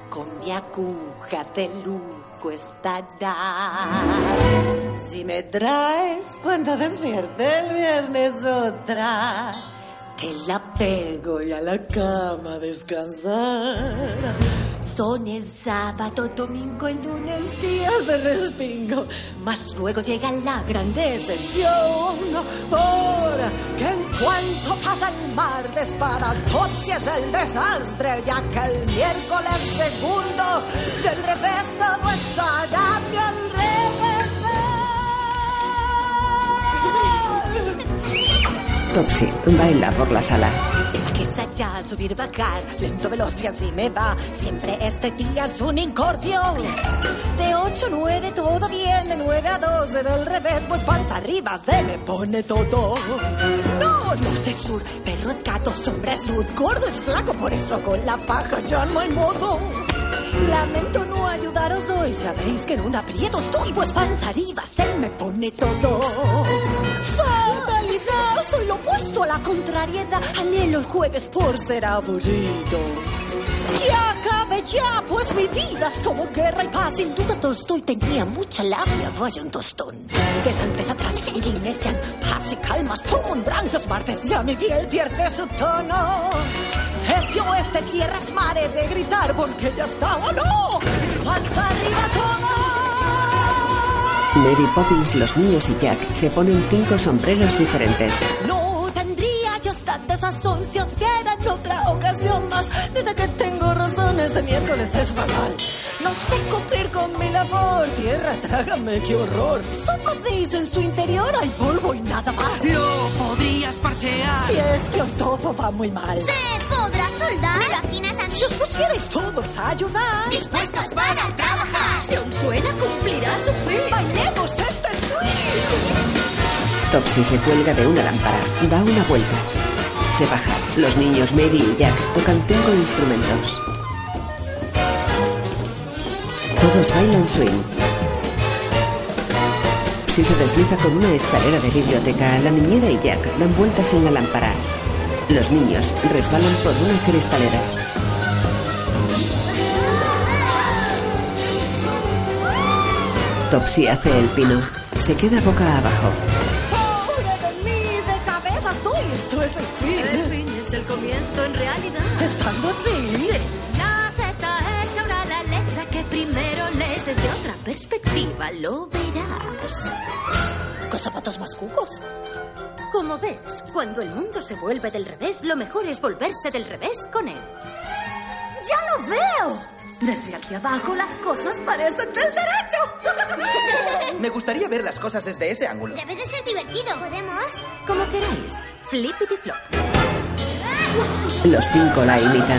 [SPEAKER 34] con mi aguja de lujo estará. Si me traes cuando despierte el viernes otra, te la pego y a la cama a descansar. Son el sábado, domingo y lunes días de respingo, mas luego llega la gran decepción. Porque en cuanto pasa el martes para Topsy es el desastre, ya que el miércoles segundo del revés todo estará a mi alrededor.
[SPEAKER 1] Topsy baila por la sala.
[SPEAKER 34] Aquí está ya, subir, bajar, lento, veloz y así me va. Siempre este día es un incordio. De 8 a 9 todo bien, de 9 a 12 del revés, pues panza arriba se me pone todo. No, norte, sur, perro es gato, sombra es luz, gordo es flaco, por eso con la faja ya no hay modo. Lamento no ayudaros hoy, ya veis que en un aprieto estoy, pues panza arriba se me pone todo. Fatalidad, soy lo opuesto a la contrariedad, anhelo el jueves por ser aburrido. Que acabe ya, pues mi vida es como guerra y paz. Sin duda Tolstoy tenía mucha labia, vaya un tostón. Delante atrás, y Linesian, paz y calmas, como un branco los martes, ya mi piel pierde su tono. Es yo este tierra es mare de gritar porque ya está o no. Panza arriba todo.
[SPEAKER 1] Mary Poppins, los niños y Jack se ponen cinco sombreros diferentes.
[SPEAKER 34] No tendría yo tantas sazón si os viera en otra ocasión más. Desde que tengo razones de miércoles es fatal. No sé cumplir con mi labor. Tierra, trágame, qué horror. Solo veis en su interior hay polvo y nada más.
[SPEAKER 2] Lo podrías parchear.
[SPEAKER 34] Si es que hoy todo va muy mal.
[SPEAKER 9] ¡Se podrá soldar!
[SPEAKER 34] Si os pusierais todos a ayudar.
[SPEAKER 9] ¡Dispuestos van a trabajar!
[SPEAKER 19] Si aún suena, cumplirá su fe.
[SPEAKER 34] ¡Bailemos este swing!
[SPEAKER 1] Topsy se cuelga de una lámpara, da una vuelta. Se baja. Los niños Mary y Jack tocan cinco instrumentos. Todos bailan swing. Topsy se desliza con una escalera de biblioteca. La niñera y Jack dan vueltas en la lámpara. Los niños resbalan por una cristalera. Topsy hace el pino. Se queda boca abajo.
[SPEAKER 3] ¡Pobre de mí! ¡De cabeza estoy! Esto es el fin.
[SPEAKER 18] El fin es el comienzo en realidad.
[SPEAKER 3] ¿Estando así?
[SPEAKER 18] La Z es ahora la letra que primero lees desde otra perspectiva. Lo verás.
[SPEAKER 34] ¿Qué zapatos más cucos?
[SPEAKER 19] Como ves, cuando el mundo se vuelve del revés, lo mejor es volverse del revés con él.
[SPEAKER 34] ¡Ya lo veo! Desde aquí abajo las cosas parecen del derecho.
[SPEAKER 20] Me gustaría ver las cosas desde ese ángulo.
[SPEAKER 9] Debe de ser divertido. ¿Podemos?
[SPEAKER 19] Como queráis. Flippity flop.
[SPEAKER 1] Los cinco la imitan.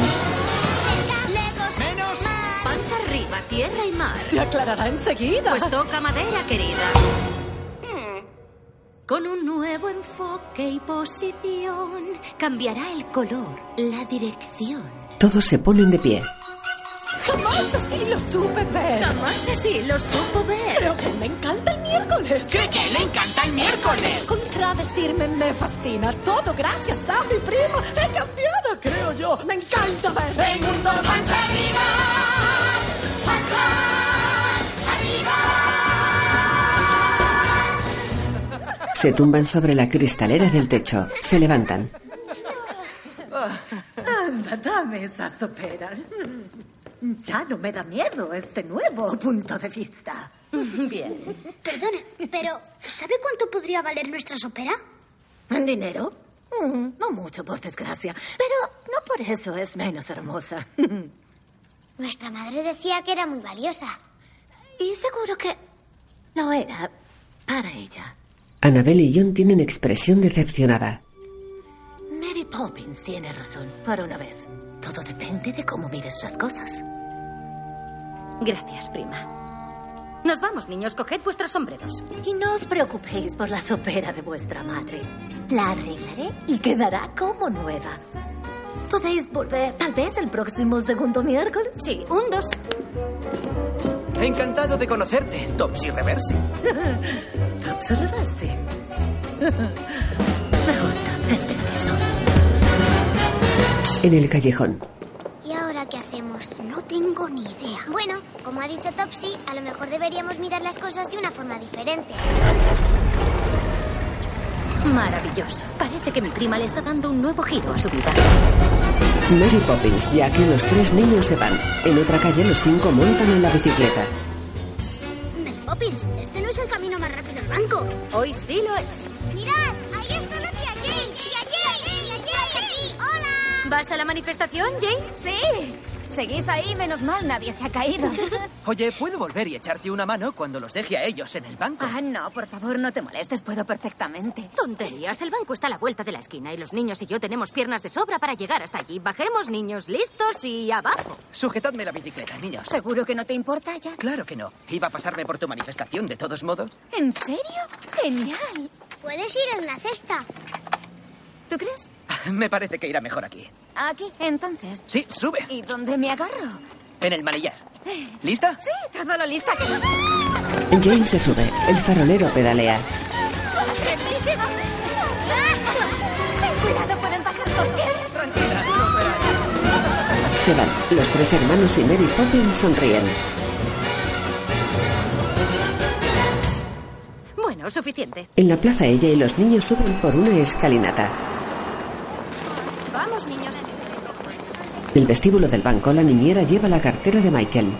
[SPEAKER 18] Menos. Panza arriba, tierra y mar.
[SPEAKER 34] Se aclarará enseguida.
[SPEAKER 18] Pues toca madera, querida. Con un nuevo enfoque y posición cambiará el color, la dirección.
[SPEAKER 1] Todos se ponen de pie.
[SPEAKER 34] Jamás así lo supe ver.
[SPEAKER 18] Jamás así lo supo ver.
[SPEAKER 34] Creo que me encanta el miércoles.
[SPEAKER 2] Creo que le encanta el miércoles.
[SPEAKER 34] Contradecirme me fascina. Todo gracias a mi prima. He cambiado, creo yo. Me encanta ver.
[SPEAKER 29] El mundo panza arriba. Panza arriba.
[SPEAKER 1] Se tumban sobre la cristalera del techo. Se levantan.
[SPEAKER 34] Anda, dame esa sopera. Mm, Ya no me da miedo este nuevo punto de vista.
[SPEAKER 19] Bien.
[SPEAKER 9] Perdona, pero ¿sabe cuánto podría valer nuestra sopera?
[SPEAKER 34] ¿En dinero? Mm, No mucho, por desgracia. Pero no por eso es menos hermosa.
[SPEAKER 9] Nuestra madre decía que era muy valiosa.
[SPEAKER 34] Y seguro que no era para ella.
[SPEAKER 1] Annabelle y John tienen expresión decepcionada.
[SPEAKER 34] Mary Poppins tiene razón, por una vez. Todo depende de cómo mires las cosas.
[SPEAKER 19] Gracias, prima. Nos vamos, niños. Coged vuestros sombreros.
[SPEAKER 34] Y no os preocupéis por la sopera de vuestra madre. La arreglaré y quedará como nueva. Podéis volver, tal vez el próximo segundo miércoles.
[SPEAKER 19] Sí, un dos.
[SPEAKER 20] Encantado de conocerte, Topsy Reverse.
[SPEAKER 34] Observarse. Me gusta, es precioso.
[SPEAKER 1] En el callejón.
[SPEAKER 9] ¿Y ahora qué hacemos? No tengo ni idea. Bueno, como ha dicho Topsy, a lo mejor deberíamos mirar las cosas de una forma diferente.
[SPEAKER 19] Maravilloso. Parece que mi prima le está dando un nuevo giro a su vida.
[SPEAKER 1] Mary Poppins, ya que los tres niños se van. En otra calle los cinco montan en la bicicleta.
[SPEAKER 9] Mary Poppins, este no es el camino más rápido al banco.
[SPEAKER 19] Hoy sí lo es.
[SPEAKER 9] ¡Mirad! ¡Ahí están hacia allí! ¡Hacia allí! ¡Hacia allí! oh, ¡Hola!
[SPEAKER 19] ¿Vas a la manifestación, Jane?
[SPEAKER 10] Sí. Seguís ahí, menos mal, nadie se ha caído.
[SPEAKER 20] Oye, ¿puedo volver y echarte una mano cuando los deje a ellos en el banco?
[SPEAKER 10] Ah, no, por favor, no te molestes, puedo perfectamente.
[SPEAKER 19] Tonterías. El banco está a la vuelta de la esquina y los niños y yo tenemos piernas de sobra para llegar hasta allí. Bajemos, niños, listos y abajo.
[SPEAKER 20] Sujetadme la bicicleta, niños.
[SPEAKER 10] ¿Seguro que no te importa ya?
[SPEAKER 20] Claro que no. Iba a pasarme por tu manifestación, de todos modos.
[SPEAKER 10] ¿En serio? Genial.
[SPEAKER 9] Puedes ir en la cesta.
[SPEAKER 10] ¿Tú crees?
[SPEAKER 20] Me parece que irá mejor aquí.
[SPEAKER 10] Aquí, entonces.
[SPEAKER 20] Sí, sube.
[SPEAKER 10] ¿Y dónde me agarro?
[SPEAKER 20] En el manillar. ¿Lista?
[SPEAKER 10] Sí, todo lo lista aquí.
[SPEAKER 1] Jane se sube. El farolero pedalea.
[SPEAKER 10] Ten cuidado, pueden pasar coches.
[SPEAKER 1] Se van. Los tres hermanos y Mary Poppins sonríen.
[SPEAKER 19] Bueno, suficiente.
[SPEAKER 1] En la plaza ella y los niños suben por una escalinata.
[SPEAKER 19] Vamos, niños.
[SPEAKER 1] El vestíbulo del banco, la niñera lleva la cartera de Michael.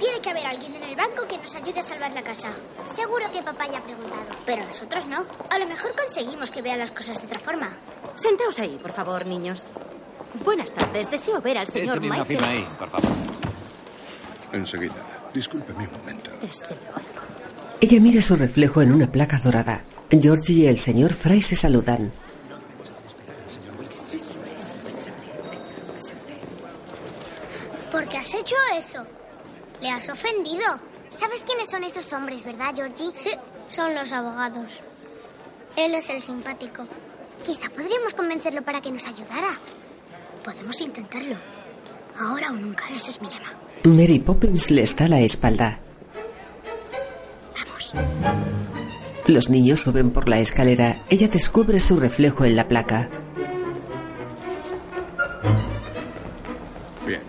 [SPEAKER 9] Tiene que haber alguien en el banco que nos ayude a salvar la casa. Seguro que papá ya ha preguntado, pero nosotros no. A lo mejor conseguimos que vea las cosas de otra forma.
[SPEAKER 19] Sentaos ahí, por favor, niños. Buenas tardes. Deseo ver al señor
[SPEAKER 4] Échame una
[SPEAKER 19] Michael.
[SPEAKER 4] firma ahí, por favor.
[SPEAKER 35] Enseguida. Discúlpeme un momento.
[SPEAKER 19] Desde luego.
[SPEAKER 1] Ella mira su reflejo en una placa dorada. Georgie y el señor Fry se saludan.
[SPEAKER 9] ¿Por qué has hecho eso? Le has ofendido. ¿Sabes quiénes son esos hombres, verdad, Georgie? Sí, son los abogados. Él es el simpático. Quizá podríamos convencerlo para que nos ayudara. Podemos intentarlo. Ahora o nunca, ese es mi lema.
[SPEAKER 1] Mary Poppins le está a la espalda. Los niños suben por la escalera. Ella descubre su reflejo en la placa.
[SPEAKER 35] Bien.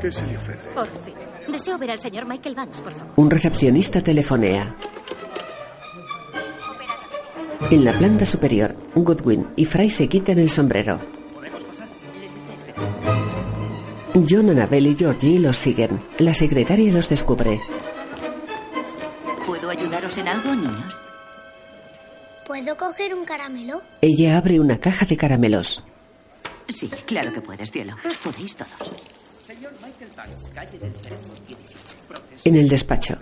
[SPEAKER 26] ¿Qué se le ofrece?
[SPEAKER 19] Por fin. Oh, Deseo ver al señor Michael Banks, por favor.
[SPEAKER 1] Un recepcionista telefonea. En la planta superior, Goodwin y Fry se quitan el sombrero. John, Annabel y Georgie los siguen. La secretaria los descubre.
[SPEAKER 4] ¿Puedo ayudaros en algo, niños?
[SPEAKER 9] ¿Puedo coger un caramelo?
[SPEAKER 1] Ella abre una caja de caramelos.
[SPEAKER 4] Sí, claro que puedes, cielo.
[SPEAKER 9] Ah.
[SPEAKER 4] Podéis todos.
[SPEAKER 1] En el despacho,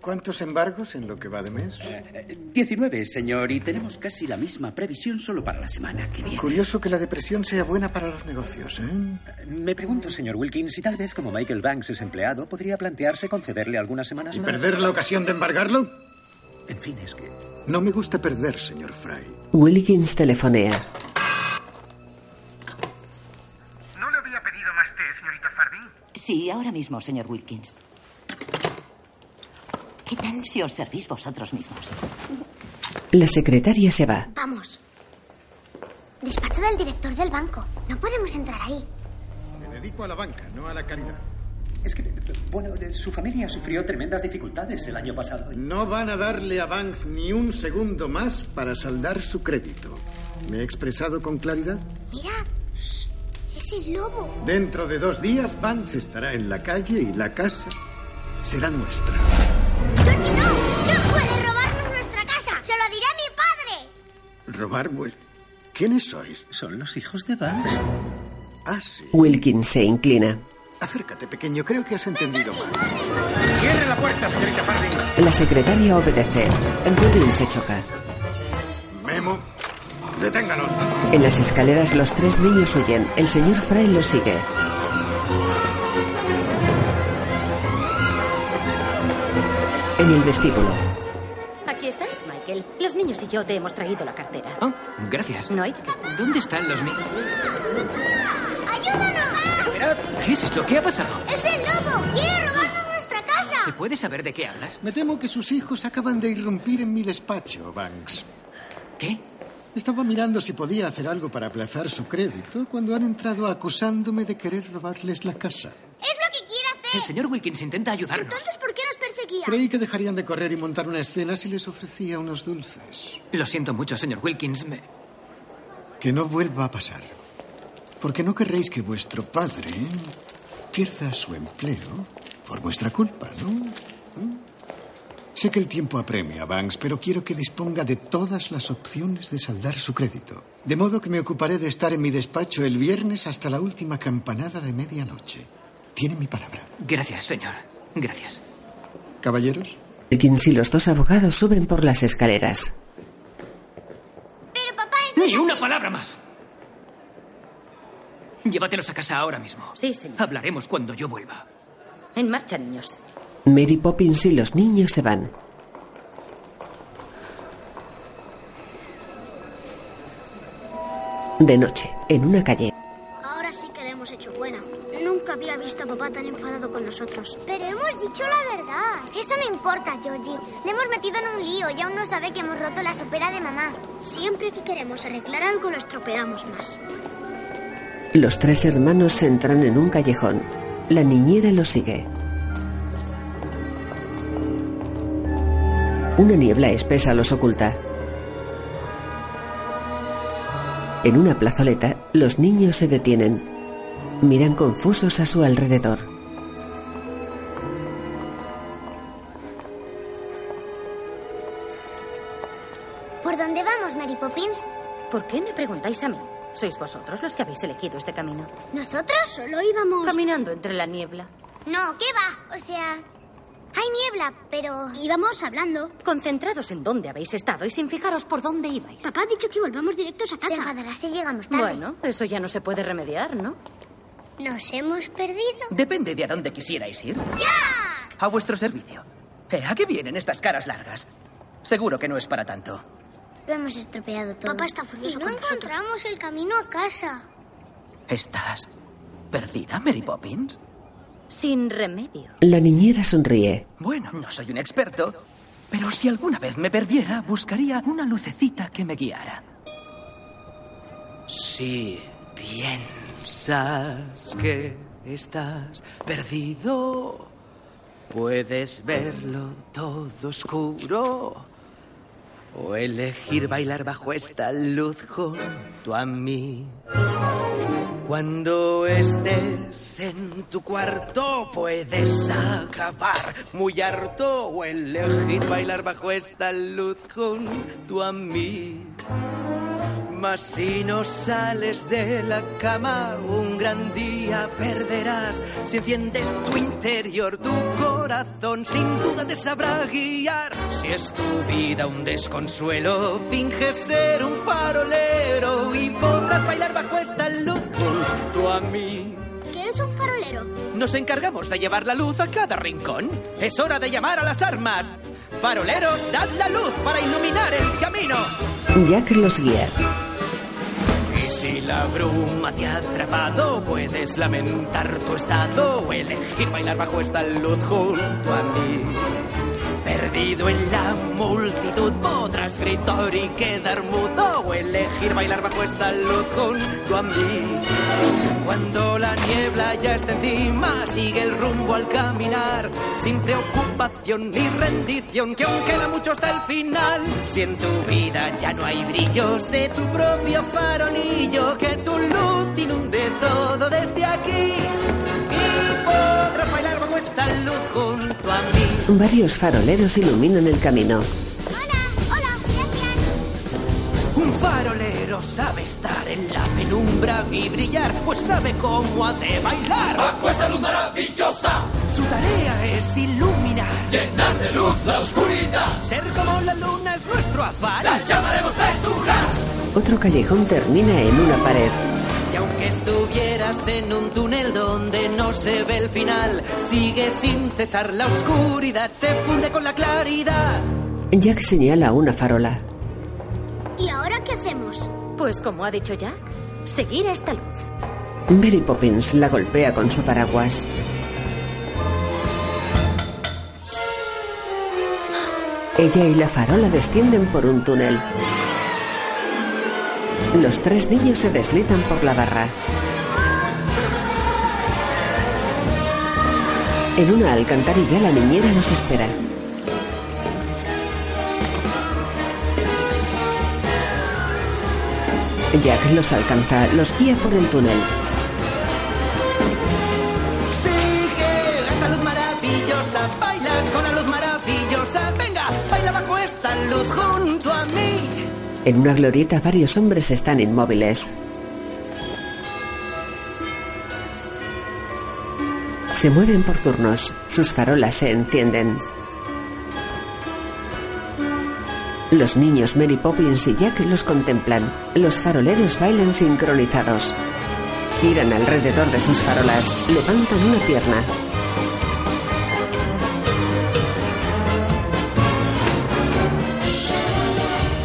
[SPEAKER 26] ¿Cuántos embargos en lo que va de mes?
[SPEAKER 17] Eh,
[SPEAKER 12] 19, señor, y tenemos casi la misma previsión solo para la semana que viene.
[SPEAKER 26] Curioso que la depresión sea buena para los negocios, ¿eh?
[SPEAKER 17] Me pregunto, señor Wilkins, si tal vez como Michael Banks es empleado, podría plantearse concederle algunas semanas
[SPEAKER 26] ¿Y
[SPEAKER 17] más.
[SPEAKER 26] perder la ocasión de embargarlo?
[SPEAKER 17] En fin, es que...
[SPEAKER 26] No me gusta perder, señor Fry.
[SPEAKER 1] Wilkins telefonea.
[SPEAKER 4] Sí, ahora mismo, señor Wilkins. ¿Qué tal si os servís vosotros mismos?
[SPEAKER 1] La secretaria se va.
[SPEAKER 9] Vamos. Despacho del director del banco. No podemos entrar ahí.
[SPEAKER 26] Me dedico a la banca, no a la caridad.
[SPEAKER 17] Es que, bueno, eh, su familia sufrió tremendas dificultades el año pasado.
[SPEAKER 26] No van a darle a Banks ni un segundo más para saldar su crédito. ¿Me he expresado con claridad?
[SPEAKER 9] Mira. Shh. Es el lobo.
[SPEAKER 26] Dentro de dos días, Banks estará en la calle y la casa será nuestra.
[SPEAKER 9] ¡No puede robarnos nuestra casa! ¡Se lo diré a mi padre!
[SPEAKER 26] ¿Robar vuel- ¿Quiénes sois?
[SPEAKER 17] Son los hijos de Banks.
[SPEAKER 26] Ah, sí.
[SPEAKER 1] Wilkins se inclina.
[SPEAKER 26] Acércate, pequeño. Creo que has entendido mal.
[SPEAKER 2] Cierre la puerta, señorita Fardin.
[SPEAKER 1] La secretaria obedece. Goodwin se choca.
[SPEAKER 26] Memo, deténganos.
[SPEAKER 1] En las escaleras los tres niños huyen. El señor Fry los sigue. En el vestíbulo,
[SPEAKER 19] Aquí estás, Michael. Los niños y yo te hemos traído la cartera.
[SPEAKER 8] Gracias.
[SPEAKER 19] No hay de qué.
[SPEAKER 8] ¿Dónde están los niños?
[SPEAKER 10] Ah.
[SPEAKER 17] ¡Esperad!
[SPEAKER 8] ¿Qué es esto? ¿Qué ha pasado?
[SPEAKER 9] ¡Es el lobo! ¡Quiere robarnos nuestra casa!
[SPEAKER 8] ¿Se puede saber de qué hablas?
[SPEAKER 26] Me temo que sus hijos acaban de irrumpir en mi despacho, Banks.
[SPEAKER 8] ¿Qué?
[SPEAKER 26] Estaba mirando si podía hacer algo para aplazar su crédito cuando han entrado acusándome de querer robarles la casa.
[SPEAKER 9] ¡Es lo que quiere hacer!
[SPEAKER 8] El señor Wilkins intenta ayudarnos.
[SPEAKER 9] Entonces, ¿por qué nos perseguía?
[SPEAKER 26] Creí que dejarían de correr y montar una escena si les ofrecía unos dulces.
[SPEAKER 8] Lo siento mucho, señor Wilkins. Me-
[SPEAKER 26] Que no vuelva a pasar. Porque no querréis que vuestro padre pierda su empleo por vuestra culpa, ¿no? ¿Mm? Sé que el tiempo apremia, Banks, pero quiero que disponga de todas las opciones de saldar su crédito. De modo que me ocuparé de estar en mi despacho el viernes hasta la última campanada de medianoche. Tiene mi palabra.
[SPEAKER 8] Gracias, señor. Gracias.
[SPEAKER 26] Caballeros,
[SPEAKER 1] Wilkins y los dos abogados suben por las escaleras.
[SPEAKER 8] ¡Ni una palabra más! Llévatelos a casa ahora mismo.
[SPEAKER 19] Sí, señor.
[SPEAKER 8] Hablaremos cuando yo vuelva.
[SPEAKER 19] En marcha, niños.
[SPEAKER 1] Mary Poppins y los niños se van. De noche, en una calle,
[SPEAKER 9] Ahora sí que le hemos hecho buena. Nunca había visto a papá tan enfadado con nosotros. Pero hemos dicho la verdad. Eso no importa, Georgie. Le hemos metido en un lío y aún no sabe que hemos roto la sopera de mamá. Siempre que queremos arreglar algo, lo estropeamos más.
[SPEAKER 1] los tres hermanos entran en un callejón. La niñera los sigue. Una niebla espesa los oculta. En una plazoleta, los niños se detienen. Miran confusos a su alrededor.
[SPEAKER 9] ¿Por dónde vamos, Mary Poppins?
[SPEAKER 19] ¿Por qué me preguntáis a mí? Sois vosotros los que habéis elegido este camino.
[SPEAKER 9] ¿Nosotros solo íbamos...?
[SPEAKER 19] Caminando entre la niebla.
[SPEAKER 9] No, ¿qué va? O sea, hay niebla, pero íbamos hablando.
[SPEAKER 19] Concentrados en dónde habéis estado y sin fijaros por dónde ibais.
[SPEAKER 9] Papá ha dicho que volvamos directos a casa. Se enfadará si llegamos tarde.
[SPEAKER 19] Bueno, eso ya no se puede remediar, ¿no?
[SPEAKER 9] Nos hemos perdido.
[SPEAKER 20] Depende de a dónde quisierais ir. A vuestro servicio. Eh, ¿A qué vienen estas caras largas? Seguro que no es para tanto.
[SPEAKER 9] Lo hemos estropeado todo. Papá está furioso. Y no encontramos el camino a casa.
[SPEAKER 20] ¿Estás perdida, Mary Poppins?
[SPEAKER 19] Sin remedio.
[SPEAKER 1] La niñera sonríe.
[SPEAKER 20] Bueno, no soy un experto, pero si alguna vez me perdiera, buscaría una lucecita que me guiara. Sí, bien.
[SPEAKER 2] Piensas que estás perdido. Puedes verlo todo oscuro o elegir bailar bajo esta luz junto a mí. Cuando estés en tu cuarto puedes acabar muy harto o elegir bailar bajo esta luz junto a mí. Mas si no sales de la cama, un gran día perderás. Si entiendes tu interior, tu corazón, sin duda te sabrá guiar. Si es tu vida un desconsuelo, finge ser un farolero y podrás bailar bajo esta luz junto a mí.
[SPEAKER 9] ¿Qué es un farolero?
[SPEAKER 2] Nos encargamos de llevar la luz a cada rincón. Es hora de llamar a las armas. Faroleros, dad la luz para iluminar el camino.
[SPEAKER 1] Jack los guía.
[SPEAKER 2] Y si la bruma te ha atrapado, puedes lamentar tu estado o elegir bailar bajo esta luz junto a mí. Perdido en la multitud, podrás gritar y quedar mudo o elegir bailar bajo esta luz junto a mí. Cuando la niebla ya está encima, sigue el rumbo al caminar, sin preocupación ni rendición, que aún queda mucho hasta el final. Si en tu vida ya no hay brillo, sé tu propio farolillo, que tu luz inunde todo desde aquí. Y podrás bailar bajo esta luz junto a mí.
[SPEAKER 1] Varios faroleros iluminan el camino.
[SPEAKER 2] Un farolero sabe estar en la penumbra y brillar, pues sabe cómo ha de bailar.
[SPEAKER 11] Bajo esta luz maravillosa,
[SPEAKER 2] Su tarea es iluminar,
[SPEAKER 11] llenar de luz la oscuridad.
[SPEAKER 2] ser como la luna es nuestro afán.
[SPEAKER 11] La llamaremos textura.
[SPEAKER 1] Otro callejón termina en una pared.
[SPEAKER 2] Y aunque estuvieras en un túnel donde no se ve el final, sigue sin cesar la oscuridad, se funde con la claridad.
[SPEAKER 1] Jack señala una farola.
[SPEAKER 9] ¿Y ahora qué hacemos?
[SPEAKER 19] Pues como ha dicho Jack, seguir a esta luz.
[SPEAKER 1] Mary Poppins la golpea con su paraguas. Ella y la farola descienden por un túnel. Los tres niños se deslizan por la barra. En una alcantarilla la niñera los espera. Jack los alcanza, los guía por el túnel.
[SPEAKER 2] Sigue esta luz maravillosa, baila con la luz maravillosa. Venga, baila bajo esta luz junto a mí.
[SPEAKER 1] En una glorieta varios hombres están inmóviles. Se mueven por turnos, sus farolas se encienden. Los niños Mary Poppins y Jack los contemplan. Los faroleros bailan sincronizados. Giran alrededor de sus farolas, levantan una pierna.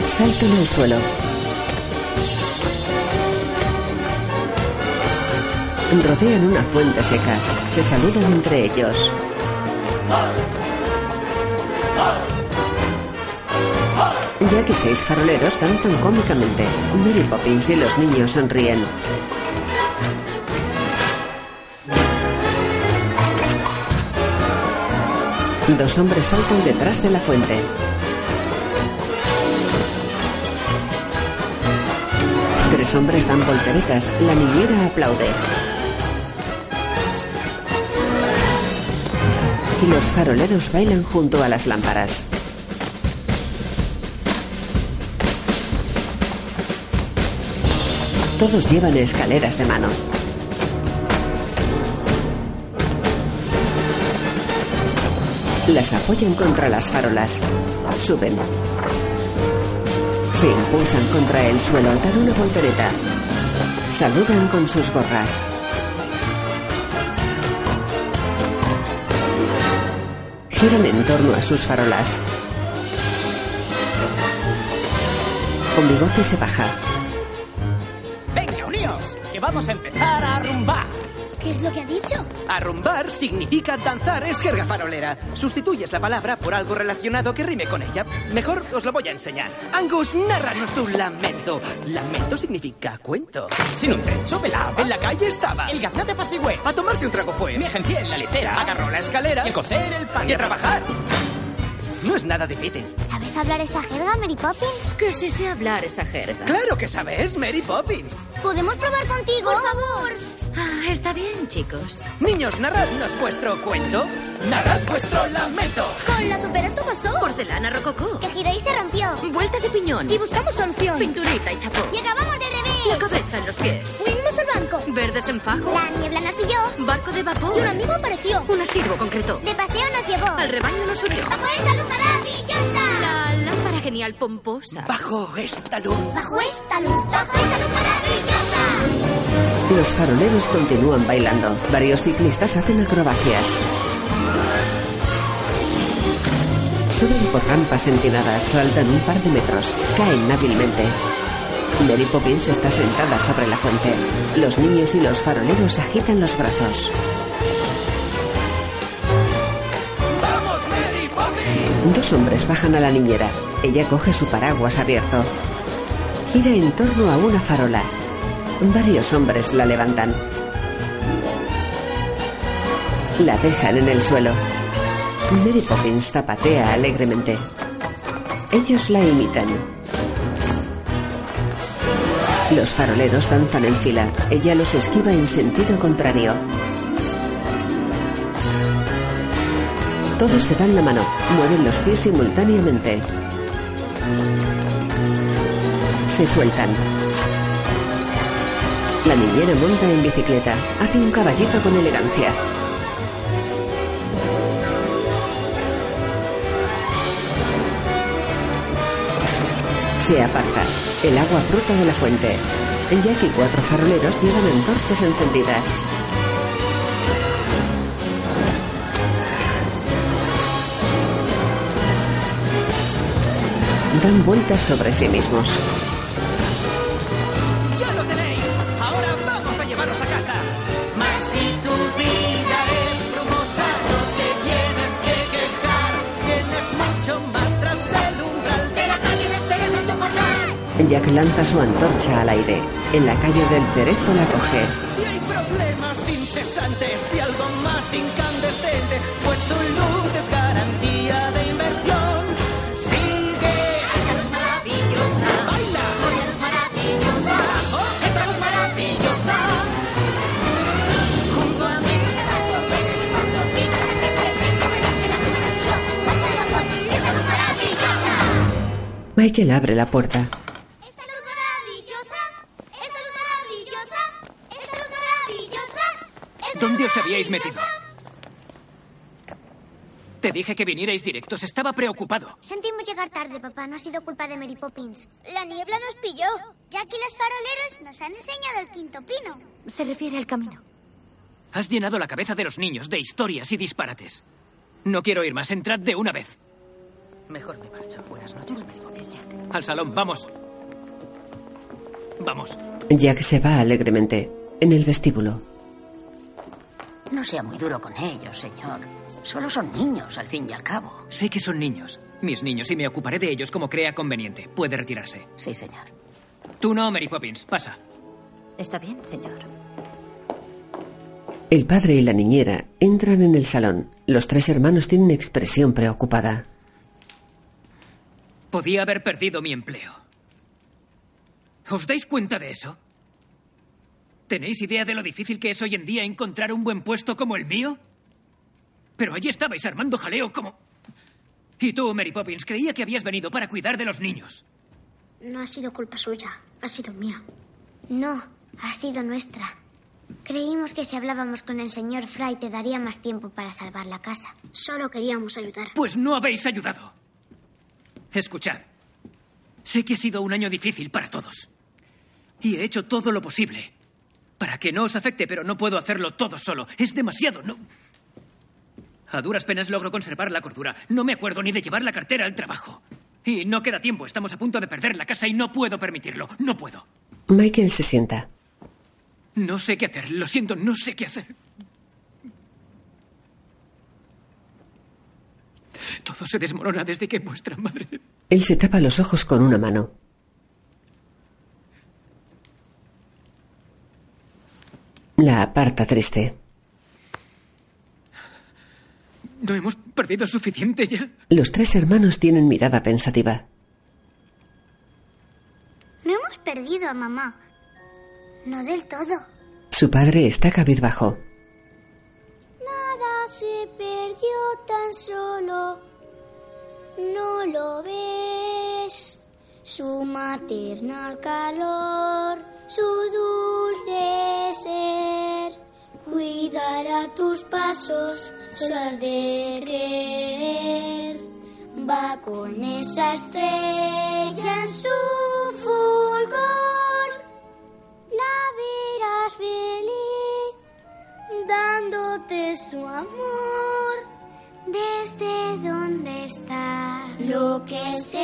[SPEAKER 1] Saltan al suelo. Rodean una fuente seca. Se saludan entre ellos. Ya que seis faroleros danzan cómicamente. Mary Poppins y los niños sonríen. Dos hombres saltan detrás de la fuente. Tres hombres dan volteretas. La niñera aplaude. Y los faroleros bailan junto a las lámparas. Todos llevan escaleras de mano. Las apoyan contra las farolas. Suben. Se impulsan contra el suelo, dan una voltereta. Saludan con sus gorras. Giran en torno a sus farolas. Con bigote se baja.
[SPEAKER 36] Venga, uníos, que vamos a empezar a rumbar.
[SPEAKER 9] ¿Qué es lo que ha dicho?
[SPEAKER 20] Arrumbar significa danzar, es jerga farolera. Sustituyes la palabra por algo relacionado que rime con ella. Mejor os lo voy a enseñar. Angus, narranos tu lamento. Lamento significa cuento. Sin un techo velaba, en la calle estaba. El gaznate apacigüé. A tomarse un trago fue. Me agencié en la litera. Agarró la escalera. Y a cocer el pan. Y a trabajar. No es nada difícil.
[SPEAKER 9] ¿Sabes hablar esa jerga, Mary Poppins?
[SPEAKER 19] Que sí sé hablar esa jerga.
[SPEAKER 20] Claro que sabes, Mary Poppins.
[SPEAKER 9] ¿Podemos probar contigo?
[SPEAKER 19] Por favor. Ah, está bien, chicos.
[SPEAKER 20] Niños, narradnos vuestro cuento. Narrad vuestro lamento.
[SPEAKER 9] Con la super esto pasó.
[SPEAKER 19] Porcelana rococó.
[SPEAKER 9] Que giró y se rompió.
[SPEAKER 19] Vuelta de piñón.
[SPEAKER 9] Y buscamos solución.
[SPEAKER 19] Pinturita y chapó.
[SPEAKER 9] Y acabamos de revés.
[SPEAKER 19] La cabeza en los pies.
[SPEAKER 9] Fuimos al banco.
[SPEAKER 19] Verdes en fajos.
[SPEAKER 9] La niebla nos pilló.
[SPEAKER 19] Barco de vapor.
[SPEAKER 9] Y un amigo apareció.
[SPEAKER 19] Un asirvo concreto.
[SPEAKER 9] De paseo nos llevó.
[SPEAKER 19] Al rebaño nos unió.
[SPEAKER 9] Bajo esta luz maravillosa.
[SPEAKER 19] La lámpara genial pomposa.
[SPEAKER 20] Bajo esta luz.
[SPEAKER 9] Bajo esta luz. Bajo esta luz maravillosa.
[SPEAKER 1] Los faroleros continúan bailando. Varios ciclistas hacen acrobacias. Suben por rampas empinadas, saltan un par de metros, caen hábilmente. Mary Poppins está sentada sobre la fuente. Los niños y los faroleros agitan los brazos.
[SPEAKER 11] ¡Vamos, Mary Poppins!
[SPEAKER 1] Dos hombres bajan a la niñera. Ella coge su paraguas abierto. Gira en torno a una farola. Varios hombres la levantan. La dejan en el suelo. Mary Poppins zapatea alegremente. Ellos la imitan. Los faroleros danzan en fila. Ella los esquiva en sentido contrario. Todos se dan la mano, mueven los pies simultáneamente. Se sueltan. La niñera monta en bicicleta, hace un caballito con elegancia. Se aparta. El agua brota de la fuente. Jack y cuatro faroleros llevan antorchas encendidas. Dan vueltas sobre sí mismos. Jack lanza su antorcha al aire. En la calle del Cerezo la coge.
[SPEAKER 2] Si hay problemas incesantes y algo más incandescente, pues tu luz es garantía de inversión. Sigue.
[SPEAKER 18] Esta luz maravillosa.
[SPEAKER 2] Baila.
[SPEAKER 18] Con la luz maravillosa.
[SPEAKER 2] Oh,
[SPEAKER 18] Esta luz maravillosa. Junto a mí. Esta luz maravillosa.
[SPEAKER 1] Michael abre la puerta.
[SPEAKER 9] Esta luz maravillosa. Esta luz maravillosa. Esta luz maravillosa. Esta luz
[SPEAKER 8] ¿Dónde os habíais
[SPEAKER 9] maravillosa.
[SPEAKER 8] Te dije que vinierais directos, estaba preocupado.
[SPEAKER 9] Sentimos llegar tarde, papá. No ha sido culpa de Mary Poppins. La niebla nos pilló. Ya que los faroleros nos han enseñado el quinto pino.
[SPEAKER 19] Se refiere al camino.
[SPEAKER 8] Has llenado la cabeza de los niños de historias y disparates. No quiero ir más, entrad de una vez.
[SPEAKER 20] Mejor me marcho. Buenas noches.
[SPEAKER 8] Buenas noches, Jack. Al salón, vamos. Vamos.
[SPEAKER 1] Jack se va alegremente. En el vestíbulo,
[SPEAKER 4] No sea muy duro con ellos, señor. Solo son niños, al fin y al cabo.
[SPEAKER 8] Sé que son niños, mis niños, y me ocuparé de ellos como crea conveniente. Puede retirarse.
[SPEAKER 4] Sí, señor.
[SPEAKER 8] Tú no, Mary Poppins, pasa.
[SPEAKER 19] Está bien, señor.
[SPEAKER 1] el padre y la niñera entran en el salón. Los tres hermanos tienen expresión preocupada.
[SPEAKER 8] Podía haber perdido mi empleo. ¿Os dais cuenta de eso? ¿Tenéis idea de lo difícil que es hoy en día encontrar un buen puesto como el mío? Pero allí estabais armando jaleo como... Y tú, Mary Poppins, creía que habías venido para cuidar de los niños.
[SPEAKER 9] No ha sido culpa suya. Ha sido mía. No, ha sido nuestra. Creímos que si hablábamos con el señor Fry te daría más tiempo para salvar la casa. Solo queríamos ayudar.
[SPEAKER 8] Pues no habéis ayudado. Escuchad, sé que ha sido un año difícil para todos. Y he hecho todo lo posible para que no os afecte, pero no puedo hacerlo todo solo. Es demasiado, no. A duras penas logro conservar la cordura. No me acuerdo ni de llevar la cartera al trabajo. Y no queda tiempo. Estamos a punto de perder la casa y no puedo permitirlo. No puedo.
[SPEAKER 1] Michael se sienta.
[SPEAKER 8] No sé qué hacer, lo siento, no sé qué hacer. Todo se desmorona desde que vuestra madre...
[SPEAKER 1] Él se tapa los ojos con una mano. La aparta triste.
[SPEAKER 8] ¿No hemos perdido suficiente ya?
[SPEAKER 1] Los tres hermanos tienen mirada pensativa.
[SPEAKER 37] No hemos perdido a mamá. No del todo.
[SPEAKER 1] Su padre está cabizbajo.
[SPEAKER 9] Nada se perdió tan solo. No lo ves. Su maternal calor, su dulce ser. Cuidará tus pasos, solas de creer. Va con esa estrella en su fulgor. La verás feliz dándote su amor desde donde está lo que se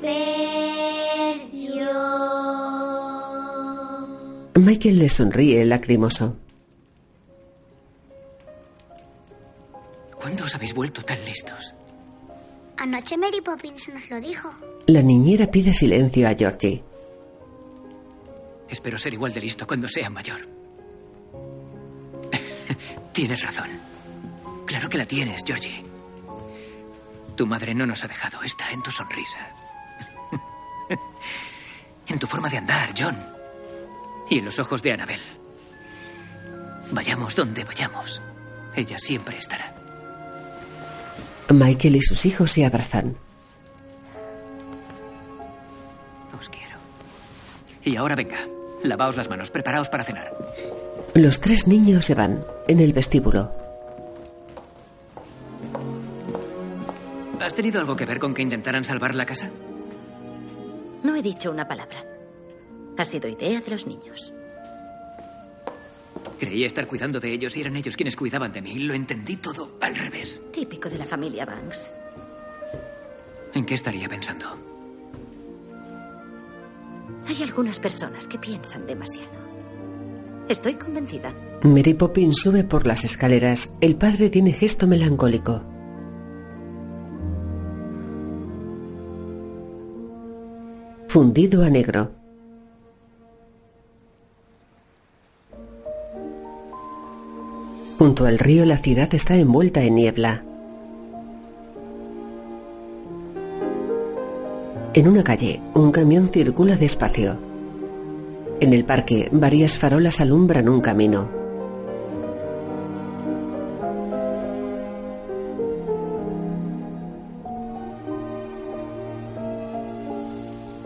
[SPEAKER 9] perdió.
[SPEAKER 1] Michael le sonríe lacrimoso.
[SPEAKER 8] ¿Cuándo os habéis vuelto tan listos?
[SPEAKER 37] Anoche Mary Poppins nos lo dijo.
[SPEAKER 1] La niñera pide silencio a Georgie.
[SPEAKER 8] Espero ser igual de listo cuando sea mayor. tienes razón. Claro que la tienes, Georgie. Tu madre no nos ha dejado. Está en tu sonrisa. en tu forma de andar, John. Y en los ojos de Annabel. Vayamos donde vayamos. Ella siempre estará.
[SPEAKER 1] Michael y sus hijos se abrazan.
[SPEAKER 8] Os quiero. Y ahora venga. Lavaos las manos. Preparaos para cenar.
[SPEAKER 1] Los tres niños se van en el vestíbulo.
[SPEAKER 8] ¿Has tenido algo que ver con que intentaran salvar la casa?
[SPEAKER 19] No he dicho una palabra. Ha sido idea de los niños.
[SPEAKER 8] Creí estar cuidando de ellos y eran ellos quienes cuidaban de mí. Lo entendí todo al revés.
[SPEAKER 19] Típico de la familia Banks.
[SPEAKER 8] ¿En qué estaría pensando?
[SPEAKER 19] Hay algunas personas que piensan demasiado. Estoy convencida.
[SPEAKER 1] Mary Poppins sube por las escaleras. El padre tiene gesto melancólico. Fundido a negro. Junto al río la ciudad está envuelta en niebla. En una calle, un camión circula despacio. En el parque, varias farolas alumbran un camino.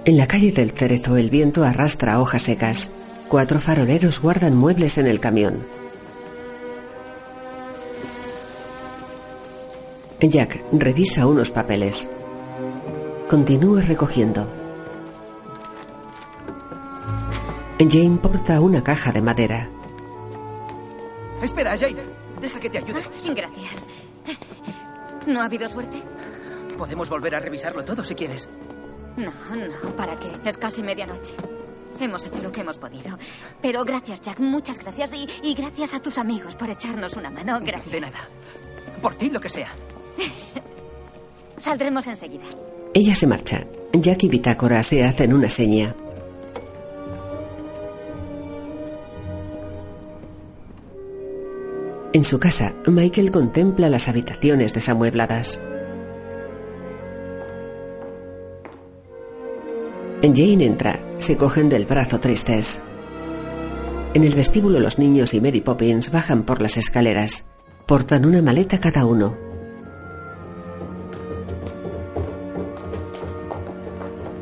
[SPEAKER 1] En la calle del Cerezo, el viento arrastra hojas secas. Cuatro faroleros guardan muebles en el camión. Jack revisa unos papeles. Continúa recogiendo. Jane porta una caja de madera.
[SPEAKER 2] Espera, Jane. Deja que te ayude. con eso.
[SPEAKER 10] Ah, Gracias. ¿No ha habido suerte?
[SPEAKER 2] Podemos volver a revisarlo todo si quieres.
[SPEAKER 10] No, no, ¿para qué? Es casi medianoche. Hemos hecho lo que hemos podido. Pero gracias, Jack, muchas gracias. Y, y gracias a tus amigos por echarnos una mano. Gracias.
[SPEAKER 2] De nada. Por ti lo que sea.
[SPEAKER 10] Saldremos enseguida.
[SPEAKER 1] Ella se marcha. Jack y Bitácora se hacen una seña. En su casa, Michael contempla las habitaciones desamuebladas. Jane entra. Se cogen del brazo tristes. En el vestíbulo los niños y Mary Poppins bajan por las escaleras. Portan una maleta cada uno.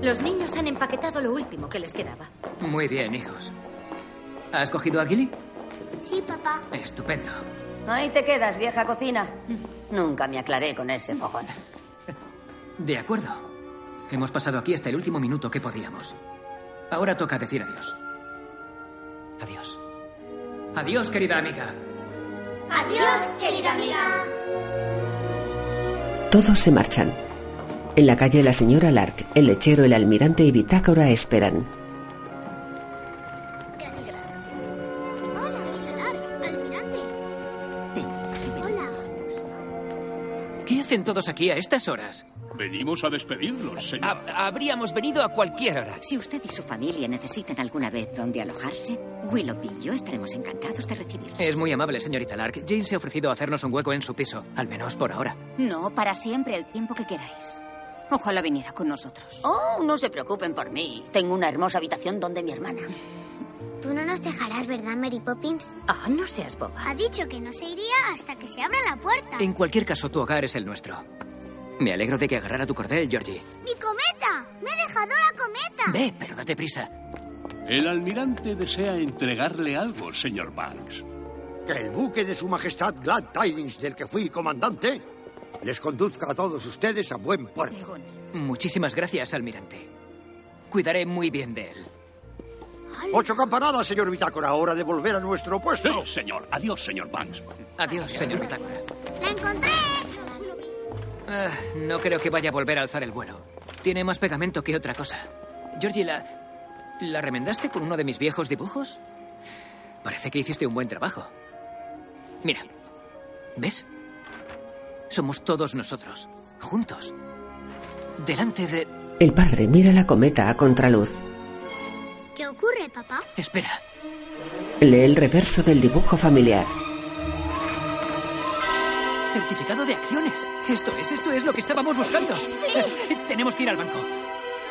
[SPEAKER 19] Los niños han empaquetado lo último que les quedaba.
[SPEAKER 8] Muy bien, hijos. ¿Has cogido a Gilly?
[SPEAKER 37] Sí, papá.
[SPEAKER 8] Estupendo.
[SPEAKER 11] Ahí te quedas, vieja cocina. Nunca me aclaré con ese fogón.
[SPEAKER 8] De acuerdo. Hemos pasado aquí hasta el último minuto que podíamos. Ahora toca decir adiós. Adiós. Adiós, querida amiga.
[SPEAKER 9] Adiós, querida amiga.
[SPEAKER 1] Todos se marchan. En la calle la señora Lark, el lechero, el almirante y Bitácora esperan.
[SPEAKER 8] ¿Qué hacen todos aquí a estas horas?
[SPEAKER 35] Venimos a despedirlos, señor.
[SPEAKER 8] Habríamos venido a cualquier hora.
[SPEAKER 4] Si usted y su familia necesitan alguna vez donde alojarse, Willoughby y yo estaremos encantados de recibirlos.
[SPEAKER 8] Es muy amable, señorita Lark. Jane se ha ofrecido a hacernos un hueco en su piso, al menos por ahora.
[SPEAKER 10] No, para siempre, el tiempo que queráis. Ojalá viniera con nosotros.
[SPEAKER 4] Oh, no se preocupen por mí. Tengo una hermosa habitación donde mi hermana.
[SPEAKER 9] Tú no nos dejarás, ¿verdad, Mary Poppins?
[SPEAKER 4] Ah, no seas boba.
[SPEAKER 9] Ha dicho que no se iría hasta que se abra la puerta.
[SPEAKER 8] En cualquier caso, tu hogar es el nuestro. Me alegro de que agarrara tu cordel, Georgie.
[SPEAKER 9] ¡Mi cometa! ¡Me he dejado la cometa!
[SPEAKER 2] Eh,
[SPEAKER 8] Ve, pero date prisa.
[SPEAKER 35] El almirante desea entregarle algo, señor Banks.
[SPEAKER 5] Que el buque de su majestad Glad Tidings, del que fui comandante, les conduzca a todos ustedes a buen puerto.
[SPEAKER 8] Muchísimas gracias, almirante. Cuidaré muy bien de él.
[SPEAKER 5] Ocho campanadas, señor Bitácora. Hora de volver a nuestro puesto.
[SPEAKER 35] Sí, señor. Adiós, señor Banks.
[SPEAKER 8] Adiós, señor Bitácora.
[SPEAKER 9] ¡La encontré!
[SPEAKER 8] Ah, no creo que vaya a volver a alzar el vuelo. Tiene más pegamento que otra cosa. Georgie, ¿la, ¿la remendaste con uno de mis viejos dibujos? Parece que hiciste un buen trabajo. Mira, ¿ves? Somos todos nosotros, juntos, delante de...
[SPEAKER 1] El padre mira la cometa a contraluz.
[SPEAKER 9] ¿Qué ocurre, papá?
[SPEAKER 8] Espera,
[SPEAKER 1] Lee el reverso del dibujo familiar.
[SPEAKER 8] certificado de acciones. Esto es, esto es lo que estábamos buscando.
[SPEAKER 9] sí.
[SPEAKER 8] Tenemos que ir al banco.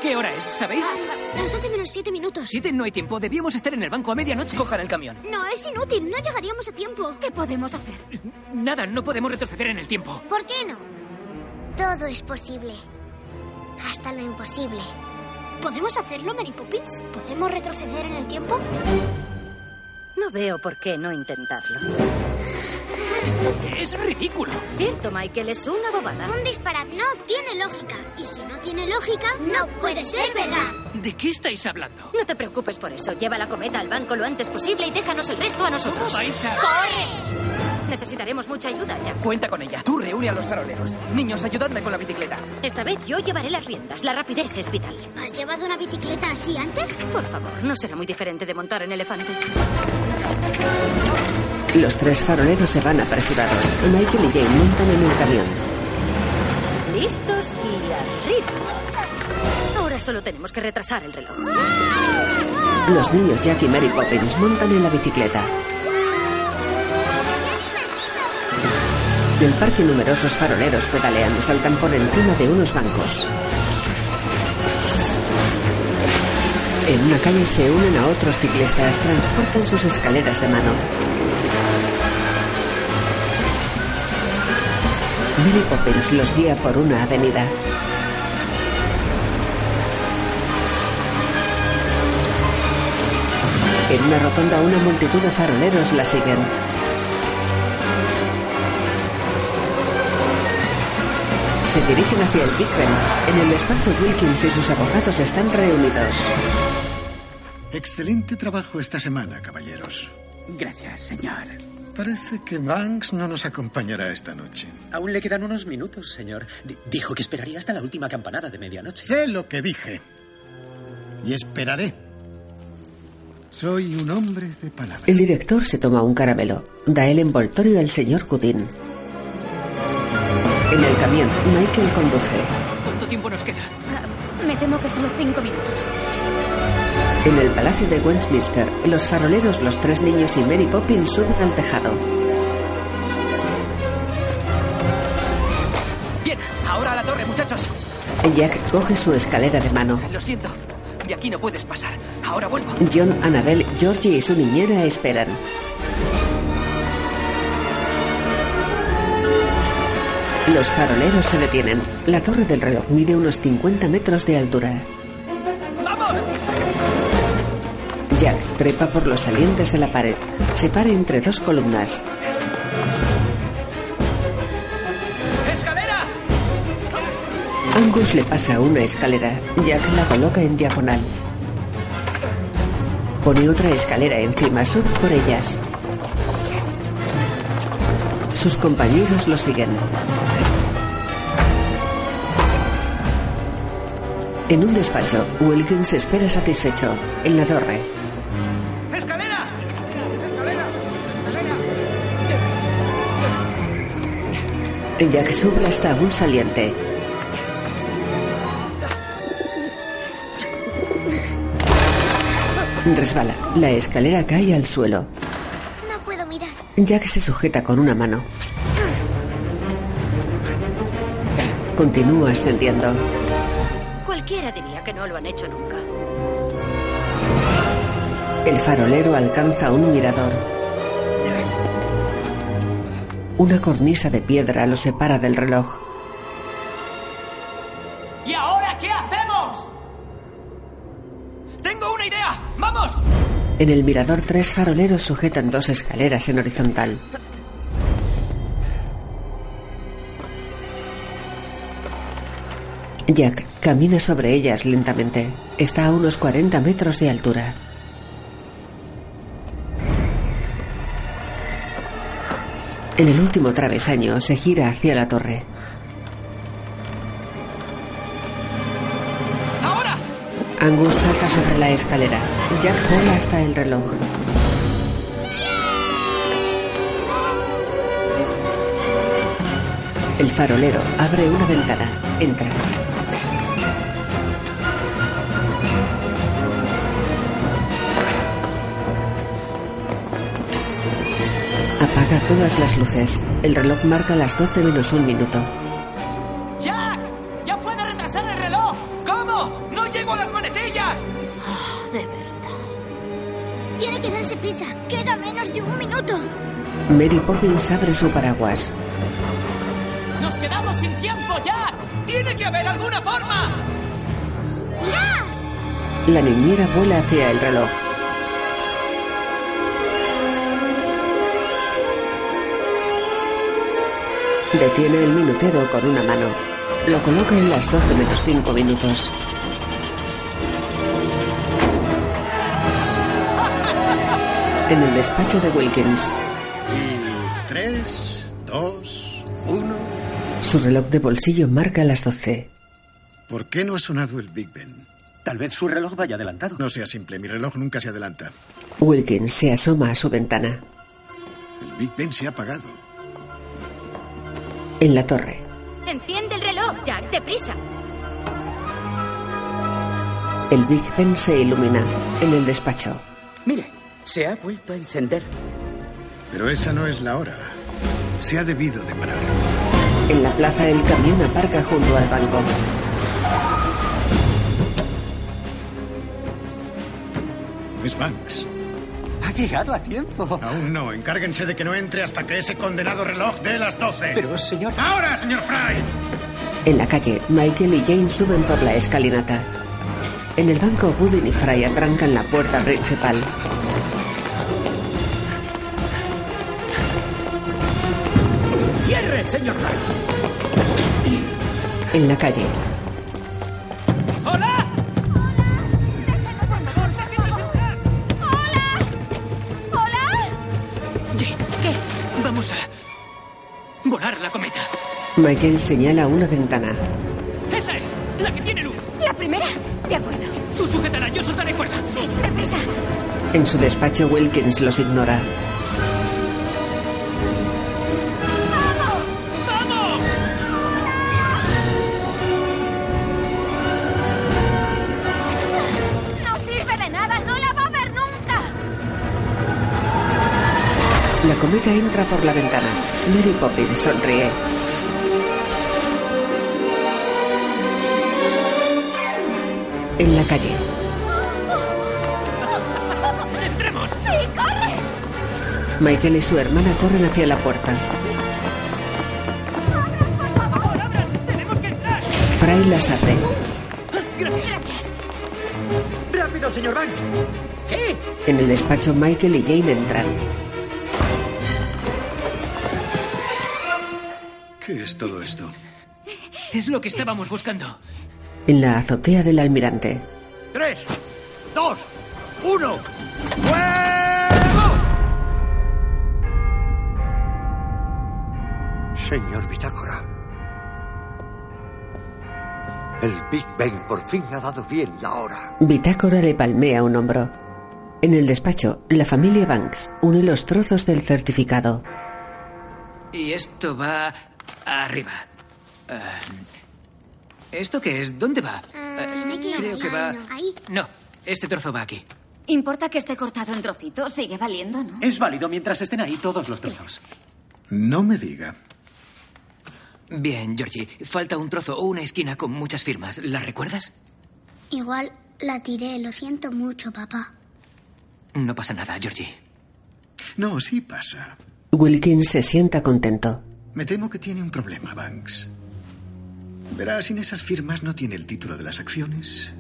[SPEAKER 8] ¿Qué hora es? ¿Sabéis?
[SPEAKER 38] Ah,
[SPEAKER 9] Las 12 menos 7 minutos.
[SPEAKER 8] Siete no hay tiempo. Debíamos estar en el banco a medianoche. Cojan el camión.
[SPEAKER 9] No, es inútil. No llegaríamos a tiempo. ¿Qué podemos hacer?
[SPEAKER 8] Nada, no podemos retroceder en el tiempo.
[SPEAKER 9] ¿Por qué no? Todo es posible. Hasta lo imposible. ¿Podemos hacerlo, Mary Poppins? ¿Podemos retroceder en el tiempo?
[SPEAKER 19] No veo por qué no intentarlo.
[SPEAKER 8] Es ridículo.
[SPEAKER 19] Cierto, Michael, es una bobada.
[SPEAKER 9] Un disparate no tiene lógica. Y si no tiene lógica, no puede ser verdad.
[SPEAKER 8] ¿De qué estáis hablando?
[SPEAKER 19] No te preocupes por eso. Lleva la cometa al banco lo antes posible y déjanos el resto a nosotros.
[SPEAKER 8] ¿Cómo vais a-
[SPEAKER 19] ¡Corre! Necesitaremos mucha ayuda, Jack.
[SPEAKER 20] Cuenta con ella. Tú reúne a los faroleros. Niños, ayudadme con la bicicleta.
[SPEAKER 19] Esta vez yo llevaré las riendas. La rapidez es vital.
[SPEAKER 9] ¿Has llevado una bicicleta así antes?
[SPEAKER 19] Por favor, no será muy diferente de montar en elefante.
[SPEAKER 1] Los tres faroleros se van apresurados. Michael y Jane montan en un camión.
[SPEAKER 19] Listos y arriba. Ahora solo tenemos que retrasar el reloj.
[SPEAKER 1] Los niños Jack y Mary Poppins montan en la bicicleta. Del parque numerosos faroleros pedalean y saltan por encima de unos bancos. En una calle se unen a otros ciclistas, transportan sus escaleras de mano. Mary Poppins los guía por una avenida. En una rotonda una multitud de faroleros la siguen. Se dirigen hacia el Big Ben. En el despacho Wilkins y sus abogados están reunidos.
[SPEAKER 26] Excelente trabajo esta semana, caballeros.
[SPEAKER 12] Gracias, señor.
[SPEAKER 26] Parece que Banks no nos acompañará esta noche.
[SPEAKER 17] Aún le quedan unos minutos, señor. Di- dijo que esperaría hasta la última campanada de medianoche.
[SPEAKER 26] Sé lo que dije. Y esperaré. Soy un hombre de palabras.
[SPEAKER 1] El director se toma un caramelo. Da el envoltorio al señor Goodin. En el camión, Michael conduce.
[SPEAKER 8] ¿Cuánto tiempo nos queda?
[SPEAKER 10] Ah, Me temo que solo cinco minutos.
[SPEAKER 1] En el palacio de Westminster, los faroleros, los tres niños y Mary Poppins suben al tejado.
[SPEAKER 20] Bien, ahora a la torre, muchachos.
[SPEAKER 1] Jack coge su escalera de mano.
[SPEAKER 20] Lo siento. De aquí no puedes pasar. Ahora vuelvo.
[SPEAKER 1] John, Annabel, Georgie y su niñera esperan. Los faroleros se detienen. La torre del reloj mide unos 50 metros de altura. Jack trepa por los salientes de la pared. Se para entre dos columnas.
[SPEAKER 11] ¡Escalera!
[SPEAKER 1] Angus le pasa una escalera. Jack la coloca en diagonal. Pone otra escalera encima, sube por ellas. Sus compañeros lo siguen. En un despacho, Wilkins espera satisfecho. En la torre,
[SPEAKER 11] ¡Escalera!
[SPEAKER 1] Jack sube hasta un saliente. Resbala. La escalera cae al suelo.
[SPEAKER 9] No puedo mirar.
[SPEAKER 1] Jack se sujeta con una mano. Continúa ascendiendo.
[SPEAKER 19] Cualquiera diría que no lo han hecho nunca.
[SPEAKER 1] El farolero alcanza un mirador. Una cornisa de piedra lo separa del reloj.
[SPEAKER 11] ¿Y ahora qué hacemos? ¡Tengo una idea! ¡Vamos!
[SPEAKER 1] En el mirador tres faroleros sujetan dos escaleras en horizontal. Jack camina sobre ellas lentamente. Está a unos 40 metros de altura. En el último travesaño se gira hacia la torre. Angus salta sobre la escalera. Jack vuela hasta el reloj. El farolero abre una ventana. Entra. Apaga todas las luces. El reloj marca las 12 menos un minuto.
[SPEAKER 11] ¡Jack! ¡Ya puede retrasar el reloj! ¿Cómo? ¡No llego a las manetillas!
[SPEAKER 19] Oh,
[SPEAKER 9] de verdad. Tiene que darse prisa. Queda menos de un minuto.
[SPEAKER 1] Mary Poppins abre su paraguas.
[SPEAKER 11] ¡Nos quedamos sin tiempo, Jack! ¡Tiene que haber alguna forma!
[SPEAKER 1] La niñera vuela hacia el reloj. Detiene el minutero con una mano. Lo coloca en las 12 menos 5 minutos. En el despacho de Wilkins,
[SPEAKER 26] Y tres, dos, uno.
[SPEAKER 1] su reloj de bolsillo marca las 12.
[SPEAKER 26] ¿Por qué no ha sonado el Big Ben? Tal vez su reloj vaya adelantado. No sea simple, mi reloj nunca se adelanta.
[SPEAKER 1] Wilkins se asoma a su ventana.
[SPEAKER 26] El Big Ben se ha apagado.
[SPEAKER 1] En la torre,
[SPEAKER 38] Enciende el reloj, Jack, deprisa.
[SPEAKER 1] el Big Ben se ilumina. En el despacho,
[SPEAKER 12] Mire, se ha vuelto a encender.
[SPEAKER 26] Pero esa no es la hora. Se ha debido de parar.
[SPEAKER 1] en la plaza el camión aparca junto al banco.
[SPEAKER 26] Es Banks. Ha llegado a tiempo. Aún no. Encárguense de que no entre hasta que ese condenado reloj dé las 12. Pero, señor. ¡Ahora, señor Fry!
[SPEAKER 1] En la calle, Michael y Jane suben por la escalinata. En el banco, Woody y Fry atrancan la puerta principal.
[SPEAKER 12] ¡Cierre, señor Fry!
[SPEAKER 1] En la calle,
[SPEAKER 38] ¡Hola!
[SPEAKER 8] Jane, ¿qué? Vamos a volar la cometa.
[SPEAKER 1] Michael señala una ventana.
[SPEAKER 8] Esa es la que tiene luz.
[SPEAKER 38] La primera. De acuerdo.
[SPEAKER 8] Tú sujetarás, yo soltaré cuerda.
[SPEAKER 38] Sí, deprisa.
[SPEAKER 1] En su despacho, Wilkins los ignora.
[SPEAKER 38] No sirve de nada, no la va a ver nunca.
[SPEAKER 1] La cometa entra por la ventana. Mary Poppins sonríe. En la calle,
[SPEAKER 38] ¡Entremos! ¡Sí, corre!
[SPEAKER 1] Michael y su hermana corren hacia la puerta. Fry las abre.
[SPEAKER 39] ¡Rápido, señor Banks! ¿Qué?
[SPEAKER 1] En el despacho, Michael y Jane entran.
[SPEAKER 26] ¿Qué es todo esto?
[SPEAKER 8] Es lo que estábamos buscando.
[SPEAKER 1] En la azotea del almirante,
[SPEAKER 5] Tres, dos, uno. Señor Bitácora. El Big Bang por fin ha dado bien la hora.
[SPEAKER 1] Bitácora le palmea un hombro. En el despacho, la familia Banks une los trozos del certificado.
[SPEAKER 8] Y esto va Arriba. Ah, ¿Esto qué es? ¿Dónde va?
[SPEAKER 9] Tiene que ir
[SPEAKER 8] creo
[SPEAKER 9] ahí.
[SPEAKER 8] que va-
[SPEAKER 9] Ah, no, ahí.
[SPEAKER 8] No, este trozo va aquí.
[SPEAKER 10] Importa que esté cortado en trocitos, sigue valiendo, ¿no?
[SPEAKER 17] Es válido mientras estén ahí todos los trozos.
[SPEAKER 26] No me diga.
[SPEAKER 8] Bien, Georgie. Falta un trozo o una esquina con muchas firmas. ¿Las recuerdas?
[SPEAKER 9] Igual la tiré, lo siento mucho, papá.
[SPEAKER 8] No pasa nada, Georgie.
[SPEAKER 26] No, sí pasa.
[SPEAKER 1] Wilkins se sienta contento.
[SPEAKER 26] Me temo que tiene un problema, Banks. Verás, sin esas firmas no tiene el título de las acciones,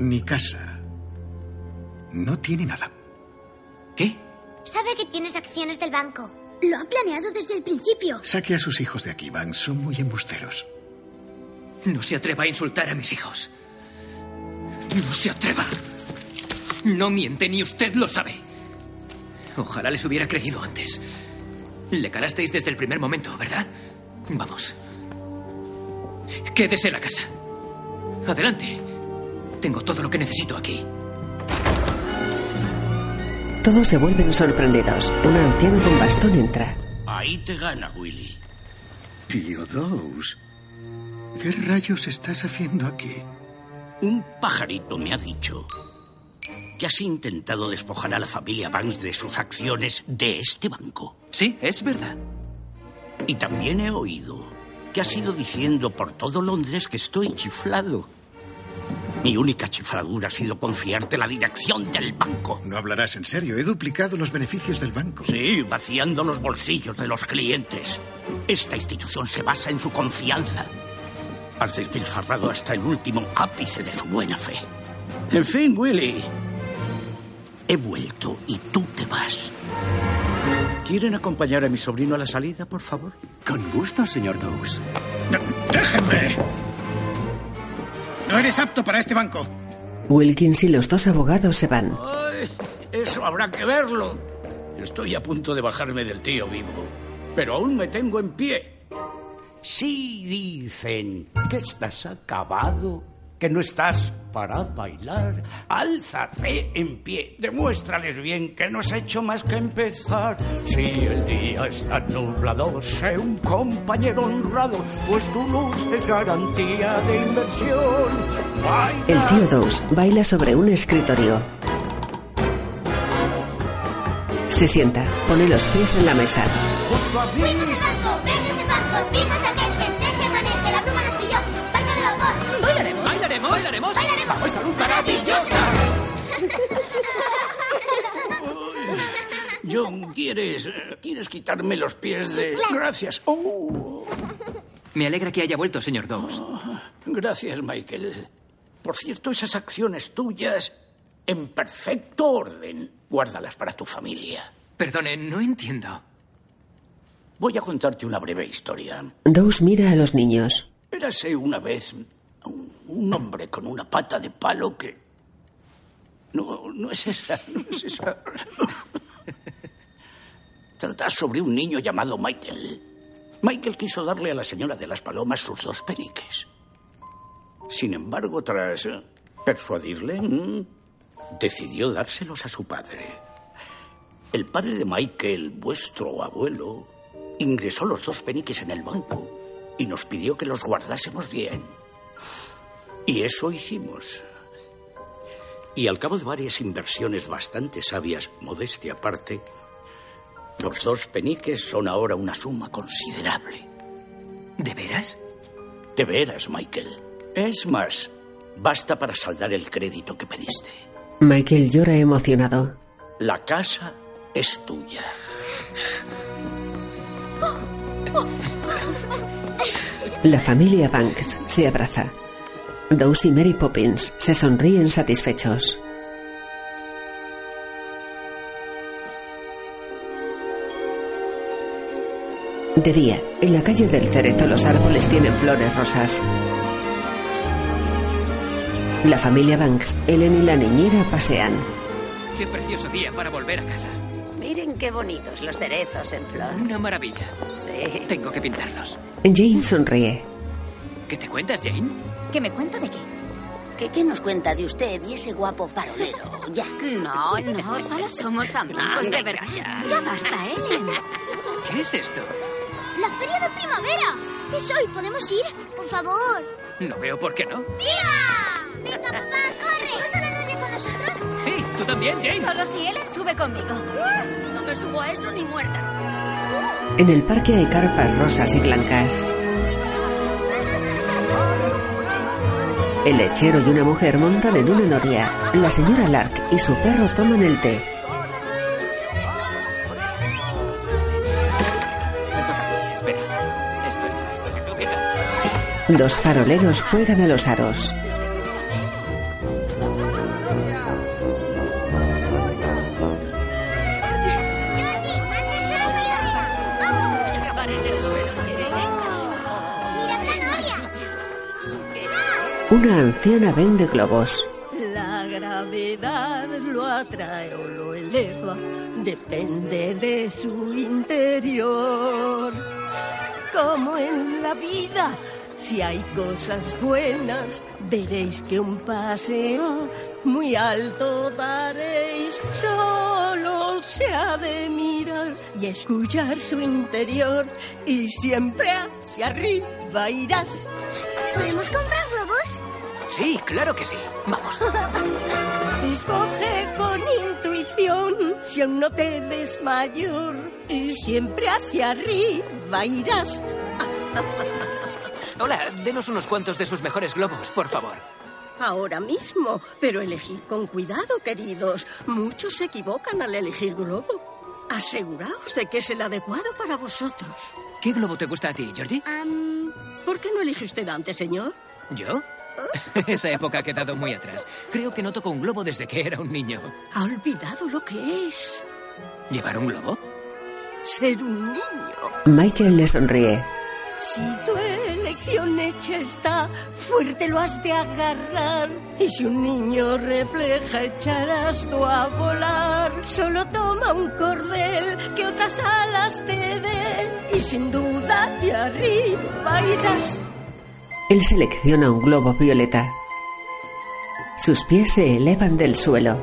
[SPEAKER 26] ni casa, no tiene nada.
[SPEAKER 9] Sabe que tienes acciones del banco. Lo ha planeado desde el principio.
[SPEAKER 26] Saque a sus hijos de aquí, Banks, son muy embusteros.
[SPEAKER 8] No se atreva a insultar a mis hijos. No se atreva. No miente, ni usted lo sabe. Ojalá les hubiera creído antes. Le calasteis desde el primer momento, ¿verdad? Vamos. Quédese en la casa. Adelante. Tengo todo lo que necesito aquí.
[SPEAKER 1] Todos se vuelven sorprendidos. Una anciana con bastón entra.
[SPEAKER 26] Ahí te gana, Willy. Tío Dawes, ¿qué rayos estás haciendo aquí?
[SPEAKER 13] Un pajarito me ha dicho que has intentado despojar a la familia Banks de sus acciones de este banco. Sí, es verdad. Y también he oído que has ido diciendo por todo Londres que estoy chiflado. Mi única chifladura ha sido confiarte la dirección del banco.
[SPEAKER 26] No hablarás en serio, he duplicado los beneficios del banco.
[SPEAKER 13] Sí, vaciando los bolsillos de los clientes. Esta institución se basa en su confianza. Has despilfarrado hasta el último ápice de su buena fe. En fin, Willy. He vuelto y tú te vas.
[SPEAKER 17] ¿Quieren acompañar a mi sobrino a la salida, por favor? Con gusto, señor Dawes.
[SPEAKER 36] ¡Déjenme! No eres apto para este banco.
[SPEAKER 1] Wilkins y los dos abogados se van.
[SPEAKER 13] Eso habrá que verlo. Estoy a punto de bajarme del tío vivo, pero aún me tengo en pie. Sí dicen que estás acabado, que no estás para bailar. Álzate en pie, demuéstrales bien que no has hecho más que empezar. Si el día está nublado, sé un compañero honrado, pues tu luz es garantía de inversión. Baila.
[SPEAKER 1] El tío Dawes baila sobre un escritorio. Se sienta, pone los pies en la mesa.
[SPEAKER 9] ¡Fuimos al banco! ¡Ven ese banco! ¡Vimos a Casper! ¡Deje amanece! ¡La bruma nos pilló! ¡Barco de vapor!
[SPEAKER 11] ¡Bailaremos! ¡Bailaremos! ¡Bailaremos! ¡Bailaremos! ¡Esta luz maravillosa!
[SPEAKER 13] John, ¿quieres, eh, ¿quieres quitarme los pies de...? Gracias. Oh,
[SPEAKER 8] Me alegra que haya vuelto, señor Dawes.
[SPEAKER 13] gracias, Michael. Por cierto, esas acciones tuyas en perfecto orden. Guárdalas para tu familia.
[SPEAKER 8] Perdone, no entiendo.
[SPEAKER 13] Voy a contarte una breve historia.
[SPEAKER 1] Dawes mira a los niños.
[SPEAKER 13] Érase una vez un- un hombre con una pata de palo que... No, no es esa, no es esa. Trata sobre un niño llamado Michael. Michael quiso darle a la señora de las palomas sus dos peniques. Sin embargo, tras eh, persuadirle, mm, decidió dárselos a su padre. El padre de Michael, vuestro abuelo, ingresó los dos peniques en el banco y nos pidió que los guardásemos bien. Y eso hicimos. Y al cabo de varias inversiones bastante sabias, modestia aparte, los dos peniques son ahora una suma considerable.
[SPEAKER 8] ¿De veras?
[SPEAKER 13] De veras, Michael. Es más, basta para saldar el crédito que pediste.
[SPEAKER 1] Michael llora emocionado.
[SPEAKER 13] La casa es tuya.
[SPEAKER 1] La familia Banks se abraza. Dawes y Mary Poppins se sonríen satisfechos. De día, en la calle del Cerezo los árboles tienen flores rosas. La familia Banks, Ellen y la niñera pasean.
[SPEAKER 8] Qué precioso día para volver a casa.
[SPEAKER 4] Miren qué bonitos los cerezos en flor.
[SPEAKER 8] Una maravilla.
[SPEAKER 4] Sí.
[SPEAKER 8] Tengo que pintarlos.
[SPEAKER 1] Jane sonríe.
[SPEAKER 8] ¿Qué te cuentas, Jane?
[SPEAKER 4] ¿Que me cuento de qué? ¿Que qué nos cuenta de usted y ese guapo farolero, Jack?
[SPEAKER 10] No, no, solo somos amigos, de verdad. Ya basta, ¿eh? Ellen.
[SPEAKER 8] ¿Qué es esto?
[SPEAKER 9] ¡La feria de primavera! ¿Es hoy? ¿Podemos ir? Por favor.
[SPEAKER 8] No veo por qué no.
[SPEAKER 9] ¡Viva! Venga, papá, corre. ¿Vas a la raya con nosotros?
[SPEAKER 8] Sí, tú también, Jane.
[SPEAKER 10] Solo si Ellen sube conmigo. No me subo a eso ni muerta.
[SPEAKER 1] En el parque hay carpas rosas y blancas. El lechero y una mujer montan en una noria. La señora Lark y su perro toman el té.
[SPEAKER 2] Espera, esto está hecho. Que tú digas.
[SPEAKER 1] Dos faroleros juegan a los aros.
[SPEAKER 10] Acabar en el suelo.
[SPEAKER 1] Una anciana vende globos.
[SPEAKER 3] La gravedad lo atrae o lo eleva, depende de su interior. Como en la vida, si hay cosas buenas, veréis que un paseo muy alto daréis. Solo se ha de mirar y escuchar su interior y siempre hacia arriba irás.
[SPEAKER 9] ¿Podemos comprar globos?
[SPEAKER 8] Sí, claro que sí. Vamos.
[SPEAKER 3] Escoge con intuición si aún no te ves mayor y siempre hacia arriba irás.
[SPEAKER 8] Hola, denos unos cuantos de sus mejores globos, por favor.
[SPEAKER 3] Ahora mismo, pero elegid con cuidado, queridos. Muchos se equivocan al elegir globo. Aseguraos de que es el adecuado para vosotros.
[SPEAKER 8] ¿Qué globo te gusta a ti, Georgie?
[SPEAKER 3] ¿Por qué no elige usted antes, señor?
[SPEAKER 8] ¿Yo? Esa época ha quedado muy atrás. Creo que no toco un globo desde que era un niño.
[SPEAKER 3] Ha olvidado lo que es
[SPEAKER 8] ¿Llevar un globo?
[SPEAKER 3] ser un niño.
[SPEAKER 1] Michael le sonríe.
[SPEAKER 3] Si tu elección hecha está, fuerte lo has de agarrar. Y si un niño refleja, echarás tú a volar. Solo toma un cordel que otras alas te dé. Y sin duda hacia arriba irás.
[SPEAKER 1] Él selecciona un globo violeta. Sus pies se elevan del suelo.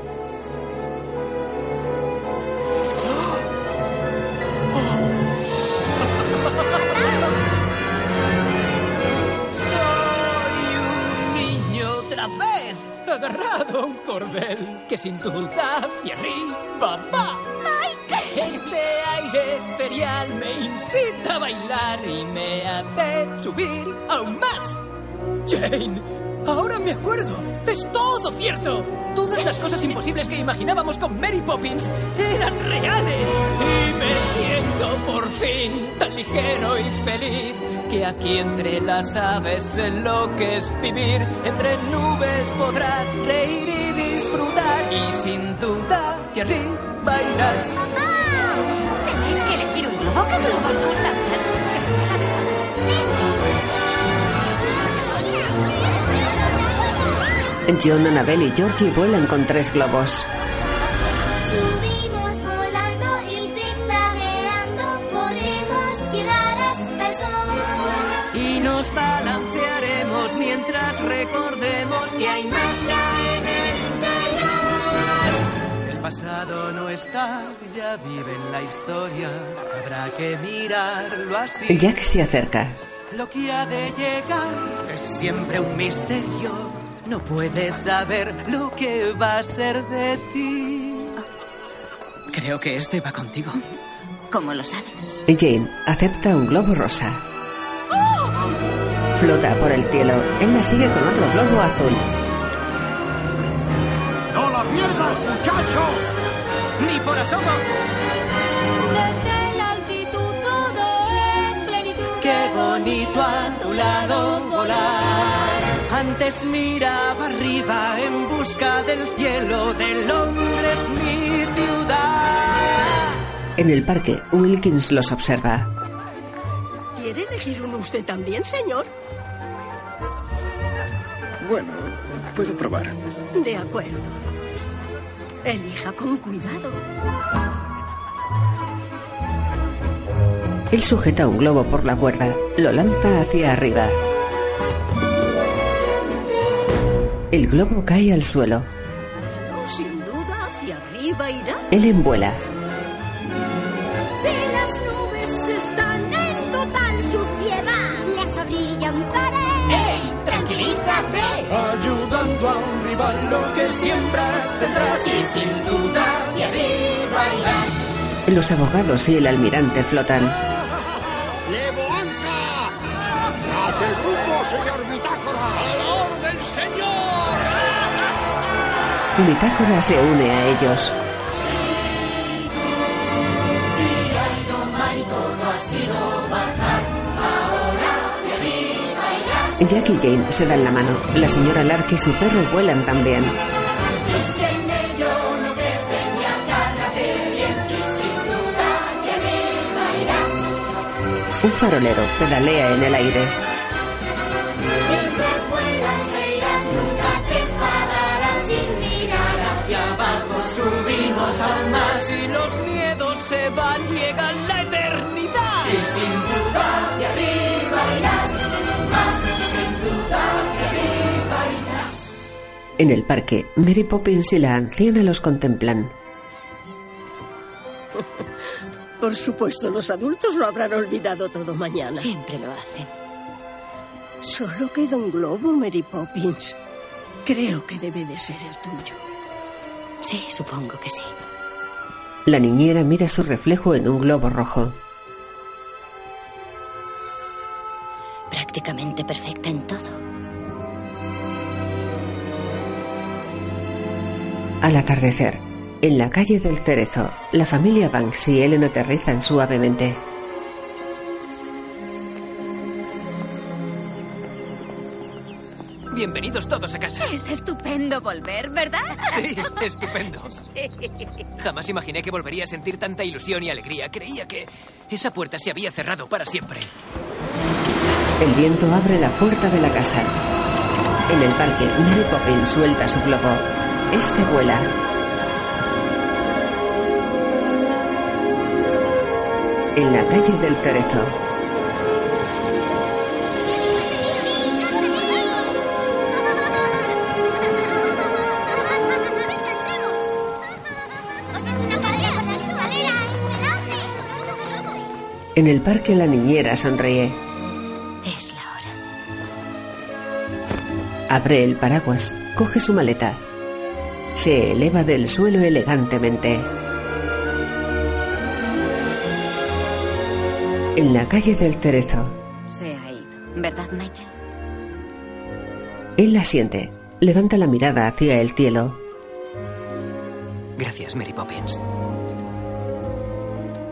[SPEAKER 2] Niño, otra vez, agarrado a un cordel que sin duda hacia arriba va. Este aire ferial me incita a bailar y me hace subir aún más. Jane, ahora me acuerdo, es todo cierto. Todas las cosas imposibles que imaginábamos con Mary Poppins eran reales. Y me siento por fin tan ligero y feliz que aquí entre las aves sé lo que es vivir. Entre nubes podrás reír y disfrutar y sin duda que arriba irás.
[SPEAKER 10] Tenéis que elegir un globo que globo os gusta más. Que sea la
[SPEAKER 1] John, Annabelle y Georgie vuelan con tres globos.
[SPEAKER 29] Subimos volando y zigzagueando podremos llegar hasta el sol.
[SPEAKER 2] y nos balancearemos mientras recordemos que hay magia en el interior. El pasado no está, ya vive en la historia, habrá que mirarlo así.
[SPEAKER 1] Jack se acerca.
[SPEAKER 2] Lo que ha de llegar es siempre un misterio, no puedes saber lo que va a ser de ti. Creo que este va contigo.
[SPEAKER 10] ¿Cómo lo sabes?
[SPEAKER 1] Jane acepta un globo rosa. Flota por el cielo. Él la sigue con otro globo azul.
[SPEAKER 5] ¡No la pierdas, muchacho!
[SPEAKER 2] ¡Ni por asomo!
[SPEAKER 29] Desde la altitud todo es plenitud.
[SPEAKER 2] Qué bonito a tu lado volar. Antes miraba arriba en busca del cielo de Londres, mi ciudad.
[SPEAKER 1] En el parque, Wilkins los observa.
[SPEAKER 3] ¿Quiere elegir uno usted también, señor?
[SPEAKER 26] Bueno, puedo probar.
[SPEAKER 3] De acuerdo. Elija con cuidado.
[SPEAKER 1] Él sujeta un globo por la cuerda. Lo lanza hacia arriba. El globo cae al suelo.
[SPEAKER 3] Sin duda, hacia arriba irá.
[SPEAKER 1] Él envuela.
[SPEAKER 29] Si las nubes están en total suciedad, las
[SPEAKER 18] Eh,
[SPEAKER 29] cantaré. Tranquilízate.
[SPEAKER 18] Ayudando a un rival lo que siembras tendrás y sin duda de arriba irás.
[SPEAKER 1] Los abogados y el almirante flotan.
[SPEAKER 5] ¡Levoanca! ¡Haz el rumbo, señor Bitácora! ¡A la orden, señor!
[SPEAKER 1] Bitácora se une a ellos.
[SPEAKER 18] no ha sido bajar. Ahora de arriba irás.
[SPEAKER 1] Jack y Jane se dan la mano. La señora Lark y su perro vuelan también.
[SPEAKER 18] Es en ello uno que se agárrate bien y sin duda de arriba irás.
[SPEAKER 1] Un farolero pedalea en el aire.
[SPEAKER 18] Mientras vuelas reirás, nunca te enfadarás sin mirar hacia abajo. Subimos aún más
[SPEAKER 2] Si los miedos se van, llega la eternidad.
[SPEAKER 18] y sin duda de arriba irás. Más sin duda de arriba irás.
[SPEAKER 1] En el parque, Mary Poppins y la anciana los contemplan.
[SPEAKER 3] Por supuesto, los adultos lo habrán olvidado todo mañana. Siempre lo hacen. Solo queda un globo, Mary Poppins. Creo que debe de ser el tuyo. Sí, supongo que sí.
[SPEAKER 1] La niñera mira su reflejo en un globo rojo.
[SPEAKER 19] Prácticamente perfecta en todo.
[SPEAKER 1] Al atardecer, en la calle del Cerezo, la familia Banks y Ellen aterrizan suavemente.
[SPEAKER 2] Bienvenidos todos a casa.
[SPEAKER 10] Es estupendo volver, ¿verdad?
[SPEAKER 2] Sí, estupendo. Jamás imaginé que volvería a sentir tanta ilusión y alegría. Creía que esa puerta se había cerrado para siempre.
[SPEAKER 1] El viento abre la puerta de la casa. En el parque, Mary Poppins suelta su globo. Este vuela. En la calle del Cerezo, en el parque la niñera sonríe.
[SPEAKER 19] Es la hora.
[SPEAKER 1] Abre el paraguas, coge su maleta. Se eleva del suelo elegantemente. En la calle del Cerezo,
[SPEAKER 10] Se ha ido, ¿verdad, Michael?
[SPEAKER 1] él la siente. Levanta la mirada hacia el cielo.
[SPEAKER 2] Gracias, Mary Poppins.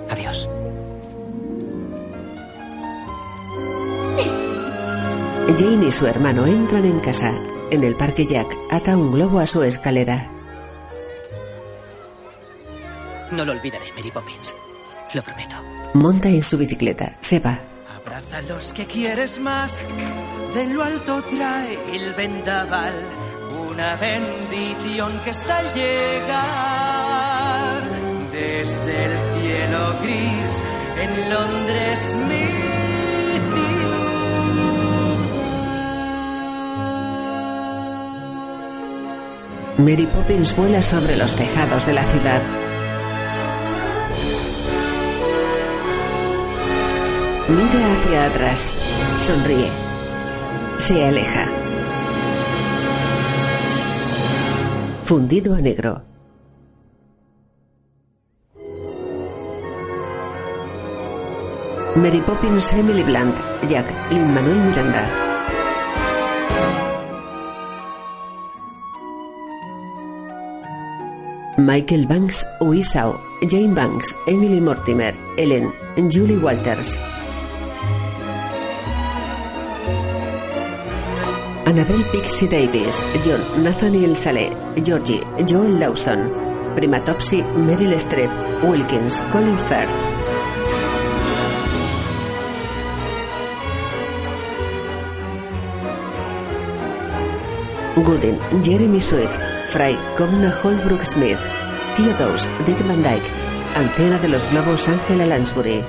[SPEAKER 2] Adiós.
[SPEAKER 1] Jane y su hermano entran en casa. En el parque Jack ata un globo a su escalera.
[SPEAKER 2] No lo olvidaré, Mary Poppins. Lo prometo.
[SPEAKER 1] Monta en su bicicleta. Se va.
[SPEAKER 2] Abraza a los que quieres más. De lo alto trae el vendaval. Una bendición que está al llegar. Desde el cielo gris en Londres mi
[SPEAKER 1] Mary Poppins vuela sobre los tejados de la ciudad. Mira hacia atrás. Sonríe. Se aleja. Fundido a negro. Mary Poppins, Emily Blunt, Jack, Lin Manuel Miranda. Michael Banks, Uisao, Jane Banks, Emily Mortimer, Ellen, Julie Walters. Annabel Pixie Davis, John Nathaniel Saleh, Georgie, Joel Lawson, Primatopsy, Meryl Streep, Wilkins, Colin Firth. Gooden, Jeremy Swift, Fry, Comna Holbrook Smith, Theo Dawes, Dick Van Dyke, Ancena de los Globos Angela Lansbury.